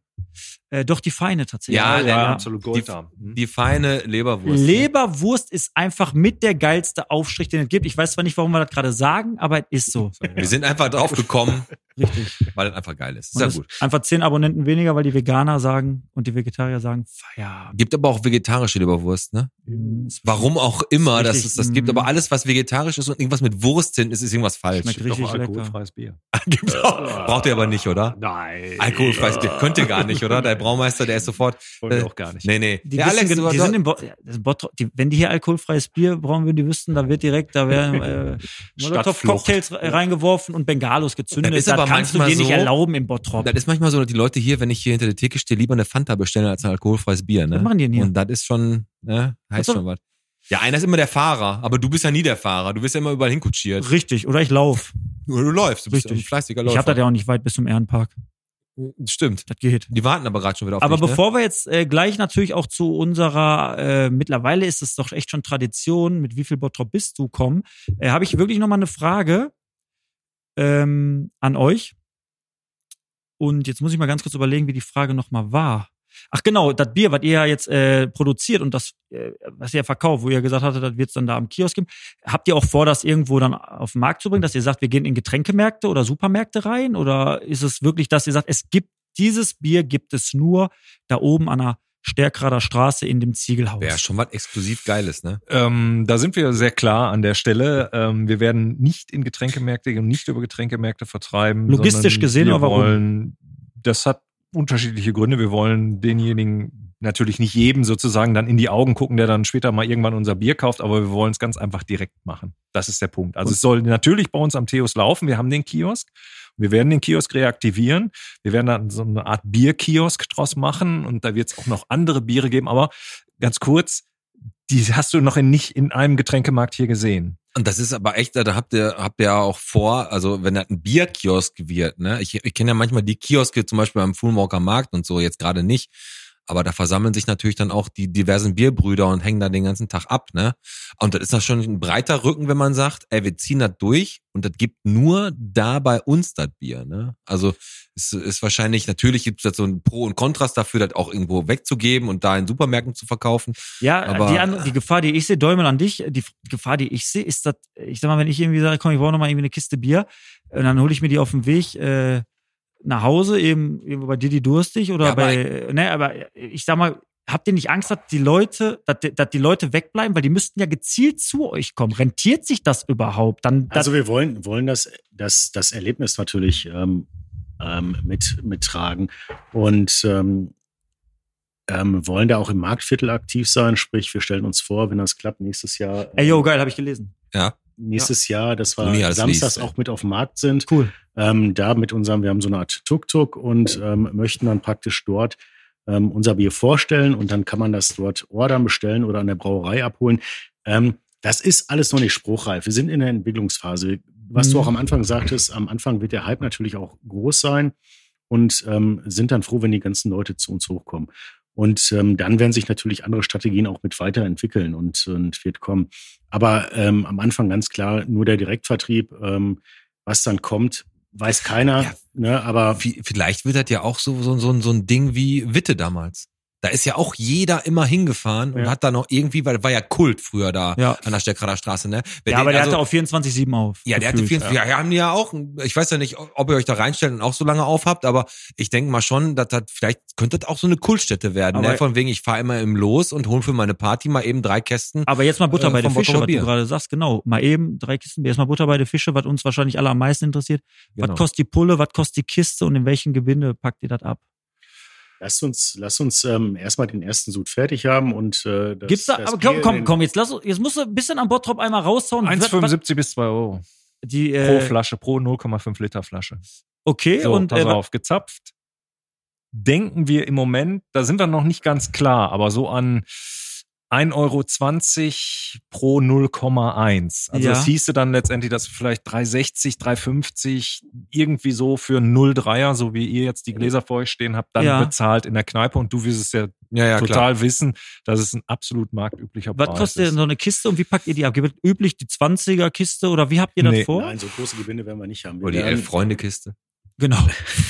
Speaker 3: äh, doch die feine tatsächlich.
Speaker 4: Ja,
Speaker 3: Also,
Speaker 4: ja,
Speaker 5: absolut Hm?
Speaker 4: Golddarm. Die feine Leberwurst.
Speaker 3: Leberwurst ist einfach mit der geilste Aufstrich, den es gibt. Ich weiß zwar nicht, warum wir das gerade sagen, aber es ist so.
Speaker 4: wir sind einfach drauf gekommen,
Speaker 3: Richtig.
Speaker 4: weil das einfach geil ist.
Speaker 3: Und
Speaker 4: Sehr
Speaker 3: das-
Speaker 4: gut.
Speaker 3: Einfach zehn Abonnenten weniger, weil die Veganer sagen und die Vegetarier sagen, Feierabend.
Speaker 4: Gibt aber auch vegetarische Leberwurst, ne? Warum auch immer,
Speaker 3: Ist
Speaker 4: dass
Speaker 3: richtig,
Speaker 4: es das gibt,
Speaker 3: mm.
Speaker 4: aber alles, was vegetarisch ist und irgendwas mit Wurst hin, ist, ist irgendwas falsch.
Speaker 3: Schmeckt
Speaker 5: Doch
Speaker 3: richtig lecker.
Speaker 5: alkoholfreies Bier.
Speaker 4: Gibt's auch. Braucht ihr aber nicht, oder?
Speaker 5: Nein.
Speaker 4: Alkoholfreies Bier. Könnt ihr gar nicht, oder? Der Braumeister, der ist sofort.
Speaker 5: Wollen
Speaker 4: äh,
Speaker 5: wir auch gar nicht.
Speaker 4: Nee, nee.
Speaker 3: Die,
Speaker 4: der
Speaker 3: wissen,
Speaker 4: Alex,
Speaker 3: gen-
Speaker 4: du,
Speaker 3: die sind in Bo ja, das ist Bottrop, die, wenn die hier alkoholfreies Bier brauchen würden, die wüssten, da wird direkt, da werden äh,
Speaker 5: Stadtflucht.
Speaker 3: Molotow-Cocktails re- reingeworfen und Bengalos gezündet.
Speaker 4: Das
Speaker 3: Das,
Speaker 4: ist aber
Speaker 3: kannst du
Speaker 4: manchmal
Speaker 3: dir nicht
Speaker 4: so-
Speaker 3: erlauben im Bottrop.
Speaker 4: das ist manchmal so, dass die Leute hier, wenn ich hier hinter der Theke stehe, lieber eine Fanta bestellen als ein alkoholfreies Bier, ne?
Speaker 3: Was machen die denn hier?
Speaker 4: Und das ist schon, ne? Heißt
Speaker 3: Was soll-
Speaker 4: schon was. Ja, einer ist immer der Fahrer, aber du bist ja nie der Fahrer. Du wirst ja immer überall hinkutschiert.
Speaker 3: Richtig, oder ich lauf.
Speaker 4: Nur du läufst, du bist
Speaker 3: Richtig.
Speaker 4: ein fleißiger
Speaker 3: Ich
Speaker 4: Läufer.
Speaker 3: hab das ja auch nicht weit bis zum Ehrenpark.
Speaker 4: Stimmt.
Speaker 3: Das geht.
Speaker 4: Die warten aber gerade schon wieder auf
Speaker 3: Aber
Speaker 4: dich, ne?
Speaker 3: bevor wir jetzt äh, gleich natürlich auch zu unserer, äh, mittlerweile ist es doch echt schon Tradition, mit wie viel Bottrop bist du kommen, äh, habe ich wirklich nochmal eine Frage ähm, an euch. Und jetzt muss ich mal ganz kurz überlegen, wie die Frage nochmal war. Ach genau, das Bier, was ihr ja jetzt äh, produziert und das, äh, was ihr ja verkauft, wo ihr gesagt hattet, das wird es dann da am Kiosk geben, habt ihr auch vor, das irgendwo dann auf den Markt zu bringen, dass ihr sagt, wir gehen in Getränkemärkte oder Supermärkte rein? Oder ist es wirklich, dass ihr sagt, es gibt dieses Bier gibt es nur da oben an der Stärkrader Straße in dem Ziegelhaus?
Speaker 4: Wäre schon was exklusiv Geiles, ne?
Speaker 5: Ähm, da sind wir sehr klar an der Stelle. Ähm, wir werden nicht in Getränkemärkte gehen und nicht über Getränkemärkte vertreiben.
Speaker 3: Logistisch
Speaker 5: sondern
Speaker 3: gesehen,
Speaker 5: wir
Speaker 3: aber warum?
Speaker 5: Wollen, das hat unterschiedliche Gründe. Wir wollen denjenigen natürlich nicht jedem sozusagen dann in die Augen gucken, der dann später mal irgendwann unser Bier kauft, aber wir wollen es ganz einfach direkt machen. Das ist der Punkt. Also es soll natürlich bei uns am Theos laufen. Wir haben den Kiosk. Wir werden den Kiosk reaktivieren. Wir werden dann so eine Art Bierkiosk draus machen und da wird es auch noch andere Biere geben. Aber ganz kurz, die hast du noch in, nicht in einem Getränkemarkt hier gesehen.
Speaker 4: Und das ist aber echt, da habt ihr, habt ihr ja auch vor, also wenn das ein Bierkiosk wird, ne? Ich, ich kenne ja manchmal die Kioske, zum Beispiel am Fulmorker Markt und so, jetzt gerade nicht. Aber da versammeln sich natürlich dann auch die diversen Bierbrüder und hängen da den ganzen Tag ab, ne? Und das ist das schon ein breiter Rücken, wenn man sagt, ey, wir ziehen das durch und das gibt nur da bei uns das Bier, ne? Also es ist wahrscheinlich, natürlich gibt es da so ein Pro und Kontrast dafür, das auch irgendwo wegzugeben und da in Supermärkten zu verkaufen.
Speaker 3: Ja,
Speaker 4: Aber-
Speaker 3: die, andere, die Gefahr, die ich sehe, Däumel an dich, die F- Gefahr, die ich sehe, ist, dass, ich sag mal, wenn ich irgendwie sage, komm, ich brauche nochmal irgendwie eine Kiste Bier, und dann hole ich mir die auf dem Weg äh, nach Hause, eben irgendwo bei Didi Durstig oder
Speaker 4: Ja, aber-
Speaker 3: bei, ne, aber ich sag mal, habt ihr nicht Angst, dass die Leute, dass, die- dass die Leute wegbleiben, weil die müssten ja gezielt zu euch kommen. Rentiert sich das überhaupt? Dann, dann
Speaker 6: Also wir wollen, wollen das, das, das Erlebnis natürlich ähm, ähm, mit, mittragen und ähm, ähm, wollen da auch im Marktviertel aktiv sein. Sprich, wir stellen uns vor, wenn das klappt, nächstes Jahr,
Speaker 3: ey, yo, geil, habe ich gelesen.
Speaker 6: nächstes Jahr, dass
Speaker 4: Noch nie
Speaker 6: wir
Speaker 4: alles
Speaker 6: samstags
Speaker 4: liest, ey.
Speaker 6: auch mit auf dem Markt sind.
Speaker 3: Cool.
Speaker 6: Ähm, da mit unserem, wir haben so eine Art Tuk-Tuk und ähm, möchten dann praktisch dort ähm, unser Bier vorstellen und dann kann man das dort ordern, bestellen oder an der Brauerei abholen. Ähm, das ist alles noch nicht spruchreif. Wir sind in der Entwicklungsphase. Was du
Speaker 3: Mhm.
Speaker 6: auch am Anfang sagtest, am Anfang wird der Hype natürlich auch groß sein und ähm, sind dann froh, wenn die ganzen Leute zu uns hochkommen. Und ähm, dann werden sich natürlich andere Strategien auch mit weiterentwickeln und, und wird kommen. Aber ähm, am Anfang ganz klar nur der Direktvertrieb. Ähm, was dann kommt, weiß keiner.
Speaker 4: Ja.
Speaker 6: Ne, aber
Speaker 4: Vi- Vielleicht wird das ja auch so, so, so, ein- so ein Ding wie Witte damals. Da ist ja auch jeder immer hingefahren und
Speaker 6: Ja.
Speaker 4: hat da noch irgendwie, weil war ja Kult früher da
Speaker 3: Ja.
Speaker 4: an der Steckerader Straße, ne? Wenn
Speaker 3: Ja,
Speaker 4: den-
Speaker 3: aber der
Speaker 4: also-
Speaker 3: hatte auch 24-7 auf.
Speaker 4: ja, der hatte
Speaker 3: gefühlt.
Speaker 4: 24, ja. haben die ja auch, ich weiß ja nicht, ob ihr euch da reinstellt und auch so lange aufhabt, aber ich denke mal schon, dass das, vielleicht könnte das auch so eine Kultstätte werden,
Speaker 3: Aber-
Speaker 4: ne? Von wegen, ich fahre immer im Los und hol für meine Party mal eben drei Kästen.
Speaker 3: Aber jetzt mal Butter
Speaker 4: Äh,
Speaker 3: bei der
Speaker 4: vom
Speaker 3: Fische,
Speaker 4: Bottroper
Speaker 3: was
Speaker 4: Bier.
Speaker 3: du gerade sagst, genau. Mal eben drei Kisten Bier. Jetzt mal Butter bei der Fische, was uns wahrscheinlich alle am meisten interessiert.
Speaker 4: Genau.
Speaker 3: Was kostet die Pulle, was kostet die Kiste und in welchem Gewinde packt ihr das ab?
Speaker 6: lasst uns, lasst uns ähm, erstmal den ersten Sud fertig haben und äh, das,
Speaker 3: Gibt's da,
Speaker 6: das
Speaker 3: aber komm,
Speaker 6: Bier
Speaker 3: komm,
Speaker 6: in-
Speaker 3: komm, jetzt lass uns- jetzt musst du ein bisschen am Bottrop einmal raushauen. Was- was-
Speaker 5: 1,75 bis 2 Euro
Speaker 3: Die,
Speaker 5: pro
Speaker 3: äh,
Speaker 5: Flasche, pro 0,5 Liter Flasche.
Speaker 3: okay,
Speaker 5: So,
Speaker 3: und
Speaker 5: pass
Speaker 3: äh, wa-
Speaker 5: auf, gezapft. Denken wir im Moment, da sind wir noch nicht ganz klar, aber so an 1,20 Euro pro 0,1. Also
Speaker 3: Ja.
Speaker 5: es hieße dann letztendlich, dass vielleicht 3,60, 3,50 irgendwie so für 0,3er, so wie ihr jetzt die Gläser vor euch stehen habt, dann
Speaker 3: Äh, Ja.
Speaker 5: bezahlt in der Kneipe. Und du wirst es ja,
Speaker 4: Ja, ja, klar.
Speaker 5: total wissen, dass es ein absolut marktüblicher
Speaker 3: was
Speaker 5: Preis
Speaker 3: kostet
Speaker 5: Oh, ist.
Speaker 3: denn so eine Kiste und wie packt ihr die ab? Gibt es üblich die 20er Kiste oder wie habt ihr das
Speaker 5: Nee.
Speaker 3: vor?
Speaker 6: Nein, so große Gewinne werden wir nicht haben. Wir
Speaker 4: Oder die
Speaker 6: werden
Speaker 4: Elf-Freunde-Kiste.
Speaker 3: Genau.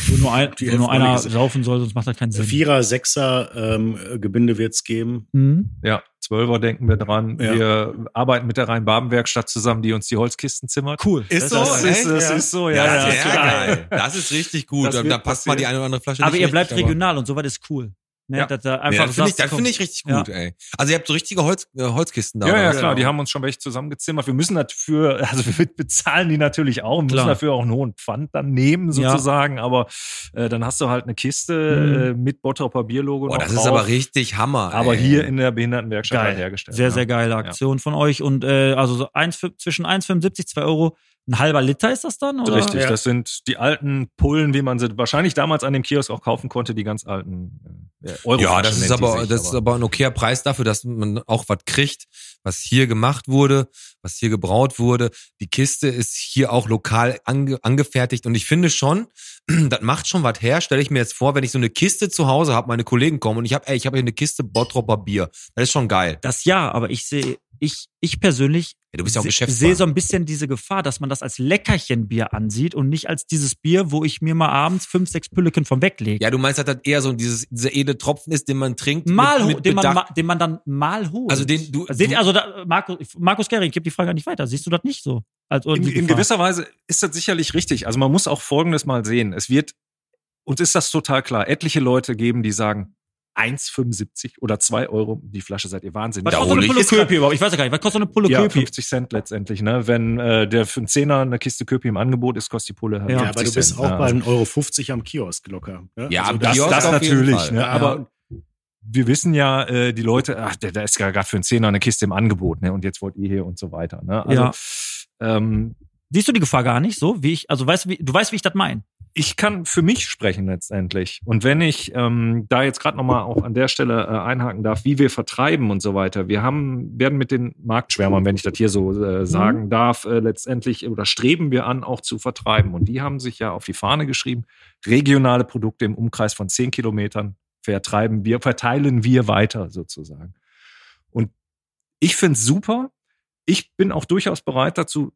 Speaker 3: Wo nur, ein,
Speaker 6: Die
Speaker 3: wo nur
Speaker 6: Elf
Speaker 3: einer
Speaker 6: Freunde-
Speaker 3: saufen soll, sonst macht das keinen Sinn.
Speaker 6: Vierer, Sechser ähm, Gebinde wird's geben.
Speaker 3: Hm?
Speaker 5: Ja, Zwölfer denken wir dran.
Speaker 6: Ja.
Speaker 5: Wir arbeiten mit der Rhein-Baben-Werkstatt zusammen, die uns die Holzkisten zimmert.
Speaker 3: Cool. Das
Speaker 4: Ist so,
Speaker 5: Das,
Speaker 3: ist-
Speaker 5: ist, das
Speaker 6: Ja.
Speaker 5: ist so, ja.
Speaker 4: Ja,
Speaker 5: ja,
Speaker 4: das ist
Speaker 5: klar.
Speaker 4: ja geil. Das ist richtig gut.
Speaker 5: Das
Speaker 4: Da
Speaker 5: wird
Speaker 4: passt mal die
Speaker 5: passieren.
Speaker 4: eine oder andere Flasche
Speaker 3: Aber
Speaker 4: nicht
Speaker 3: ihr
Speaker 4: richtig,
Speaker 3: bleibt
Speaker 4: aber-
Speaker 3: regional und sowas ist cool. Ne,
Speaker 5: Ja.
Speaker 3: dass da
Speaker 4: Nee,
Speaker 3: einfach
Speaker 4: das finde ich,
Speaker 3: sagst,
Speaker 4: das
Speaker 3: komm.
Speaker 4: finde ich richtig
Speaker 3: Ja.
Speaker 4: gut, ey. Also ihr habt so richtige Holz, äh, Holzkisten da.
Speaker 5: Ja,
Speaker 4: oder
Speaker 5: ja,
Speaker 4: was?
Speaker 5: klar, die haben uns schon welche zusammengezimmert. Wir müssen dafür, also wir bezahlen die natürlich auch, und müssen
Speaker 3: Klar.
Speaker 5: dafür auch einen hohen Pfand dann nehmen,
Speaker 3: Ja.
Speaker 5: sozusagen. Aber äh, dann hast du halt eine Kiste äh, mit Bottroper Bierlogo.
Speaker 4: Boah,
Speaker 5: noch
Speaker 4: das ist
Speaker 5: drauf,
Speaker 4: aber richtig Hammer.
Speaker 5: aber
Speaker 4: ey.
Speaker 5: hier in der Behindertenwerkstatt
Speaker 3: Geil.
Speaker 5: halt hergestellt.
Speaker 3: Sehr,
Speaker 5: ja.
Speaker 3: sehr geile Aktion von euch. Und äh, also so eins, fü- zwischen 1,75, 2 Euro, ein halber Liter ist das dann? Oder?
Speaker 5: Richtig,
Speaker 6: Ja.
Speaker 5: das sind die alten Pullen, wie man sie wahrscheinlich damals an dem Kiosk auch kaufen konnte, die ganz alten äh, Euro.
Speaker 4: Ja, das ist aber das ist aber ein okayer Preis dafür, dass man auch was kriegt, was hier gemacht wurde, was hier gebraut wurde. Die Kiste ist hier auch lokal ange, angefertigt und ich finde schon, das macht schon was her. Stelle ich mir jetzt vor, wenn ich so eine Kiste zu Hause habe, meine Kollegen kommen und ich habe, ey, ich habe hier eine Kiste Bottropper Bier. Das ist schon geil.
Speaker 3: Das ja, aber ich sehe, ich, ich persönlich
Speaker 4: Ja, du bist ja auch
Speaker 3: se-
Speaker 4: Geschäftsmann.
Speaker 3: sehe so ein bisschen diese Gefahr, dass man das als Leckerchenbier ansieht und nicht als dieses Bier, wo ich mir mal abends fünf, sechs Pülleken von weglege.
Speaker 4: ja, du meinst, dass das eher so dieses dieser edle Tropfen ist, den man trinkt
Speaker 3: mal
Speaker 4: mit,
Speaker 3: ho-
Speaker 4: mit
Speaker 3: den, man,
Speaker 4: Bedacht.
Speaker 3: ma- den man dann mal holt.
Speaker 4: Also den du-
Speaker 3: Seht, ihr,
Speaker 4: du-
Speaker 3: also da, Markus, Markus Gering, ich gebe die Frage nicht weiter. Siehst du das nicht so? Also, Als
Speaker 5: in, in gewisser Weise ist das sicherlich richtig. Also man muss auch Folgendes mal sehen. Es wird, uns ist das total klar, etliche Leute geben, die sagen, 1,75 oder 2 Euro die Flasche seid ihr wahnsinnig.
Speaker 3: was
Speaker 4: Da
Speaker 3: kostet so
Speaker 4: hole
Speaker 3: eine
Speaker 4: ich-
Speaker 3: Pulle
Speaker 4: ist grad-
Speaker 3: Köpi überhaupt? Ich weiß ja gar nicht, was kostet so eine Pulle
Speaker 5: ja,
Speaker 3: Köpi?
Speaker 5: 50 Cent letztendlich, ne? Wenn äh, der für einen Zehner eine Kiste Köpi im Angebot ist, kostet die Pulle halt
Speaker 3: Ja,
Speaker 6: Ja,
Speaker 5: 50
Speaker 6: aber du bist
Speaker 5: Cent.
Speaker 6: auch
Speaker 5: ja.
Speaker 6: bei 1,50 Euro 50 am Kiosk locker. Ne?
Speaker 4: Ja, am
Speaker 6: das-
Speaker 4: Kiosk
Speaker 5: Also das
Speaker 4: auf jeden
Speaker 5: natürlich,
Speaker 4: Fall.
Speaker 5: ne?
Speaker 6: Ja.
Speaker 5: Aber wir wissen ja, äh, die Leute, ach, da, da ist ja gerade für einen Zehner eine Kiste im Angebot, ne? Und jetzt wollt ihr hier und so weiter. Ne? Also,
Speaker 3: Ja.
Speaker 5: ähm,
Speaker 3: Siehst du die Gefahr gar nicht so, wie ich, also weißt du, wie, du weißt, wie ich das meine.
Speaker 5: ich kann für mich sprechen letztendlich. Und wenn ich ähm, da jetzt gerade nochmal auch an der Stelle äh, einhaken darf, wie wir vertreiben und so weiter. Wir haben, werden mit den Marktschwärmern, wenn ich das hier so äh, sagen darf, äh, letztendlich oder streben wir an, auch zu vertreiben. Und die haben sich ja auf die Fahne geschrieben, regionale Produkte im Umkreis von 10 Kilometern vertreiben wir, verteilen wir weiter sozusagen. Und ich finde es super. Ich bin auch durchaus bereit dazu,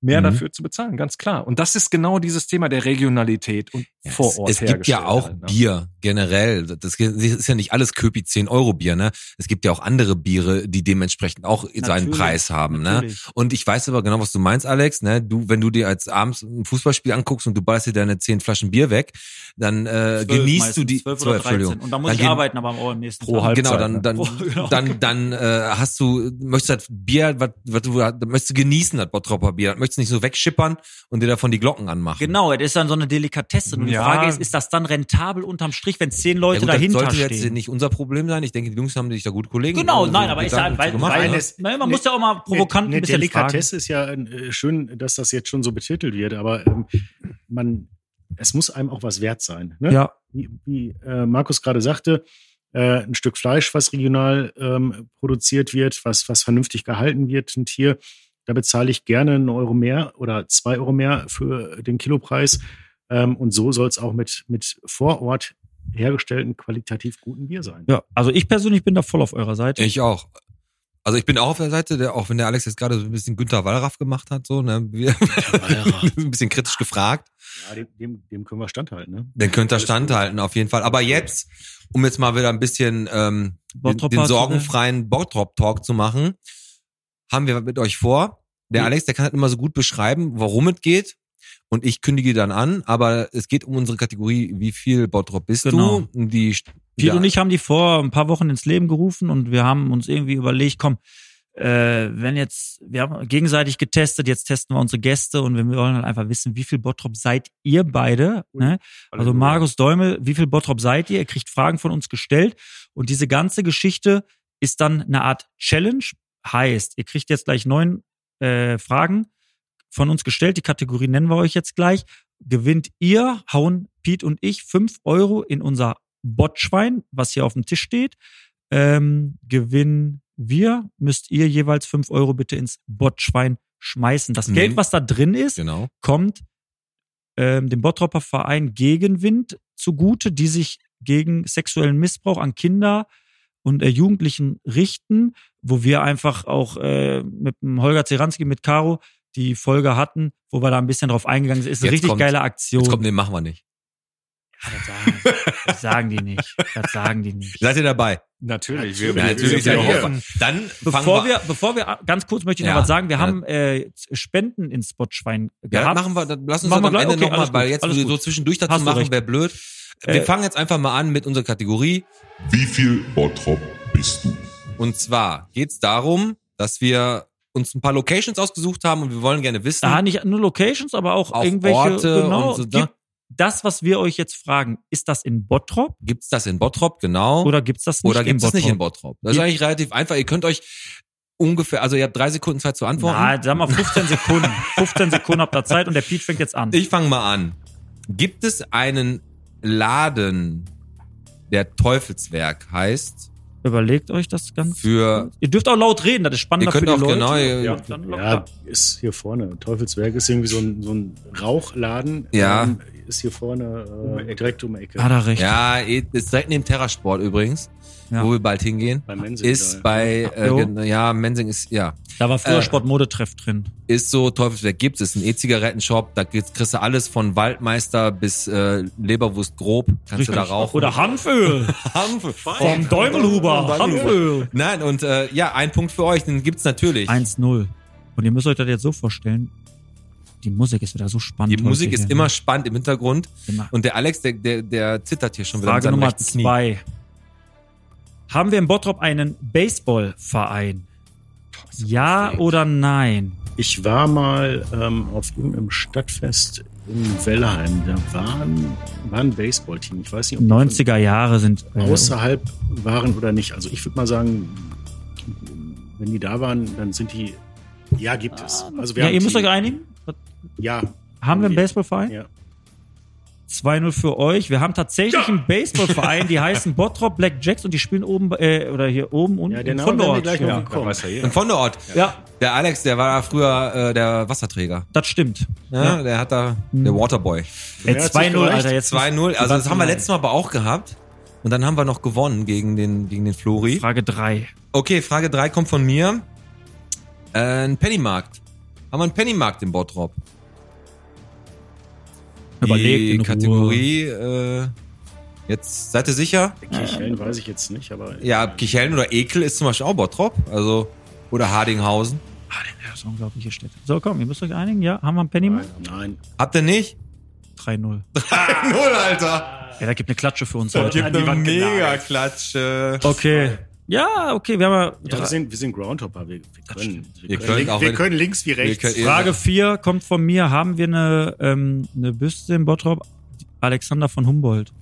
Speaker 5: mehr
Speaker 4: Mhm.
Speaker 5: dafür zu bezahlen, ganz klar. Und das ist genau dieses Thema der Regionalität und
Speaker 4: Ja,
Speaker 5: vor
Speaker 4: es-
Speaker 5: Ort
Speaker 4: Es gibt ja
Speaker 5: hergestellt
Speaker 4: auch
Speaker 5: halt, ne?
Speaker 4: Bier generell. Das das ist ja nicht alles Köpi 10 Euro Bier, ne? Es gibt ja auch andere Biere, die dementsprechend auch seinen
Speaker 3: Natürlich,
Speaker 4: Preis haben, ne?
Speaker 3: Natürlich.
Speaker 4: Und ich weiß aber genau, was du meinst, Alex. Ne? Du, wenn du dir als abends ein Fußballspiel anguckst und du ballerst dir deine zehn Flaschen Bier weg, dann äh,
Speaker 3: Zwölf
Speaker 4: genießt du
Speaker 3: meistens,
Speaker 4: die
Speaker 3: zwölf oder
Speaker 4: zwölf, Entschuldigung.
Speaker 3: 13. Und da muss
Speaker 4: Dann
Speaker 3: ich
Speaker 4: gen-
Speaker 3: arbeiten, aber am Ohr am nächsten
Speaker 5: Pro
Speaker 3: Tag.
Speaker 5: Halbzeit,
Speaker 4: Genau, dann,
Speaker 5: ne?
Speaker 4: dann,
Speaker 3: Oh, genau.
Speaker 4: dann, dann äh, hast du, möchtest das Bier, was, was du, das möchtest du genießen, das Bottropper Bier, das möchtest du nicht so wegschippern und dir davon die Glocken anmachen.
Speaker 3: Genau, das ist dann so eine Delikatesse. Und die
Speaker 5: Ja.
Speaker 3: Frage ist, ist das dann rentabel unterm Strich, wenn zehn
Speaker 4: Ja,
Speaker 3: Leute
Speaker 4: gut, das
Speaker 3: dahinter
Speaker 4: sollte
Speaker 3: stehen?
Speaker 4: jetzt nicht unser Problem sein. Ich denke, die Jungs haben sich da gut Kollegen.
Speaker 3: Genau,
Speaker 4: äh,
Speaker 3: nein, aber ist
Speaker 4: Gedanken
Speaker 3: ja,
Speaker 4: zu
Speaker 3: weil,
Speaker 4: gemacht,
Speaker 3: weil
Speaker 4: ne?
Speaker 6: es-
Speaker 3: nein, man muss ja auch mal provokant
Speaker 6: Eine
Speaker 3: ein bisschen fragen.
Speaker 6: ne, Delikatesse ist ja äh, schön, dass das jetzt schon so betitelt wird, aber ähm, man, es muss einem auch was wert sein. Ne?
Speaker 3: Ja.
Speaker 6: Wie, wie äh, Markus gerade sagte, äh, ein Stück Fleisch, was regional ähm, produziert wird, was, was vernünftig gehalten wird, ein Tier, da bezahle ich gerne einen Euro mehr oder zwei Euro mehr für den Kilopreis. Ähm, und so soll es auch mit, mit vor Ort hergestellten, qualitativ guten Bier sein.
Speaker 3: Ja, also ich persönlich bin da voll auf eurer Seite.
Speaker 4: Ich auch. Also ich bin auch auf der Seite, der, auch wenn der Alex jetzt gerade so ein bisschen Günther Wallraff gemacht hat, so, ne, wir,
Speaker 6: Wallraff.
Speaker 4: ein bisschen kritisch gefragt.
Speaker 6: Ja, dem, dem, dem können wir standhalten. Ne?
Speaker 4: Dann könnt ihr standhalten, auf jeden Fall. Aber jetzt, um jetzt mal wieder ein bisschen ähm, den,
Speaker 3: Bottropper
Speaker 4: den
Speaker 3: zu-
Speaker 4: sorgenfreien Bottrop-Talk zu machen, haben wir mit euch vor. Der Alex, der kann halt immer so gut beschreiben, worum es geht. Und ich kündige dann an, aber es geht um unsere Kategorie, wie viel Bottrop bist
Speaker 3: Genau.
Speaker 4: du? Die,
Speaker 3: Piet und ich haben die vor ein paar Wochen ins Leben gerufen und wir haben uns irgendwie überlegt, komm, äh, wenn jetzt, wir haben gegenseitig getestet, jetzt testen wir unsere Gäste und wir wollen halt einfach wissen, wie viel Bottrop seid ihr beide? Ne? Also Markus Däumel, wie viel Bottrop seid ihr? Ihr kriegt Fragen von uns gestellt. Und diese ganze Geschichte ist dann eine Art Challenge. Heißt, ihr kriegt jetzt gleich neun äh, Fragen von uns gestellt. Die Kategorie nennen wir euch jetzt gleich. Gewinnt ihr, hauen Piet und ich, fünf Euro in unser Bottschwein, was hier auf dem Tisch steht. Ähm, gewinnen wir, müsst ihr jeweils fünf Euro bitte ins Bottschwein schmeißen. Das Geld,
Speaker 4: Mhm.
Speaker 3: was da drin ist,
Speaker 4: Genau.
Speaker 3: kommt ähm, dem Bottropper Verein Gegenwind zugute, die sich gegen sexuellen Missbrauch an Kinder und äh, Jugendlichen richten, wo wir einfach auch äh, mit dem Holger Zeranski, mit Caro die Folge hatten, wo wir da ein bisschen drauf eingegangen sind. Ist eine
Speaker 4: Jetzt
Speaker 3: richtig
Speaker 4: kommt-
Speaker 3: geile Aktion.
Speaker 4: Jetzt kommt, nee, machen wir nicht.
Speaker 3: Ja, das, sagen, das sagen die nicht. Das sagen die nicht.
Speaker 4: Seid ihr dabei?
Speaker 5: Natürlich,
Speaker 6: Ja,
Speaker 4: natürlich
Speaker 6: wir
Speaker 4: seid ihr
Speaker 6: hoffen.
Speaker 4: dabei. Dann
Speaker 3: Bevor
Speaker 4: fangen wir,
Speaker 3: wir, bevor wir, äh, ganz kurz möchte ich
Speaker 4: Ja,
Speaker 3: noch was sagen. Wir
Speaker 4: ja.
Speaker 3: haben äh, Spenden ins Spotschwein
Speaker 4: Ja, das
Speaker 3: gehabt.
Speaker 4: machen wir, das lass
Speaker 3: Machen
Speaker 4: uns das am
Speaker 3: wir gleich?
Speaker 4: Ende
Speaker 3: Okay,
Speaker 4: noch nochmal,
Speaker 3: alles
Speaker 4: weil
Speaker 3: gut,
Speaker 4: jetzt
Speaker 3: alles
Speaker 4: so
Speaker 3: gut.
Speaker 4: zwischendurch dazu
Speaker 3: Hast du
Speaker 4: machen,
Speaker 3: recht.
Speaker 4: wäre blöd. Wir
Speaker 3: Äh,
Speaker 4: fangen jetzt einfach mal an mit unserer Kategorie.
Speaker 7: Wie viel Bottrop bist du?
Speaker 4: Und zwar geht's darum, dass wir uns ein paar Locations ausgesucht haben und wir wollen gerne wissen,
Speaker 3: Da nicht nur Locations, aber auch
Speaker 4: Auf
Speaker 3: irgendwelche
Speaker 4: Hm. Orte
Speaker 3: genau.
Speaker 4: und so, ne?
Speaker 3: gibt das, was wir euch jetzt fragen, ist das in Bottrop
Speaker 4: gibt's das in Bottrop, genau,
Speaker 3: oder gibt's das nicht
Speaker 4: oder
Speaker 3: in
Speaker 4: gibt's das
Speaker 3: Bottrop?
Speaker 4: nicht in Bottrop? Das ist
Speaker 3: Ihr-
Speaker 4: eigentlich relativ einfach. Ihr könnt euch ungefähr, also ihr habt drei Sekunden Zeit zu antworten.
Speaker 3: Na, sag mal 15 Sekunden. 15 Sekunden habt ihr Zeit und der Piet fängt jetzt an.
Speaker 4: Ich fange mal an. Gibt es einen Laden, der Teufelswerk heißt,
Speaker 3: Überlegt euch das ganz.
Speaker 4: für,
Speaker 3: Ihr dürft auch laut reden, das ist
Speaker 4: ihr
Speaker 3: spannender für
Speaker 4: könnt
Speaker 3: die
Speaker 4: auch
Speaker 3: Leute.
Speaker 4: genau, ihr-
Speaker 6: Ja.
Speaker 3: Dann locker.
Speaker 6: Ja, ist hier vorne. Teufelswerk ist irgendwie so ein, so ein Rauchladen.
Speaker 4: Ja.
Speaker 6: Ähm, ist hier vorne äh, direkt um die Ecke.
Speaker 3: Hat er recht.
Speaker 4: Ja, eh, ist direkt neben Terrasport übrigens,
Speaker 3: Ja.
Speaker 4: wo wir bald hingehen.
Speaker 6: Bei Mensing
Speaker 4: Ist
Speaker 6: da.
Speaker 4: bei, äh,
Speaker 3: Jo.
Speaker 4: gen- ja, Mensing ist, ja,
Speaker 3: Da war früher
Speaker 4: Äh,
Speaker 3: Sportmodetreff drin.
Speaker 4: ist so Teufelswerk gibt es. Ein E-Zigarettenshop, da kriegst, kriegst du alles von Waldmeister bis äh, Leberwurst grob, kannst du da rauchen.
Speaker 3: Oder Hanföl.
Speaker 4: Hanf.
Speaker 3: Vom Däumelhuber. Hanföl.
Speaker 4: Nein, und äh, ja, ein Punkt für euch, den gibt's natürlich.
Speaker 3: 1-0. Und ihr müsst euch das jetzt so vorstellen. Die Musik ist wieder so spannend.
Speaker 4: Die Musik
Speaker 3: heute
Speaker 4: ist
Speaker 3: hier,
Speaker 4: immer
Speaker 3: ne?
Speaker 4: spannend im Hintergrund.
Speaker 3: Immer.
Speaker 4: Und der Alex, der, der, der zittert hier schon wieder
Speaker 3: Frage Nummer
Speaker 4: rechten Knie.
Speaker 3: zwei. Haben wir in Bottrop einen Baseballverein? Ja oder nein?
Speaker 6: Ich war mal ähm, auf irgendeinem Stadtfest in Wellheim. Da waren, war ein Baseballteam. Ich weiß nicht, ob die von
Speaker 3: 90er Jahre sind. äh,
Speaker 6: außerhalb waren oder nicht. Also ich würde mal sagen, wenn die da waren, dann sind die. Ja, gibt es. Also wir
Speaker 3: ja,
Speaker 6: haben
Speaker 3: ihr müsst
Speaker 6: Team.
Speaker 3: euch einigen. Was-
Speaker 6: Ja,
Speaker 3: Haben wir einen Baseballverein?
Speaker 6: ja.
Speaker 3: 2-0 für euch. Wir haben tatsächlich einen Baseballverein, die heißen Bottrop Black Jacks und die spielen oben, äh, oder hier oben unten
Speaker 6: Ja, den
Speaker 3: in
Speaker 6: Namen werden wir
Speaker 3: Fondor.
Speaker 6: gleich noch bekommen.
Speaker 4: Und von der Ort.
Speaker 3: Ja,
Speaker 4: Der Alex, der war früher äh, der Wasserträger.
Speaker 3: das stimmt.
Speaker 4: Ja, Der hat da, der Waterboy.
Speaker 3: Ey,
Speaker 6: Mehr hat's
Speaker 3: 2-0,
Speaker 6: nicht gereicht.
Speaker 3: Alter. Jetzt
Speaker 4: 2-0, also das haben wir
Speaker 3: Warte mal.
Speaker 4: letztes Mal aber auch gehabt. Und Und dann haben wir noch gewonnen gegen den, gegen den Flori.
Speaker 3: Frage drei.
Speaker 4: Okay, Frage drei kommt von mir. Äh, ein Pennymarkt. Haben wir einen Pennymarkt im Bottrop?
Speaker 3: Überlegt
Speaker 4: Die
Speaker 3: in
Speaker 4: Kategorie, äh, jetzt seid ihr sicher?
Speaker 6: Kirchhellen weiß ich jetzt nicht, aber.
Speaker 4: Ja, Kichellen oder Ekel ist zum Beispiel auch Bottrop. Also, oder Hardinghausen.
Speaker 3: Ah, das ist eine unglaubliche Städte. So, komm, ihr müsst euch einigen. Ja, haben wir einen Penny?
Speaker 6: Nein, nein.
Speaker 4: Habt ihr nicht?
Speaker 3: 3-0.
Speaker 4: Null, Alter.
Speaker 3: Ja, da gibt eine Klatsche für uns
Speaker 6: Äh,
Speaker 4: Das
Speaker 3: heute.
Speaker 4: gibt eine Mega-Klatsche.
Speaker 3: Okay. Ja, okay, wir haben ja
Speaker 6: Ja, wir, sind, wir sind Groundhopper. Wir, wir können, wir,
Speaker 4: Ihr
Speaker 6: können,
Speaker 4: könnt
Speaker 6: link,
Speaker 4: auch-
Speaker 6: wir können links wie rechts.
Speaker 4: könnt- ihr-
Speaker 3: Frage 4 kommt von mir. Haben wir eine, ähm, eine Büste im Bottrop? Alexander von Humboldt.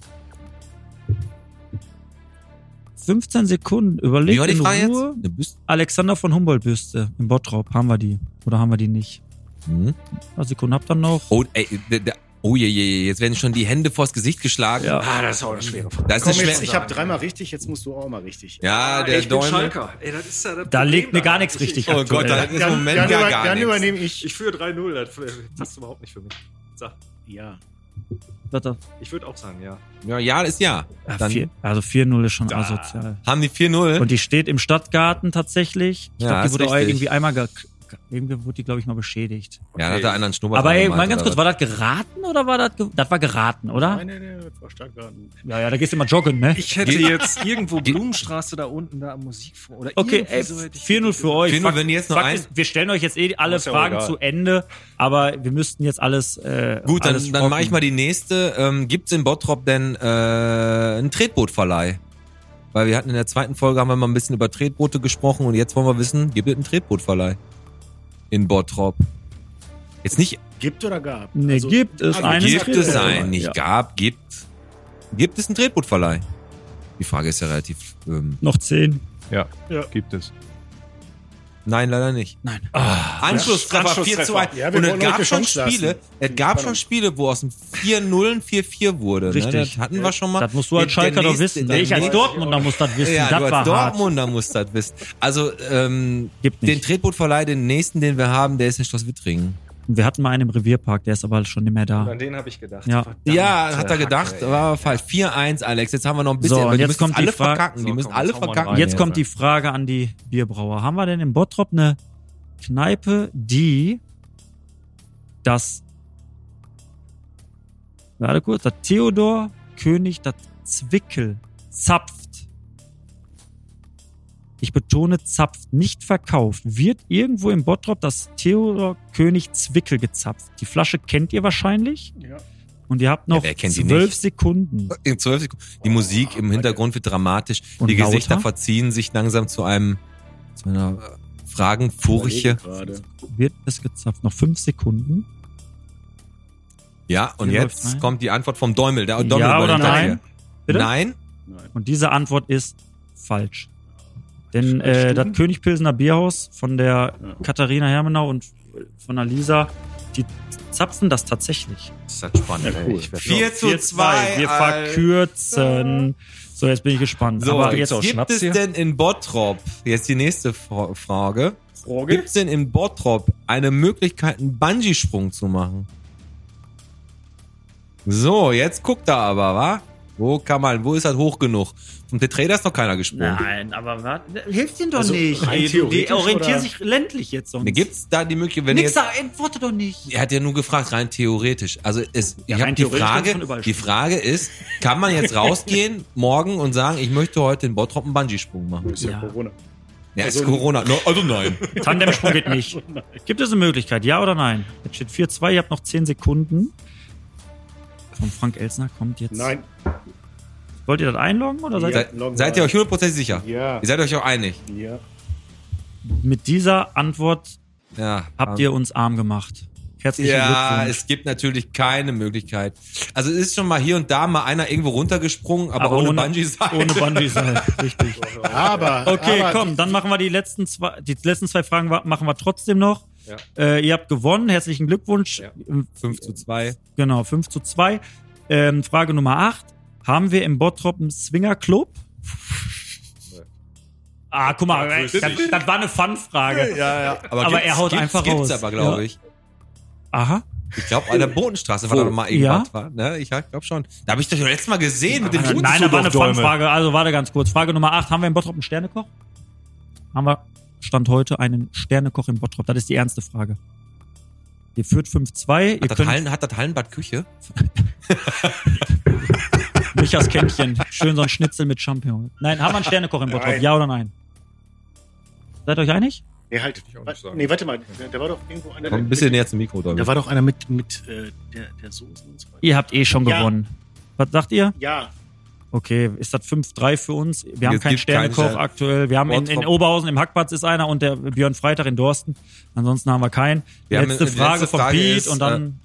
Speaker 3: 15 Sekunden. Überlegt
Speaker 4: Wie war die
Speaker 3: in
Speaker 4: Frage jetzt?
Speaker 3: Ruhe.
Speaker 4: Eine Büste?
Speaker 3: Alexander von Humboldt Büste im Bottrop. Haben wir die? Oder haben wir die nicht?
Speaker 4: Hm.
Speaker 3: Ein paar Sekunden habt ihr noch.
Speaker 4: Oh, ey, der, der, oh je, je, je, jetzt werden schon die Hände vors Gesicht geschlagen.
Speaker 3: Ja.
Speaker 4: Ah, das ist auch eine schwere Frage. Das ist
Speaker 6: Komm,
Speaker 4: eine
Speaker 6: jetzt, Ah,
Speaker 4: schwere
Speaker 6: ich habe dreimal richtig, jetzt musst du auch mal richtig.
Speaker 4: Ja, Ah, der
Speaker 5: Ah, ich bin
Speaker 4: Däumel.
Speaker 5: Schalker. Ey, das ist ja das
Speaker 3: Da
Speaker 5: Problem
Speaker 3: liegt mir
Speaker 5: daran.
Speaker 3: gar nichts
Speaker 5: Ich-
Speaker 3: richtig.
Speaker 4: Oh Gott, da
Speaker 3: aktuell.
Speaker 4: hinten ist im Moment
Speaker 6: über-
Speaker 4: ja
Speaker 6: dann
Speaker 4: gar nichts.
Speaker 6: übernehme ich.
Speaker 5: Ich führe 3-0, das passt überhaupt nicht für mich. Sag,
Speaker 6: Ja.
Speaker 3: Warte.
Speaker 5: ich würde auch sagen, ja.
Speaker 4: Ja, ja ist ja.
Speaker 3: Ja,
Speaker 4: Dann
Speaker 3: vier, also 4-0 ist schon asozial.
Speaker 4: haben die 4-0.
Speaker 3: Und die steht im Stadtgarten tatsächlich. Ich
Speaker 4: Ja,
Speaker 3: glaube, die
Speaker 4: ist
Speaker 3: wurde
Speaker 4: richtig.
Speaker 3: irgendwie einmal ge irgendwie wurde die, glaube ich, mal beschädigt.
Speaker 4: Ja, dann hat der anderen Schnurrbart.
Speaker 3: Aber ey,
Speaker 4: angemalt,
Speaker 3: mal ganz
Speaker 4: oder
Speaker 3: kurz, war das geraten oder war das, ge das war geraten, oder?
Speaker 6: Nein, nein, nein, Frau Starkgarten.
Speaker 3: Ja, ja, da gehst du immer joggen, ne?
Speaker 5: Ich hätte jetzt irgendwo Blumenstraße da unten da am Musik oder
Speaker 3: Okay,
Speaker 5: irgendwie
Speaker 3: ey,
Speaker 5: so hätte ich-
Speaker 3: 4-0 für euch.
Speaker 4: 4-0, wenn ihr jetzt nur
Speaker 3: Fakt
Speaker 4: ein-
Speaker 3: ist, wir stellen euch jetzt eh alle
Speaker 5: Ist ja
Speaker 3: Fragen
Speaker 5: egal.
Speaker 3: zu Ende, aber wir müssten jetzt alles. Äh,
Speaker 4: was? Gut,
Speaker 3: alles
Speaker 4: dann, dann mache
Speaker 3: trocken.
Speaker 4: ich mal die nächste. Ähm, gibt's in Bottrop denn äh, einen Tretbootverleih? Weil wir hatten in der zweiten Folge, haben wir mal ein bisschen über Tretboote gesprochen und jetzt wollen wir wissen, gibt es einen Tretbootverleih in Bottrop? Jetzt nicht
Speaker 6: Gibt oder gab?
Speaker 3: Nee, Ne, gibt es
Speaker 6: also
Speaker 3: einen
Speaker 6: gibt
Speaker 4: gibt es
Speaker 6: Tretbootverleih,
Speaker 4: einen, nicht
Speaker 3: ja.
Speaker 4: gab, gibt. Gibt es einen Tretbootverleih? Die Frage ist ja relativ. Ähm,
Speaker 3: Noch 10.
Speaker 5: gibt es.
Speaker 4: nein, leider nicht. Ah.
Speaker 3: Nein.
Speaker 4: Anschlusstreffer
Speaker 5: Anschlusstreffer.
Speaker 4: 4 zu 1.
Speaker 6: Ja, wir
Speaker 4: Und es
Speaker 6: wollen euch
Speaker 4: gab
Speaker 6: die
Speaker 4: schon
Speaker 6: Chance lassen.
Speaker 4: Spiele, es gab schon Spiele, wo aus dem 4-0 ein 4-4 wurde.
Speaker 3: Richtig.
Speaker 4: Ne? Das hatten wir schon mal.
Speaker 3: Das musst du als
Speaker 4: Der
Speaker 3: Schalker doch
Speaker 4: nächste-
Speaker 3: wissen.
Speaker 4: der
Speaker 3: Ich als
Speaker 4: nächste-
Speaker 3: Dortmunder muss das wissen.
Speaker 4: Ja,
Speaker 3: das
Speaker 4: du
Speaker 3: war
Speaker 4: als
Speaker 3: hart.
Speaker 4: Dortmunder musst das wissen. Also, ähm,
Speaker 3: Gibt
Speaker 4: den
Speaker 3: nicht.
Speaker 4: Tretbootverleih, den nächsten, den wir haben, der ist in Schloss Wittringen.
Speaker 3: Wir hatten mal einen im Revierpark, der ist aber halt schon nicht mehr da.
Speaker 5: An den habe ich gedacht.
Speaker 3: Ja.
Speaker 5: Verdammte
Speaker 4: äh, Ja, hat er gedacht,
Speaker 5: Hacke, ey.
Speaker 4: war aber falsch. 4-1, Alex. Jetzt haben wir noch ein bisschen.
Speaker 3: So,
Speaker 4: aber
Speaker 3: und
Speaker 4: die
Speaker 3: jetzt
Speaker 4: müssen
Speaker 3: kommt die
Speaker 4: alle
Speaker 3: Frage-
Speaker 4: verkacken. Die
Speaker 5: So,
Speaker 4: müssen
Speaker 5: komm,
Speaker 4: alle
Speaker 5: jetzt hauen wir
Speaker 4: verkacken.
Speaker 5: rein.
Speaker 3: Jetzt kommt die Frage an die Bierbrauer. Haben wir denn in Bottrop eine Kneipe, die das warte kurz, das Theodor König das Zwickel zapft. Ich betone zapft, nicht verkauft. Wird irgendwo in Bottrop das Theodor König Zwickel gezapft. Die Flasche kennt ihr wahrscheinlich
Speaker 6: Ja.
Speaker 3: und ihr habt noch
Speaker 4: wer kennt die
Speaker 3: zwölf
Speaker 4: nicht?
Speaker 3: Sekunden.
Speaker 4: In 12 Sekunden. Die Musik im Hintergrund wird dramatisch.
Speaker 3: Und
Speaker 4: die Gesichter
Speaker 3: lauter?
Speaker 4: verziehen sich langsam zu einem zu einer äh, Fragenfurche.
Speaker 6: Furche.
Speaker 3: Wird es gezapft? Noch fünf Sekunden.
Speaker 4: Ja, und
Speaker 3: Hier läuft's
Speaker 4: jetzt
Speaker 3: rein.
Speaker 4: kommt die Antwort vom Däumel. Der Däumel
Speaker 3: ja oder
Speaker 4: übernimmt das
Speaker 3: nein?
Speaker 4: hier.
Speaker 3: Bitte?
Speaker 4: Nein?
Speaker 3: Und diese Antwort ist falsch. Denn äh, das König Pilsener Bierhaus von der
Speaker 6: Ja.
Speaker 3: Katharina Hermenau und von der Lisa, die zapfen das tatsächlich.
Speaker 4: Das ist halt spannend.
Speaker 6: Ja, cool.
Speaker 4: 4 zu
Speaker 3: Wir
Speaker 4: 2.
Speaker 3: Wir verkürzen. So, jetzt bin ich gespannt.
Speaker 4: So,
Speaker 3: Aber
Speaker 4: jetzt
Speaker 3: jetzt
Speaker 4: gibt es denn in Bottrop, jetzt die nächste Fra- Frage, gibt es denn in Bottrop eine Möglichkeit, einen Bungee-Sprung zu machen? So, jetzt guckt da aber, wa? Wo kann man, wo ist das hoch genug? Vom Tetraeder ist noch keiner gesprungen.
Speaker 3: Nein, aber was? Hilft denen doch
Speaker 6: Also,
Speaker 3: nicht.
Speaker 6: rein
Speaker 3: Ey, du- Die
Speaker 6: theoretisch,
Speaker 3: orientieren
Speaker 6: oder?
Speaker 3: sich ländlich jetzt sonst.
Speaker 4: Gibt es da die Möglichkeit, wenn ihr
Speaker 3: Nix,
Speaker 4: jetzt,
Speaker 3: da, antworte doch nicht.
Speaker 4: er hat ja nur gefragt, rein theoretisch. Also es, ich
Speaker 3: rein
Speaker 4: hab die
Speaker 3: theoretisch kannst du von
Speaker 4: Frage,
Speaker 3: überall
Speaker 4: die
Speaker 3: springen.
Speaker 4: Frage ist, kann man jetzt rausgehen morgen und sagen, ich möchte heute in Bottrop einen Bungee-Sprung machen?
Speaker 6: Ist ja,
Speaker 3: Ja.
Speaker 6: Corona.
Speaker 4: Ja, ist Corona. No, also nein.
Speaker 3: Tandemsprung geht
Speaker 5: Oh
Speaker 3: nicht. Gibt es eine Möglichkeit, ja oder nein? Jetzt steht 4-2, ihr habt noch 10 Sekunden. Von Frank Elsner kommt jetzt.
Speaker 6: Nein.
Speaker 3: Wollt ihr das einloggen oder seid
Speaker 6: Ja.
Speaker 4: Seid, seid ihr euch hundertprozentig sicher?
Speaker 6: Ja.
Speaker 4: Ihr seid euch auch einig.
Speaker 6: Ja.
Speaker 3: Mit dieser Antwort
Speaker 4: Ja. ähm,
Speaker 3: habt ihr uns arm gemacht. Herzlichen
Speaker 4: Ja,
Speaker 3: Glückwunsch.
Speaker 4: es gibt natürlich keine Möglichkeit. Also es ist schon mal hier und da mal einer irgendwo runtergesprungen, aber, ohne, Bungee sein.
Speaker 3: Ohne Bungee sein, richtig.
Speaker 6: Aber.
Speaker 3: Okay,
Speaker 6: aber
Speaker 3: komm, dann machen wir die letzten zwei, die letzten zwei Fragen wa- machen wir trotzdem noch.
Speaker 5: Ja.
Speaker 3: Äh, ihr habt gewonnen, herzlichen Glückwunsch. Ähm,
Speaker 5: Ja.
Speaker 4: 5 zu 2.
Speaker 3: Genau, 5 zu 2. Ähm, Frage Nummer 8. Haben wir im Bottrop einen Swingerclub? Ah, guck mal, das,
Speaker 5: wüsste ich.
Speaker 3: das war eine Fun-Frage.
Speaker 4: Ja, ja. Aber,
Speaker 3: Aber
Speaker 4: gibt's-
Speaker 3: er haut
Speaker 4: gibt's,
Speaker 3: einfach
Speaker 4: gibt's
Speaker 3: raus.
Speaker 4: aber, glaube
Speaker 3: Ja.
Speaker 4: ich.
Speaker 3: Aha,
Speaker 4: Ich glaube, an der Bodenstraße war
Speaker 3: Wo?
Speaker 4: da noch mal irgendwas.
Speaker 3: Ja?
Speaker 4: War, ne? Ich glaube schon. Da habe ich das letztes Mal gesehen mit dem
Speaker 3: Nein,
Speaker 4: Juden.
Speaker 3: nein, da war eine
Speaker 5: Däumel.
Speaker 3: Fangfrage. Also warte ganz kurz. Frage Nummer 8. Haben wir in Bottrop einen Sternekoch? Haben wir Stand heute einen Sternekoch in Bottrop? Das ist die ernste Frage. Ihr führt 5-2. Ihr
Speaker 4: Hat das,
Speaker 3: könnt
Speaker 4: Hallen, hat das Hallenbad Küche?
Speaker 3: Michas Kännchen. Schön so ein Schnitzel mit Champignon. Nein, haben wir einen Sternekoch in Bottrop?
Speaker 6: Nein.
Speaker 3: Ja oder nein? Seid ihr euch einig?
Speaker 6: Nee, halt.
Speaker 4: auch nicht
Speaker 6: Wa-
Speaker 4: sagen.
Speaker 6: Nee, warte mal. Da war doch irgendwo einer.
Speaker 4: Komm ein
Speaker 6: mit-
Speaker 4: bisschen näher zum Mikro, Däumel.
Speaker 6: Da war doch einer mit, mit äh, der, der Soße und so weiter.
Speaker 3: Ihr habt eh schon
Speaker 6: Ja.
Speaker 3: gewonnen. Was sagt ihr?
Speaker 6: Ja,
Speaker 3: Okay, ist das 5-3 für uns? Wir haben keinen
Speaker 4: Es gibt keinen
Speaker 3: Sternekoch
Speaker 4: Stern-
Speaker 3: aktuell. Wir haben in, in
Speaker 4: Bottrop.
Speaker 3: Oberhausen im Hackplatz ist einer und der Björn Freitag in Dorsten. Ansonsten haben wir keinen.
Speaker 4: Wir haben-
Speaker 3: letzte,
Speaker 4: die letzte
Speaker 3: Frage von
Speaker 4: Frage
Speaker 3: Pete
Speaker 4: ist,
Speaker 3: und dann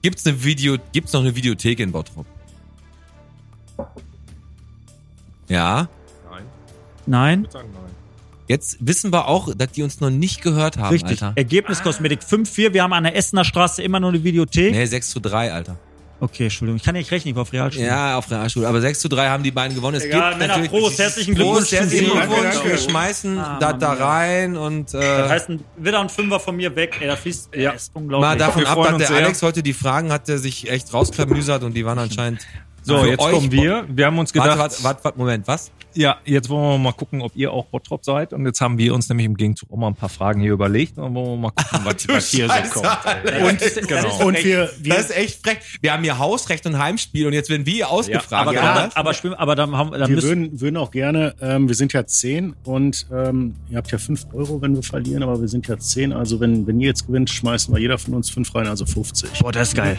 Speaker 4: Gibt's eine Video, gibt's noch eine Videothek in Bottrop? Ja,
Speaker 5: Nein,
Speaker 4: äh,
Speaker 3: nein.
Speaker 5: ich würde sagen nein.
Speaker 4: jetzt wissen wir auch, dass die uns noch nicht gehört haben,
Speaker 3: Richtig.
Speaker 4: Alter.
Speaker 3: Ergebniskosmetik 5-4. Wir haben an der Essener Straße immer nur eine Videothek.
Speaker 4: Nee, 6 zu 3, Alter.
Speaker 3: Okay, Entschuldigung. Ich kann ja nicht rechnen, ich war auf Realschule.
Speaker 4: Ja, auf Realschule. Aber 6 zu 3 haben die beiden gewonnen. Es
Speaker 3: Egal,
Speaker 4: gibt
Speaker 3: Männer,
Speaker 4: natürlich
Speaker 3: Prost, herzlichen Glückwunsch
Speaker 4: Prost, herzlichen
Speaker 6: zum Sieg.
Speaker 4: Glückwunsch.
Speaker 6: Danke, danke.
Speaker 4: Wir schmeißen
Speaker 3: Ah,
Speaker 4: das da
Speaker 3: Mann, ja.
Speaker 4: rein und
Speaker 3: Das
Speaker 4: äh,
Speaker 3: heißt, ein, wieder ein Fünfer von mir weg. Ey, das ist,
Speaker 5: Ja.
Speaker 3: das ist
Speaker 4: mal
Speaker 3: unglaublich.
Speaker 4: davon
Speaker 5: Wir
Speaker 4: ab,
Speaker 5: freuen
Speaker 4: dass
Speaker 5: uns
Speaker 4: der
Speaker 5: sehr.
Speaker 4: Alex heute die Fragen hat, der sich echt rausklamüsert und die waren anscheinend
Speaker 5: So,
Speaker 4: für
Speaker 5: jetzt
Speaker 4: euch-
Speaker 5: kommen wir. Wir haben uns gedacht,
Speaker 4: Warte, warte, warte, warte, Moment, was?
Speaker 5: ja, jetzt wollen wir mal gucken, ob ihr auch Bottrop seid. Und jetzt haben wir uns nämlich im Gegenzug auch mal ein paar Fragen hier überlegt. Und dann wollen wir mal gucken, was, was hier
Speaker 4: Scheiße,
Speaker 5: so kommt.
Speaker 4: Alter.
Speaker 3: Und- Das ist-
Speaker 4: Genau.
Speaker 3: das ist-
Speaker 6: und wir, wir
Speaker 4: das ist echt frech. Wir haben hier Hausrecht und Heimspiel und jetzt werden wir hier ausgefragt.
Speaker 3: aber,
Speaker 4: oder
Speaker 3: klar,
Speaker 4: was?
Speaker 3: aber, spielen- aber dann, haben, dann
Speaker 6: wir
Speaker 3: müssen
Speaker 6: würden, würden auch gerne, ähm, wir sind ja 10 und ähm, ihr habt ja 5 Euro, wenn wir verlieren, aber wir sind ja 10. Also wenn, wenn ihr jetzt gewinnt, schmeißen wir jeder von uns 5 rein, also 50.
Speaker 3: Boah, das ist geil.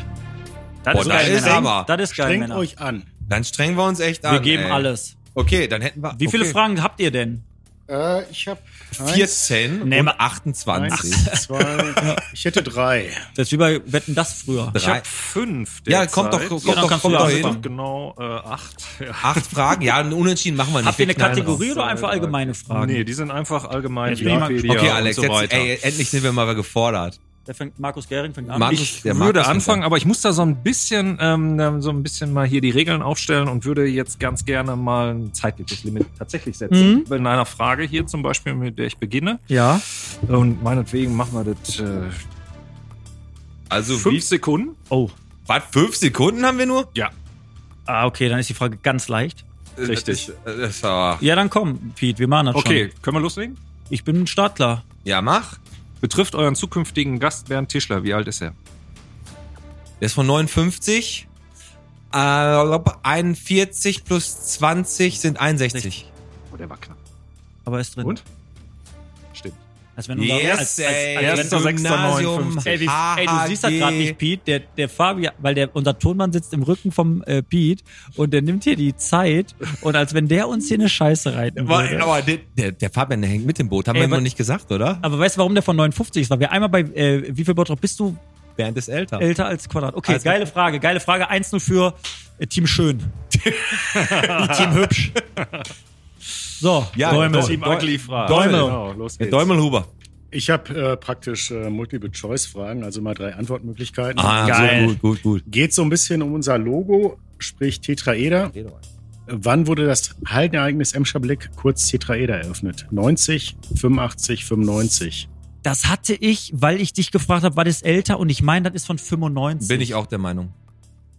Speaker 3: Das
Speaker 4: Boah,
Speaker 3: ist
Speaker 4: das
Speaker 3: geil,
Speaker 4: ist
Speaker 3: Männer.
Speaker 4: aber-
Speaker 3: Das ist geil,
Speaker 6: Strengt
Speaker 3: Männer.
Speaker 6: euch an.
Speaker 4: dann strengen wir uns echt an.
Speaker 3: wir geben
Speaker 4: ey.
Speaker 3: alles.
Speaker 4: Okay, dann hätten wir.
Speaker 3: Wie viele
Speaker 4: okay.
Speaker 3: Fragen habt ihr denn?
Speaker 6: Äh, ich habe
Speaker 4: 14
Speaker 3: Nee,
Speaker 4: und
Speaker 3: aber-
Speaker 4: 28.
Speaker 6: zwei, ich hätte drei.
Speaker 3: Das ist wie bei Wetten das früher.
Speaker 5: Ich
Speaker 4: Drei.
Speaker 5: habe fünf.
Speaker 4: Ja, kommt doch,
Speaker 5: derzeit.
Speaker 4: kommt
Speaker 3: Ja, dann
Speaker 4: doch,
Speaker 3: kannst
Speaker 4: kommt
Speaker 3: du
Speaker 4: doch
Speaker 3: das
Speaker 5: Einfach
Speaker 4: hin.
Speaker 5: Genau, äh, acht. Ja.
Speaker 4: Acht Fragen, ja, einen Unentschieden machen wir nicht.
Speaker 3: Habt ihr eine
Speaker 4: Wir knallen
Speaker 3: Kategorie
Speaker 4: raus.
Speaker 3: oder einfach allgemeine Fragen?
Speaker 5: Nee, die sind einfach allgemein.
Speaker 3: Jetzt bin ich mal-
Speaker 5: Wikipedia
Speaker 4: Okay, Alex,
Speaker 5: und so
Speaker 4: jetzt,
Speaker 5: weiter.
Speaker 4: ey, endlich sind wir mal gefordert.
Speaker 3: Der fängt, Markus Gering fängt an.
Speaker 4: Markus-
Speaker 5: ich
Speaker 4: der
Speaker 5: würde
Speaker 4: Markus fängt
Speaker 5: anfangen,
Speaker 4: an.
Speaker 5: aber ich muss da so ein bisschen, ähm, so ein bisschen mal hier die Regeln aufstellen und würde jetzt ganz gerne mal ein zeitliches Limit tatsächlich
Speaker 3: Mhm.
Speaker 5: setzen. In einer Frage hier zum Beispiel, mit der ich beginne.
Speaker 3: ja.
Speaker 5: Und meinetwegen machen wir das äh,
Speaker 4: Also,
Speaker 5: fünf
Speaker 4: fünf,
Speaker 5: Sekunden.
Speaker 3: Oh.
Speaker 4: was, fünf Sekunden haben wir nur?
Speaker 3: Ah, okay, dann ist die Frage ganz leicht.
Speaker 5: Richtig.
Speaker 4: Das ist, das ah, ist, aber-
Speaker 3: Ja, dann komm, Pete, wir machen das schon.
Speaker 5: Okay, können wir loslegen?
Speaker 3: Ich bin startklar.
Speaker 4: ja, mach.
Speaker 5: Betrifft euren zukünftigen Gast Bernd Tischler. Wie alt ist er?
Speaker 4: Der ist von 59. Äh, 41 plus 20 sind 61.
Speaker 5: Oh, der war knapp.
Speaker 3: Aber ist drin.
Speaker 5: Und? Stimmt.
Speaker 3: Als wenn unser-
Speaker 4: Yes, ey.
Speaker 5: als- als-
Speaker 4: Gymnasium.
Speaker 3: Ey, wie, ey, du siehst das gerade nicht, Pete. Der, der Fabian, weil der, unser Tonmann sitzt im Rücken vom äh, Pete und der nimmt hier die Zeit und als wenn der uns hier eine Scheiße reiten
Speaker 4: Aber,
Speaker 3: würde.
Speaker 4: aber der, der, der Fabian, der hängt mit dem Boot. Haben
Speaker 3: Ey,
Speaker 4: wir ihm
Speaker 3: wa-
Speaker 4: noch nicht gesagt, oder?
Speaker 3: Aber weißt du, warum der von 59 ist? Weil wir einmal bei, äh, wie viel Bottrop bist du
Speaker 4: Bernd ist älter.
Speaker 3: älter als Quadrat? Okay,
Speaker 4: Also-
Speaker 3: geile Frage, geile Frage. 1-0 für äh, Team Schön. Team Hübsch. So,
Speaker 4: Ja,
Speaker 3: Däumel.
Speaker 4: Team Ugly
Speaker 5: Frage.
Speaker 4: Däumel.
Speaker 5: Genau, los
Speaker 4: Der
Speaker 5: geht's.
Speaker 4: Däumelhuber.
Speaker 6: Ich habe äh, praktisch äh, Multiple-Choice-Fragen, also mal drei Antwortmöglichkeiten.
Speaker 4: Ah,
Speaker 3: Geil.
Speaker 4: So, gut, gut,
Speaker 6: Geht so ein bisschen um unser Logo, sprich Tetraeder.
Speaker 4: gut.
Speaker 6: Wann wurde das Hallenereignis Emscher Blick, kurz Tetraeder, eröffnet? 90, 85, 95.
Speaker 3: Das hatte ich, weil ich dich gefragt habe, war das älter? Und ich meine, das ist von 95.
Speaker 4: Bin ich auch der Meinung.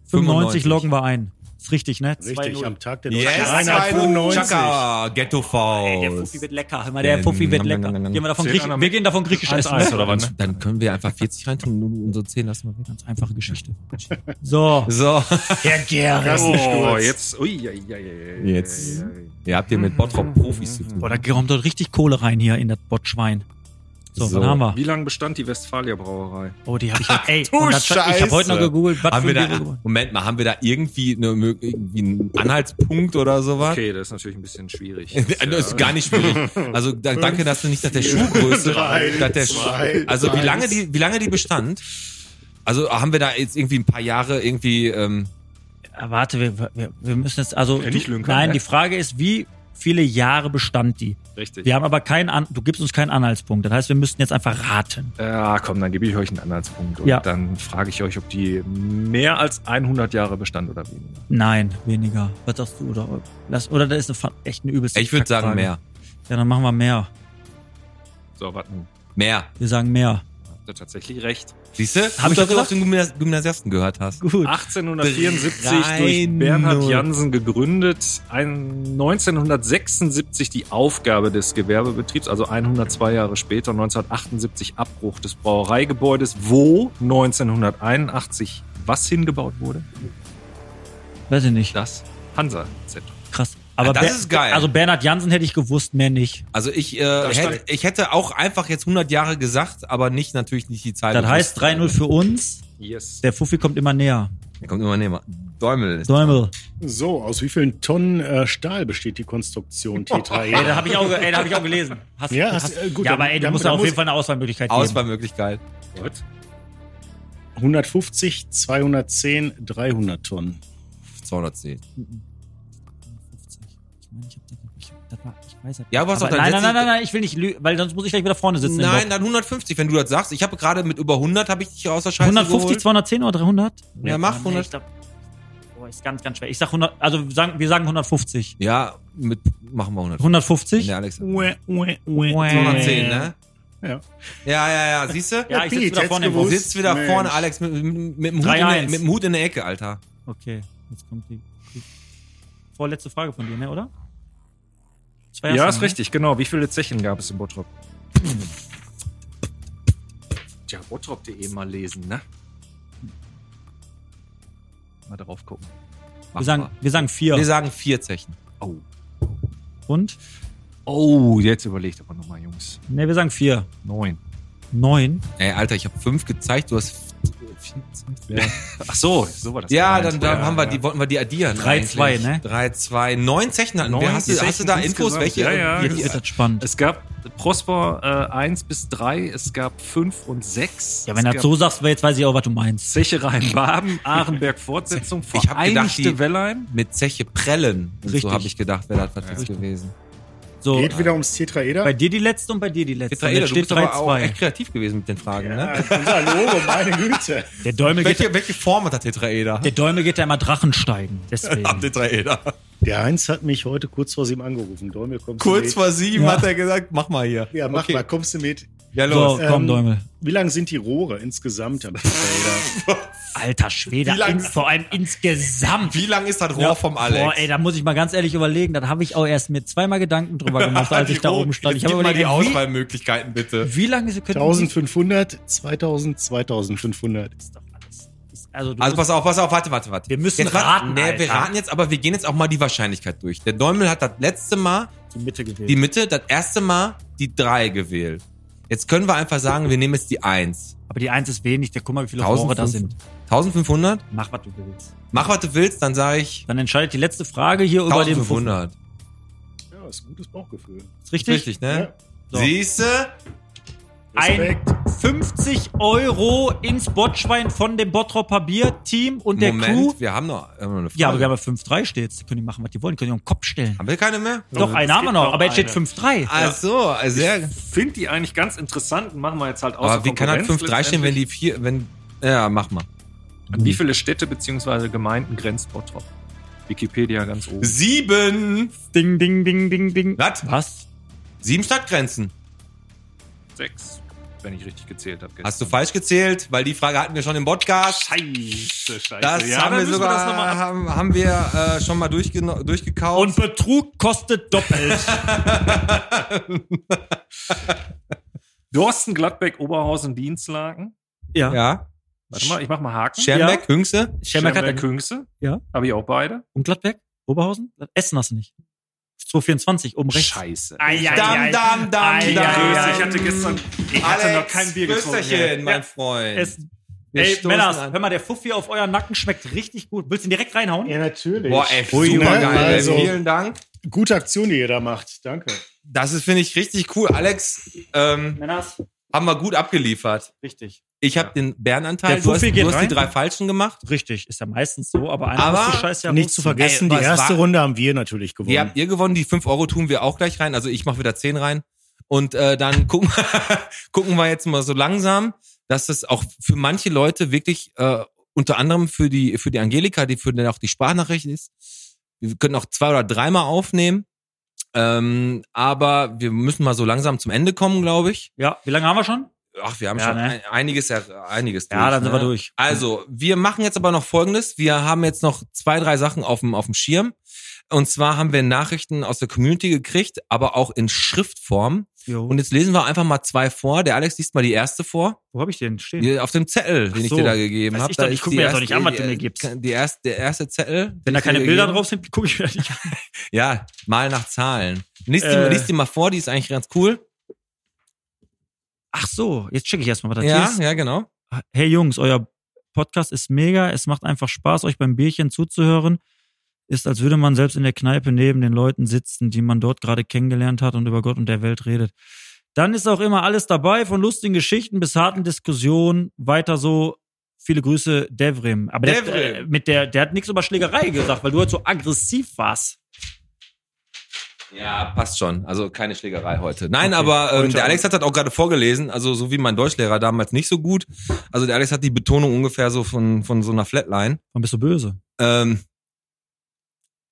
Speaker 3: 95
Speaker 4: 95.
Speaker 3: loggen wir ein. Ist richtig, ne? 2-0.
Speaker 6: Richtig, am Tag der
Speaker 4: Yes,
Speaker 6: Deutschen Einheit
Speaker 4: 2-0.
Speaker 6: 95.
Speaker 4: Chaka, Ghetto
Speaker 3: Der
Speaker 4: Faul.
Speaker 3: Fuffi wird lecker. Hör mal, der Fuffi wird lecker. Gehen wir, davon
Speaker 5: Zählt
Speaker 3: Griech
Speaker 5: einer mit?
Speaker 3: wir gehen davon griechisch essen.
Speaker 5: 1-1 oder was?
Speaker 4: Dann, dann können wir einfach 40 reintun und unsere 10 lassen wir weg.
Speaker 3: Ganz einfache Geschichte. So.
Speaker 4: So,
Speaker 3: Herr Gering.
Speaker 5: Oh, jetzt. Ui, ja, ja, ja, ja, ja,
Speaker 4: Jetzt.
Speaker 5: ja, ja.
Speaker 4: ihr habt hier mit Bottrop Profis zu tun.
Speaker 3: Boah, da kommt dort richtig Kohle rein hier in das Bottschwein. So,
Speaker 4: So.
Speaker 3: dann haben wir.
Speaker 5: Wie lange bestand die Westfalia Brauerei?
Speaker 3: Oh, die habe ich jetzt. Ey,
Speaker 4: du
Speaker 3: und das, ich habe
Speaker 4: Scheiße.
Speaker 3: heute noch gegoogelt, was
Speaker 4: Haben
Speaker 3: für
Speaker 4: wir
Speaker 3: ein
Speaker 4: da,
Speaker 3: Bier wir-
Speaker 4: Moment mal, haben wir da irgendwie, eine, Mö- irgendwie einen Anhaltspunkt oder sowas? Also,
Speaker 5: Okay, das ist natürlich ein bisschen schwierig.
Speaker 4: Das ist gar nicht schwierig. Also da, danke, dass du nicht nach der Schuhgröße,
Speaker 6: drei,
Speaker 4: nach der
Speaker 6: zwei,
Speaker 4: Schuh- also wie
Speaker 6: eins.
Speaker 4: lange die, wie lange die bestand? Also haben wir da jetzt irgendwie ein paar Jahre irgendwie ähm,
Speaker 3: Ah, Warte, wir, wir, wir müssen jetzt. Also,
Speaker 5: Ja, nicht
Speaker 3: du,
Speaker 5: lügen können,
Speaker 3: nein,
Speaker 5: ne?
Speaker 3: die Frage ist, wie viele Jahre bestand die?
Speaker 5: Richtig.
Speaker 3: Wir haben aber keinen. An du gibst uns keinen Anhaltspunkt. Das heißt, wir müssten jetzt einfach raten.
Speaker 5: Ja, komm, dann gebe ich euch einen Anhaltspunkt und
Speaker 3: Ja.
Speaker 5: dann frage ich euch, ob die mehr als 100 Jahre bestand oder weniger.
Speaker 3: Nein, weniger. Was sagst du? Oder, lass, oder das ist eine, fa- echt eine übelste
Speaker 4: ich würde sagen
Speaker 3: Kackfrage.
Speaker 4: mehr.
Speaker 3: Ja, dann machen wir mehr.
Speaker 5: So, warten.
Speaker 4: Mehr.
Speaker 3: Wir sagen mehr.
Speaker 5: habt ihr tatsächlich recht.
Speaker 4: Siehst du?
Speaker 3: Hab ich doch
Speaker 4: du auf
Speaker 3: gesagt.
Speaker 4: den Gymnas- Gymnasiasten gehört hast.
Speaker 3: Gut.
Speaker 5: 1874
Speaker 4: Breino.
Speaker 5: durch Bernhard Jansen gegründet, ein, 1976 die Aufgabe des Gewerbebetriebs, also 102 Jahre später, 1978 Abbruch des Brauereigebäudes, wo 1981 was hingebaut wurde?
Speaker 3: Weiß ich nicht.
Speaker 5: Das Hansa-Zentrum.
Speaker 3: Krass. Aber
Speaker 4: Ja, das
Speaker 3: Ber-
Speaker 4: ist geil.
Speaker 3: Also Bernhard Jansen hätte ich gewusst, mehr nicht.
Speaker 4: Also ich, äh, hätte, ich hätte auch einfach jetzt 100 Jahre gesagt, aber nicht natürlich nicht die Zeit.
Speaker 3: Das heißt 3-0 für uns.
Speaker 5: Yes.
Speaker 3: Der Fuffi kommt immer näher.
Speaker 4: Er kommt immer näher. Däumel. ist-
Speaker 3: Däumel.
Speaker 6: So, aus wie vielen Tonnen äh, Stahl besteht die Konstruktion
Speaker 3: Ey, da
Speaker 6: Tetraeder?
Speaker 3: habe ich, auch ge- ey, da hab ich auch gelesen. Hast,
Speaker 6: Ja,
Speaker 3: hast,
Speaker 6: hast- äh, gut,
Speaker 3: ja
Speaker 6: dann-
Speaker 3: aber ey, du
Speaker 6: dann-
Speaker 3: musst
Speaker 6: dann
Speaker 3: auf
Speaker 6: muss-
Speaker 3: jeden Fall eine Auswahlmöglichkeit geben.
Speaker 4: Auswahlmöglichkeit.
Speaker 5: What?
Speaker 6: 150, 210, 300 Tonnen.
Speaker 4: 210.
Speaker 3: 50. Ich meine, ich hab das- ich hab das mal- ich weiß es
Speaker 4: Ja, aber hast doch dein
Speaker 3: nein, nein,
Speaker 4: letztes-
Speaker 3: nein, nein, nein, ich will nicht lügen, weil sonst muss ich gleich wieder vorne sitzen. im
Speaker 4: Nein,
Speaker 3: Block.
Speaker 4: dann 150, wenn du das sagst. Ich habe gerade mit über 100 habe ich dich aus der Scheiße
Speaker 3: 150,
Speaker 4: geholt.
Speaker 3: 210 oder 300?
Speaker 4: Ja, mach
Speaker 3: Mann, ey,
Speaker 4: 100.
Speaker 3: ich glaub- Boah, ist ganz, ganz schwer. Ich sag 100, also sagen, wir sagen 150.
Speaker 4: Ja, mit machen wir 100.
Speaker 3: 150?
Speaker 4: Der Alex.
Speaker 6: Ue, ue, ue.
Speaker 4: 210, ne?
Speaker 6: Ja.
Speaker 4: Ja, ja, ja, siehst du?
Speaker 3: Ja, ich sitze
Speaker 6: Piet,
Speaker 3: wieder
Speaker 6: hätt's
Speaker 3: vorne im
Speaker 6: gewusst.
Speaker 3: Bus.
Speaker 4: Sitzt wieder
Speaker 6: Mensch.
Speaker 4: vorne, Alex, mit, mit, mit, dem Hut in der,
Speaker 3: 3-1.
Speaker 4: mit dem Hut in der Ecke, Alter.
Speaker 3: Okay, jetzt kommt die, die vorletzte Frage von dir, ne, oder? Zwei ne?
Speaker 5: Ja,
Speaker 3: hast du
Speaker 5: ist
Speaker 3: noch,
Speaker 5: richtig, genau. Wie viele Zechen gab es in Bottrop? Tja, bottrop.de mal lesen, ne? Mal drauf gucken.
Speaker 3: Ne? Wir, sagen, wir sagen vier.
Speaker 4: wir sagen vier Zechen.
Speaker 5: Oh.
Speaker 3: Und?
Speaker 5: Oh, jetzt überlegt aber nochmal, Jungs.
Speaker 3: Ne, wir sagen vier.
Speaker 5: Neun.
Speaker 3: Neun.
Speaker 4: Ey, Alter, ich habe fünf gezeigt, du hast.
Speaker 5: Ach so, so war das.
Speaker 4: Ja,
Speaker 5: gemeint.
Speaker 4: dann, dann
Speaker 5: Ja,
Speaker 4: haben wir
Speaker 5: ja.
Speaker 4: die, wollten wir die addieren.
Speaker 3: 3-2,
Speaker 4: eigentlich.
Speaker 3: ne?
Speaker 4: 3-2. Neun Zechen hatten wir.
Speaker 5: Neun
Speaker 4: Hast du, hast du da
Speaker 5: Zechen
Speaker 4: Infos,
Speaker 5: insgesamt.
Speaker 4: welche?
Speaker 5: Ja, ja.
Speaker 3: Jetzt wird das spannend.
Speaker 5: Es gab Prosper äh, 1 bis 3, es gab 5 und 6.
Speaker 3: Ja, wenn
Speaker 5: es
Speaker 3: du das so sagst, jetzt weiß ich auch, was du meinst.
Speaker 5: Zeche Rhein-Baben, Ahrenberg-Fortsetzung,
Speaker 4: Ich hab gedacht, die-
Speaker 5: Vereinigte Wellheim.
Speaker 4: Mit Zeche Prellen. Und so
Speaker 3: Richtig.
Speaker 4: habe ich gedacht, wäre das was jetzt gewesen.
Speaker 3: So,
Speaker 4: äh,
Speaker 3: äh,
Speaker 6: Geht wieder ums Tetraeder.
Speaker 3: bei dir die letzte und bei dir die letzte.
Speaker 4: Petra Eder,
Speaker 3: Jetzt
Speaker 4: du
Speaker 3: steht
Speaker 4: bist aber auch
Speaker 3: 3-2.
Speaker 4: echt kreativ gewesen mit den Fragen,
Speaker 6: Ja,
Speaker 4: ne?
Speaker 6: Äh, unser Logo, meine Güte.
Speaker 3: Der Däumel geht,
Speaker 4: Welche, welche Form hat der Tetraeder?
Speaker 3: der Däumel geht da immer Drachen steigen.
Speaker 4: Am
Speaker 3: Deswegen.
Speaker 4: Tetraeder.
Speaker 6: Der Heinz hat mich heute kurz vor sieben angerufen. Däumel, kommst du
Speaker 4: Kurz
Speaker 6: mit?
Speaker 4: vor sieben
Speaker 3: Ja.
Speaker 4: hat er gesagt, mach mal hier.
Speaker 6: Ja, mach
Speaker 4: Okay.
Speaker 6: mal, kommst du mit?
Speaker 4: Ja, los.
Speaker 3: So, komm,
Speaker 6: Ähm,
Speaker 3: Däumel.
Speaker 6: Wie lang sind die Rohre insgesamt am Tetraeder?
Speaker 3: Alter Schwede,
Speaker 4: Wie lang-
Speaker 3: in, vor allem insgesamt.
Speaker 4: Wie lang ist das Rohr
Speaker 3: Ja,
Speaker 4: vom Alex?
Speaker 3: Boah, ey, da muss ich mal ganz ehrlich überlegen. Da habe ich auch erst mir zweimal Gedanken drüber gemacht, als
Speaker 4: Die
Speaker 3: ich da
Speaker 4: Rohr-
Speaker 3: oben stand. Ich
Speaker 4: Jetzt
Speaker 3: habe
Speaker 4: gib mal
Speaker 3: überlegt,
Speaker 4: die
Speaker 3: wie,
Speaker 4: Auswahlmöglichkeiten, bitte.
Speaker 3: wie lange sie könnten.
Speaker 6: 1500, 2000, 2500.
Speaker 3: Ist doch alles- ist- Also, du
Speaker 4: Also
Speaker 3: musst,
Speaker 4: pass auf, pass auf, warte, warte, warte.
Speaker 3: Wir müssen
Speaker 4: jetzt, warte,
Speaker 3: raten,
Speaker 4: Nee, wir
Speaker 3: Alter.
Speaker 4: raten jetzt, aber wir gehen jetzt auch mal die Wahrscheinlichkeit durch. Der Däumel hat das letzte Mal
Speaker 3: die Mitte gewählt.
Speaker 4: die Mitte, das erste Mal die 3 gewählt. Jetzt können wir einfach sagen, wir nehmen jetzt die 1.
Speaker 3: Aber die Eins ist wenig. Der, guck mal, wie viele Rohre da sind.
Speaker 4: 1500?
Speaker 3: Mach, was du willst.
Speaker 4: Mach, was du willst, dann sage ich
Speaker 3: Dann entscheidet die letzte Frage hier über den Fuffi.
Speaker 4: 1500.
Speaker 6: Ja, ist ein gutes Bauchgefühl.
Speaker 3: Ist Richtig?
Speaker 4: Richtig, ne?
Speaker 3: So.
Speaker 4: Siehste?
Speaker 3: Ein 50 Euro ins Botschwein von dem Bottropper Bier-Team und der
Speaker 4: Moment,
Speaker 3: Crew.
Speaker 4: wir haben noch äh, haben wir noch eine Frage.
Speaker 3: Ja, aber wir haben ja 5-3 steht. Die können die machen, was die wollen. Die können die auf den Kopf stellen.
Speaker 4: Haben wir keine mehr?
Speaker 3: Doch, einen
Speaker 5: es
Speaker 3: haben wir
Speaker 5: gibt
Speaker 3: noch,
Speaker 5: noch
Speaker 3: aber jetzt steht
Speaker 5: eine.
Speaker 3: 5-3.
Speaker 4: Ach so, also sehr.
Speaker 5: Finde die eigentlich ganz interessant und machen wir jetzt halt aus.
Speaker 4: Aber wie kann das 5-3 stehen, wenn die 4, wenn, ja, mach mal.
Speaker 5: An wie viele Städte bzw. Gemeinden grenzt Bottrop? Wikipedia ganz oben.
Speaker 4: 7!
Speaker 3: Ding, ding, ding, ding, ding.
Speaker 4: Was?
Speaker 3: Was?
Speaker 4: Sieben Stadtgrenzen.
Speaker 5: Sechs, wenn ich richtig gezählt habe.
Speaker 4: Hast du falsch gezählt, weil die Frage hatten wir schon im Podcast.
Speaker 5: Scheiße, scheiße.
Speaker 4: Das haben
Speaker 5: Ja, dann
Speaker 4: wir
Speaker 5: müssen
Speaker 4: sogar
Speaker 5: das noch mal ab-
Speaker 4: haben, haben wir äh, schon mal durchgeno- durchgekaut.
Speaker 3: Und Betrug kostet doppelt.
Speaker 5: Dorsten, Gladbeck, Oberhausen, Dienstlaken.
Speaker 3: ja.
Speaker 4: ja.
Speaker 5: Warte mal, ich mach mal Haken.
Speaker 4: Schermbeck, Hüngse.
Speaker 3: Schermerk hat
Speaker 5: Schermbeck,
Speaker 3: einen.
Speaker 5: Küngse.
Speaker 3: Ja.
Speaker 5: Habe ich auch beide.
Speaker 3: Und Gladbeck? Oberhausen? Essen hast du nicht. 224, oben rechts.
Speaker 5: Scheiße.
Speaker 3: Eieiei.
Speaker 4: Dam, dam, dam,
Speaker 3: Eieiei.
Speaker 4: dam.
Speaker 5: Ich hatte gestern, ich hatte noch kein Bier getrunken.
Speaker 4: Prösterchen, mein
Speaker 3: Ja.
Speaker 4: Freund.
Speaker 3: Es,
Speaker 4: Wir
Speaker 3: ey,
Speaker 4: stoßen
Speaker 3: Männers,
Speaker 4: an.
Speaker 3: hör mal, der Fuffi auf euren Nacken schmeckt richtig gut. Willst du ihn direkt reinhauen?
Speaker 6: Ja, natürlich.
Speaker 4: Boah, ey,
Speaker 6: Ui,
Speaker 4: super geil.
Speaker 6: ne? Also,
Speaker 4: Vielen Dank.
Speaker 6: gute Aktion, die ihr da macht. Danke.
Speaker 4: Das ist, finde ich, richtig cool. Alex, ähm,
Speaker 3: Männers,
Speaker 4: haben wir gut abgeliefert.
Speaker 3: richtig.
Speaker 4: Ich habe
Speaker 5: Ja.
Speaker 4: den Bärenanteil.
Speaker 3: Der
Speaker 4: Du hast,
Speaker 3: Fuffi geht
Speaker 4: du hast die
Speaker 3: rein.
Speaker 4: drei Falschen gemacht.
Speaker 3: Richtig, ist ja meistens so, aber einer
Speaker 4: Aber
Speaker 3: muss die Scheiße ja
Speaker 6: Nicht
Speaker 3: hochziehen.
Speaker 6: zu vergessen,
Speaker 4: Ey,
Speaker 6: die
Speaker 4: was
Speaker 6: erste
Speaker 4: war-
Speaker 6: Runde haben wir natürlich gewonnen.
Speaker 4: Die habt ihr gewonnen. Die 5 Euro tun wir auch gleich rein. Also ich mache wieder 10 rein. Und äh, dann gucken, gucken wir jetzt mal so langsam, dass es auch für manche Leute wirklich, äh, unter anderem für die, für die Angelika, die für den auch die Sprachnachricht ist, wir können auch zwei oder dreimal aufnehmen. Ähm, aber wir müssen mal so langsam zum Ende kommen, glaube ich.
Speaker 3: Ja, wie lange haben wir schon?
Speaker 4: Ach, wir haben
Speaker 3: Ja,
Speaker 4: schon
Speaker 3: ne?
Speaker 4: ein- einiges, er- einiges
Speaker 3: Ja, dann sind wir durch.
Speaker 4: Also, wir machen jetzt aber noch Folgendes. Wir haben jetzt noch zwei, drei Sachen auf dem, auf dem Schirm. Und zwar haben wir Nachrichten aus der Community gekriegt, aber auch in Schriftform.
Speaker 3: Jo.
Speaker 4: Und jetzt lesen wir einfach mal zwei vor. Der Alex liest mal die erste vor.
Speaker 3: Wo habe ich den stehen?
Speaker 4: Die, auf dem Zettel,
Speaker 3: Hm.
Speaker 4: den
Speaker 3: Ach
Speaker 4: ich
Speaker 3: so.
Speaker 4: dir da gegeben
Speaker 3: Weiß
Speaker 4: habe.
Speaker 3: ich doch, ich guck mir das doch nicht an, was du mir gibst.
Speaker 4: Die erste, der erste Zettel. den
Speaker 3: Wenn da
Speaker 4: ich dir
Speaker 3: keine Bilder
Speaker 4: gegeben-
Speaker 3: drauf sind, gucke ich mir das nicht an.
Speaker 4: Ja, mal nach Zahlen. Lies, die,
Speaker 3: Äh.
Speaker 4: lies die mal vor, die ist eigentlich ganz cool.
Speaker 3: Ach so, jetzt checke ich erstmal, was das
Speaker 4: Ja,
Speaker 3: ist.
Speaker 4: ja, genau.
Speaker 3: hey Jungs, euer Podcast ist mega. Es macht einfach Spaß, euch beim Bierchen zuzuhören. Ist, als würde man selbst in der Kneipe neben den Leuten sitzen, die man dort gerade kennengelernt hat und über Gott und der Welt redet. Dann ist auch immer alles dabei, von lustigen Geschichten bis harten Diskussionen. Weiter so. Viele Grüße, Devrim. Aber der,
Speaker 4: Devrim.
Speaker 3: äh, mit der, der hat nichts über Schlägerei gesagt, weil du halt so aggressiv warst.
Speaker 4: Ja, passt schon. Also keine Schlägerei heute. Nein,
Speaker 3: Okay.
Speaker 4: aber ähm,
Speaker 3: Heute
Speaker 4: der
Speaker 3: auch.
Speaker 4: Alex hat das auch gerade vorgelesen. Also so wie mein Deutschlehrer damals nicht so gut. Also der Alex hat die Betonung ungefähr so von, von so einer Flatline.
Speaker 3: Warum bist du böse?
Speaker 4: Ähm,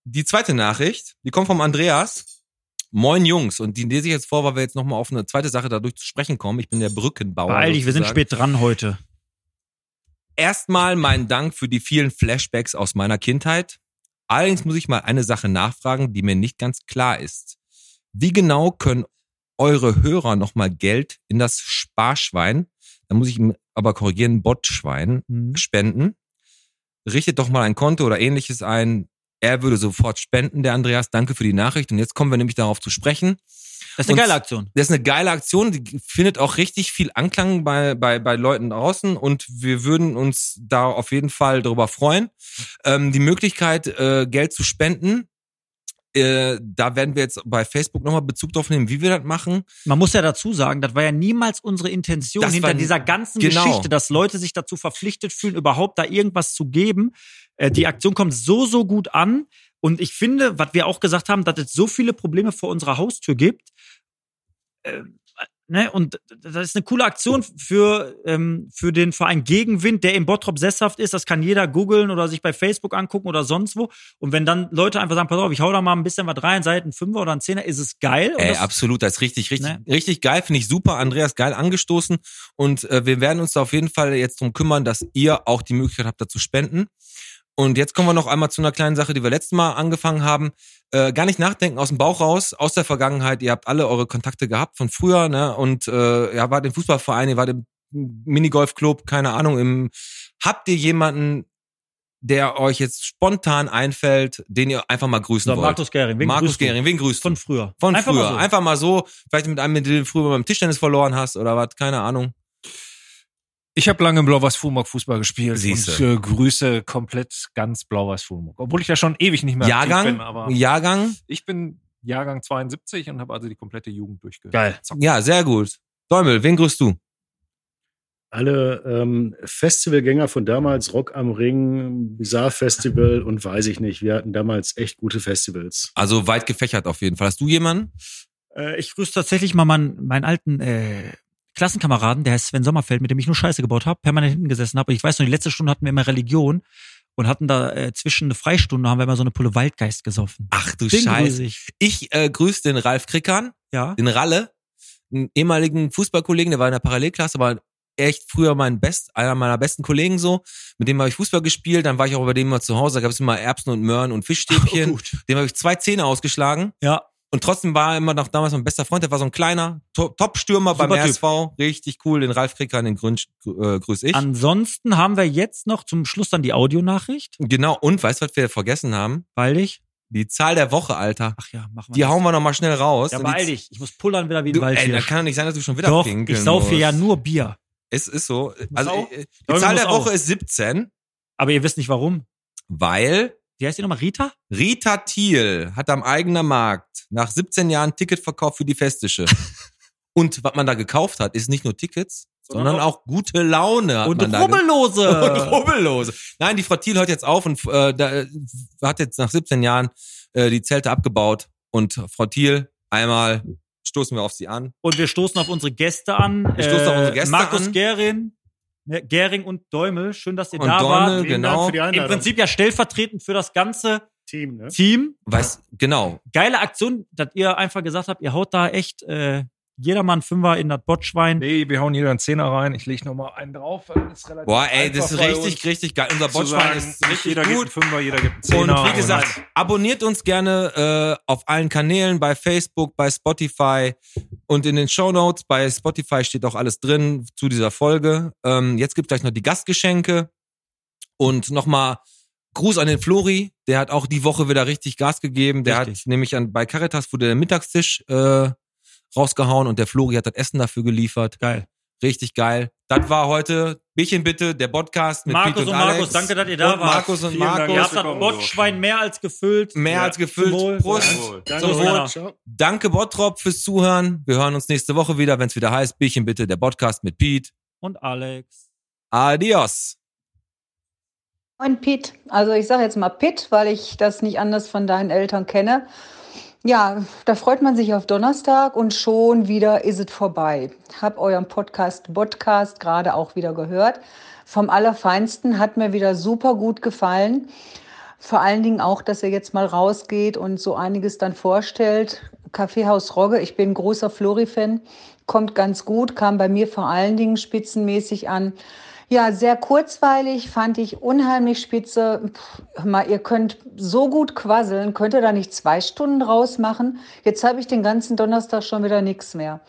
Speaker 4: die zweite Nachricht, die kommt vom Andreas. Moin Jungs. Und die lese ich jetzt vor, weil wir jetzt nochmal auf eine zweite Sache dadurch zu sprechen kommen. Ich bin der Brückenbauer.
Speaker 3: Beeil dich, wir sind
Speaker 4: sozusagen.
Speaker 3: spät dran heute.
Speaker 4: Erstmal meinen Dank für die vielen Flashbacks aus meiner Kindheit. Allerdings muss ich mal eine Sache nachfragen, die mir nicht ganz klar ist. Wie genau können eure Hörer nochmal Geld in das Sparschwein, da muss ich ihn aber korrigieren, Botschwein,
Speaker 3: Hm.
Speaker 4: spenden? Richtet doch mal ein Konto oder ähnliches ein. Er würde sofort spenden, der Andreas. Danke für die Nachricht. Und jetzt kommen wir nämlich darauf zu sprechen.
Speaker 3: Das ist eine
Speaker 4: Und-
Speaker 3: geile Aktion.
Speaker 4: Das ist eine geile Aktion, die findet auch richtig viel Anklang bei, bei, bei Leuten draußen und wir würden uns da auf jeden Fall darüber freuen. Ähm, die Möglichkeit, äh, Geld zu spenden, äh, da werden wir jetzt bei Facebook nochmal Bezug drauf nehmen, wie wir das machen.
Speaker 3: Man muss ja dazu sagen, das war ja niemals unsere Intention
Speaker 4: Das
Speaker 3: hinter
Speaker 4: war-
Speaker 3: dieser ganzen
Speaker 4: genau.
Speaker 3: Geschichte, dass Leute sich dazu verpflichtet fühlen, überhaupt da irgendwas zu geben. Äh, die Aktion kommt so, so gut an. Und ich finde, was wir auch gesagt haben, dass es so viele Probleme vor unserer Haustür gibt. Äh, ne? Und das ist eine coole Aktion für, ähm, für den Verein Gegenwind, der im Bottrop sesshaft ist. Das kann jeder googeln oder sich bei Facebook angucken oder sonst wo. Und wenn dann Leute einfach sagen, pass auf, ich hau da mal ein bisschen was rein, sei es ein Fünfer oder ein Zehner, ist es geil. Und
Speaker 4: Ey,
Speaker 3: das-
Speaker 4: absolut, das ist richtig, richtig,
Speaker 3: Ne?
Speaker 4: richtig geil, finde ich super. Andreas geil angestoßen und äh, wir werden uns da auf jeden Fall jetzt drum kümmern, dass ihr auch die Möglichkeit habt, dazu spenden. Und jetzt kommen wir noch einmal zu einer kleinen Sache, die wir letztes Mal angefangen haben. Äh, gar nicht nachdenken, aus dem Bauch raus, aus der Vergangenheit. Ihr habt alle eure Kontakte gehabt von früher, ne? Und äh, ihr wart im Fußballverein, ihr wart im Minigolfclub, keine Ahnung, im Habt ihr jemanden, der euch jetzt spontan einfällt, den ihr einfach mal grüßen
Speaker 3: So,
Speaker 4: wollt?
Speaker 3: Markus Gering, wen
Speaker 4: Markus
Speaker 3: grüßt du?
Speaker 4: Gehring, wen grüßt du?
Speaker 3: Von früher.
Speaker 4: Von
Speaker 3: Einfach
Speaker 4: früher.
Speaker 3: mal so.
Speaker 4: Einfach mal so, vielleicht mit einem, mit dem du früher beim Tischtennis verloren hast oder was, keine Ahnung.
Speaker 5: Ich habe lange im Blau-Weiß Fuhrmark Fußball gespielt
Speaker 4: Siehste.
Speaker 5: und äh, grüße komplett ganz Blau-Weiß Fuhrmark. Obwohl ich ja schon ewig nicht mehr aktiv
Speaker 4: Jahrgang?
Speaker 5: bin, aber
Speaker 4: Jahrgang?
Speaker 5: ich bin Jahrgang 72 und habe also die komplette Jugend durchgehört.
Speaker 3: Geil.
Speaker 4: Ja, sehr gut. Däumel, wen grüßt du?
Speaker 6: Alle ähm, Festivalgänger von damals, Rock am Ring, Bizarre Festival und weiß ich nicht. Wir hatten damals echt gute Festivals.
Speaker 4: Also weit gefächert auf jeden Fall. Hast du jemanden?
Speaker 3: Äh, ich grüße tatsächlich mal meinen, meinen alten äh, Klassenkameraden, der heißt Sven Sommerfeld, mit dem ich nur Scheiße gebaut habe, permanent hinten gesessen habe. Und ich weiß noch, die letzte Stunde hatten wir immer Religion und hatten da äh, zwischen eine Freistunde, haben wir immer so eine Pulle Waldgeist gesoffen.
Speaker 4: Ach du
Speaker 3: Den grüße
Speaker 4: Scheiße.
Speaker 3: ich.
Speaker 4: Ich äh, grüße den Ralf Krickern,
Speaker 3: Ja.
Speaker 4: den Ralle, einen ehemaligen Fußballkollegen, der war in der Parallelklasse, war echt früher mein Best, einer meiner besten Kollegen so. Mit dem habe ich Fußball gespielt, dann war ich auch bei dem mal zu Hause, da gab es immer Erbsen und Möhren und Fischstäbchen.
Speaker 3: gut.
Speaker 4: dem habe ich zwei Zähne ausgeschlagen.
Speaker 3: Ja.
Speaker 4: Und trotzdem war er immer noch damals mein bester Freund. Der war so ein kleiner To- Top-Stürmer beim
Speaker 3: Super Typ.
Speaker 4: RSV. Richtig cool. Den Ralf Krickern, den Grünsch, grü- äh, grüß ich.
Speaker 3: Ansonsten haben wir jetzt noch zum Schluss dann die Audionachricht,
Speaker 4: genau. Und weißt du, was wir vergessen haben?
Speaker 3: weil ich.
Speaker 4: Die Zahl der Woche, Alter.
Speaker 3: Ach ja, machen wir.
Speaker 4: Die hauen wir nochmal schnell raus.
Speaker 3: Ja,
Speaker 4: Und die-
Speaker 3: beeil dich. Ich muss pullern wieder wie ein
Speaker 4: Du, ey, da
Speaker 3: Waldhirsch.
Speaker 4: kann doch nicht sein, dass du schon wieder
Speaker 3: Doch,
Speaker 4: pinkeln
Speaker 3: ich saufe
Speaker 4: musst.
Speaker 3: ja nur Bier.
Speaker 4: Es ist so. Also,
Speaker 3: auch?
Speaker 4: äh, die
Speaker 3: Däumel
Speaker 4: Zahl der
Speaker 3: muss
Speaker 4: Woche
Speaker 3: auch.
Speaker 4: ist 17,
Speaker 3: Aber ihr wisst nicht warum.
Speaker 4: weil
Speaker 3: Wie heißt die nochmal? Rita?
Speaker 4: Rita Thiel hat am eigenen Markt nach 17 Jahren Ticket verkauft für die Festische. Und was man da gekauft hat, ist nicht nur Tickets, sondern, auch gute Laune. Hat
Speaker 3: Und
Speaker 4: man da ge-
Speaker 3: Rubbellose.
Speaker 4: und rubbellose. Nein, die Frau Thiel hört jetzt auf und äh, da, äh, hat jetzt nach 17 Jahren äh, die Zelte abgebaut. Und Frau Thiel, einmal stoßen wir auf sie an.
Speaker 3: Und wir stoßen auf unsere Gäste an. äh,
Speaker 4: Wir stoßen auf unsere Gäste
Speaker 3: Markus
Speaker 4: an.
Speaker 3: Gering, ne, Gering und Däumel. Schön, dass ihr
Speaker 4: Und
Speaker 3: da
Speaker 4: Däumel,
Speaker 3: wart.
Speaker 4: genau.
Speaker 6: für die
Speaker 3: Im
Speaker 6: Einladung.
Speaker 3: Prinzip ja stellvertretend für das ganze
Speaker 6: Team, ne?
Speaker 3: Team.
Speaker 4: Weiß, genau.
Speaker 3: Geile Aktion, dass ihr einfach gesagt habt, ihr haut da echt äh, jedermann Fünfer in das Botschwein.
Speaker 5: Nee, wir hauen jeder einen Zehner rein. Ich lege nochmal einen drauf. weil Das ist relativ
Speaker 4: Boah, ey, das
Speaker 5: einfach
Speaker 4: ist
Speaker 5: bei
Speaker 4: richtig, richtig geil. Unser
Speaker 5: uns zu
Speaker 4: Botschwein
Speaker 5: sagen,
Speaker 4: ist
Speaker 5: nicht
Speaker 4: richtig
Speaker 5: jeder
Speaker 4: gut.
Speaker 5: Gibt einen Fünfer, jeder gibt einen
Speaker 4: Und
Speaker 5: Zehner.
Speaker 4: wie gesagt, abonniert uns gerne äh, auf allen Kanälen, bei Facebook, bei Spotify und in den Show Notes. Bei Spotify steht auch alles drin zu dieser Folge. Ähm, jetzt gibt gleich noch die Gastgeschenke. Und nochmal Gruß an den Flori, der hat auch die Woche wieder richtig Gas gegeben. Der
Speaker 3: Richtig.
Speaker 4: hat nämlich an, bei Caritas wurde der Mittagstisch äh, rausgehauen und der Flori hat das Essen dafür geliefert.
Speaker 3: Geil.
Speaker 4: Richtig geil. Das war heute Bierchen bitte, der Podcast mit
Speaker 3: Markus
Speaker 4: Piet und,
Speaker 3: und Markus,
Speaker 4: Alex.
Speaker 3: danke, dass ihr da
Speaker 4: und
Speaker 3: wart.
Speaker 4: Markus und
Speaker 5: Vielen Dank,
Speaker 4: Markus.
Speaker 3: Ihr habt das
Speaker 5: Willkommen,
Speaker 3: Botschwein mehr als gefüllt.
Speaker 4: Mehr als gefüllt.
Speaker 3: Zum Wohl.
Speaker 4: Prost.
Speaker 5: Jawohl.
Speaker 4: Zum
Speaker 3: Wohl.
Speaker 4: Wohl.
Speaker 6: Ciao.
Speaker 4: Danke Bottrop fürs Zuhören. Wir hören uns nächste Woche wieder, wenn es wieder heißt. Bierchen bitte, der Podcast mit Pete.
Speaker 3: Und Alex.
Speaker 4: Adios.
Speaker 8: Moin Pitt. Also ich sage jetzt mal Pitt, weil ich das nicht anders von deinen Eltern kenne. Ja, da freut man sich auf Donnerstag und schon wieder ist es vorbei. Hab euren Podcast Podcast gerade auch wieder gehört. Vom Allerfeinsten hat mir wieder super gut gefallen. Vor allen Dingen auch, dass ihr jetzt mal rausgeht und so einiges dann vorstellt. Kaffeehaus Rogge, ich bin großer Flori-Fan, kommt ganz gut, kam bei mir vor allen Dingen spitzenmäßig an. Ja, sehr kurzweilig, fand ich unheimlich spitze. Pff, hör mal, ihr könnt so gut quasseln, könnt ihr da nicht zwei Stunden draus machen? Jetzt habe ich den ganzen Donnerstag schon wieder nichts mehr.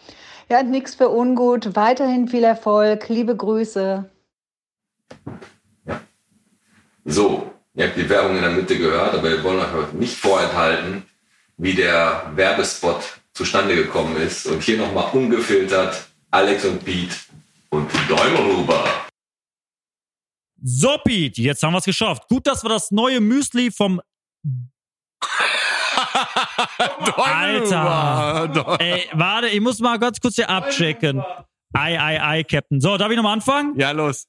Speaker 8: Ja, nichts für ungut. Weiterhin viel Erfolg. Liebe Grüße.
Speaker 9: So, ihr habt die Werbung in der Mitte gehört, aber wir wollen euch heute nicht vorenthalten, wie der Werbespot zustande gekommen ist. Und hier nochmal ungefiltert Alex und Pete und Däume rüber.
Speaker 3: So, Pete, jetzt haben wir es geschafft. Gut, dass wir das neue Müsli vom. Alter! Ey, warte, ich muss mal ganz kurz hier abchecken. Ei, ei, ei, Captain. So, darf ich nochmal anfangen?
Speaker 4: Ja, los.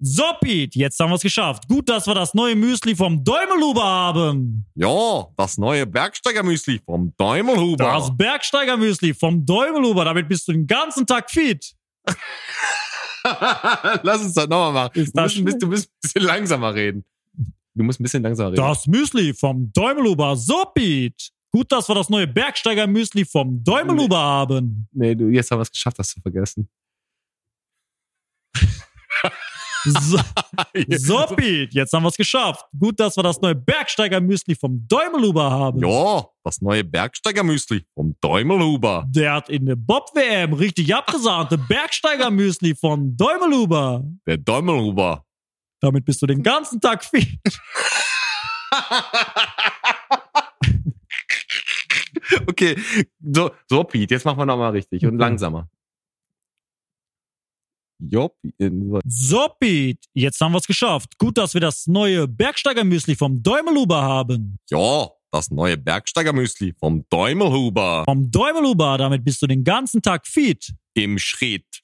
Speaker 3: So, Pete, jetzt haben wir es geschafft. Gut, dass wir das neue Müsli vom Däumeluber haben.
Speaker 4: Ja, das neue Bergsteigermüsli vom
Speaker 3: Das
Speaker 4: Däumelhuber.
Speaker 3: Bergsteigermüsli vom Däumeluber. Damit bist du den ganzen Tag fit.
Speaker 4: Lass uns das nochmal machen.
Speaker 3: Ist das
Speaker 4: du, musst, ein bisschen- du musst ein bisschen langsamer reden. Du musst ein bisschen langsamer reden.
Speaker 3: Das Müsli vom Däumeluber. So, Pete. Gut, dass wir das neue Bergsteigermüsli vom Däumeluber haben.
Speaker 4: Nee, du, jetzt haben wir es geschafft, hast du vergessen.
Speaker 3: So, so Pete, jetzt haben wir es geschafft. Gut, dass wir das neue Bergsteiger-Müsli vom Däumeluber haben.
Speaker 4: Ja, das neue Bergsteigermüsli vom Däumelhuber.
Speaker 3: Der hat in der Bob-WM richtig abgesahnt. Der Bergsteiger-Müsli von Däumeluber.
Speaker 4: Der Däumelhuber.
Speaker 3: Damit bist du den ganzen Tag fit.
Speaker 4: Okay, so, so Piet, jetzt machen wir nochmal richtig und langsamer. Jopp, in-
Speaker 3: So Pete, jetzt haben wir es geschafft. Gut, dass wir das neue Bergsteiger-Müsli vom Däumeluber haben.
Speaker 4: ja, das neue Bergsteigermüsli vom Däumelhuber
Speaker 3: Vom Däumeluber, damit bist du den ganzen Tag fit.
Speaker 4: im Schritt.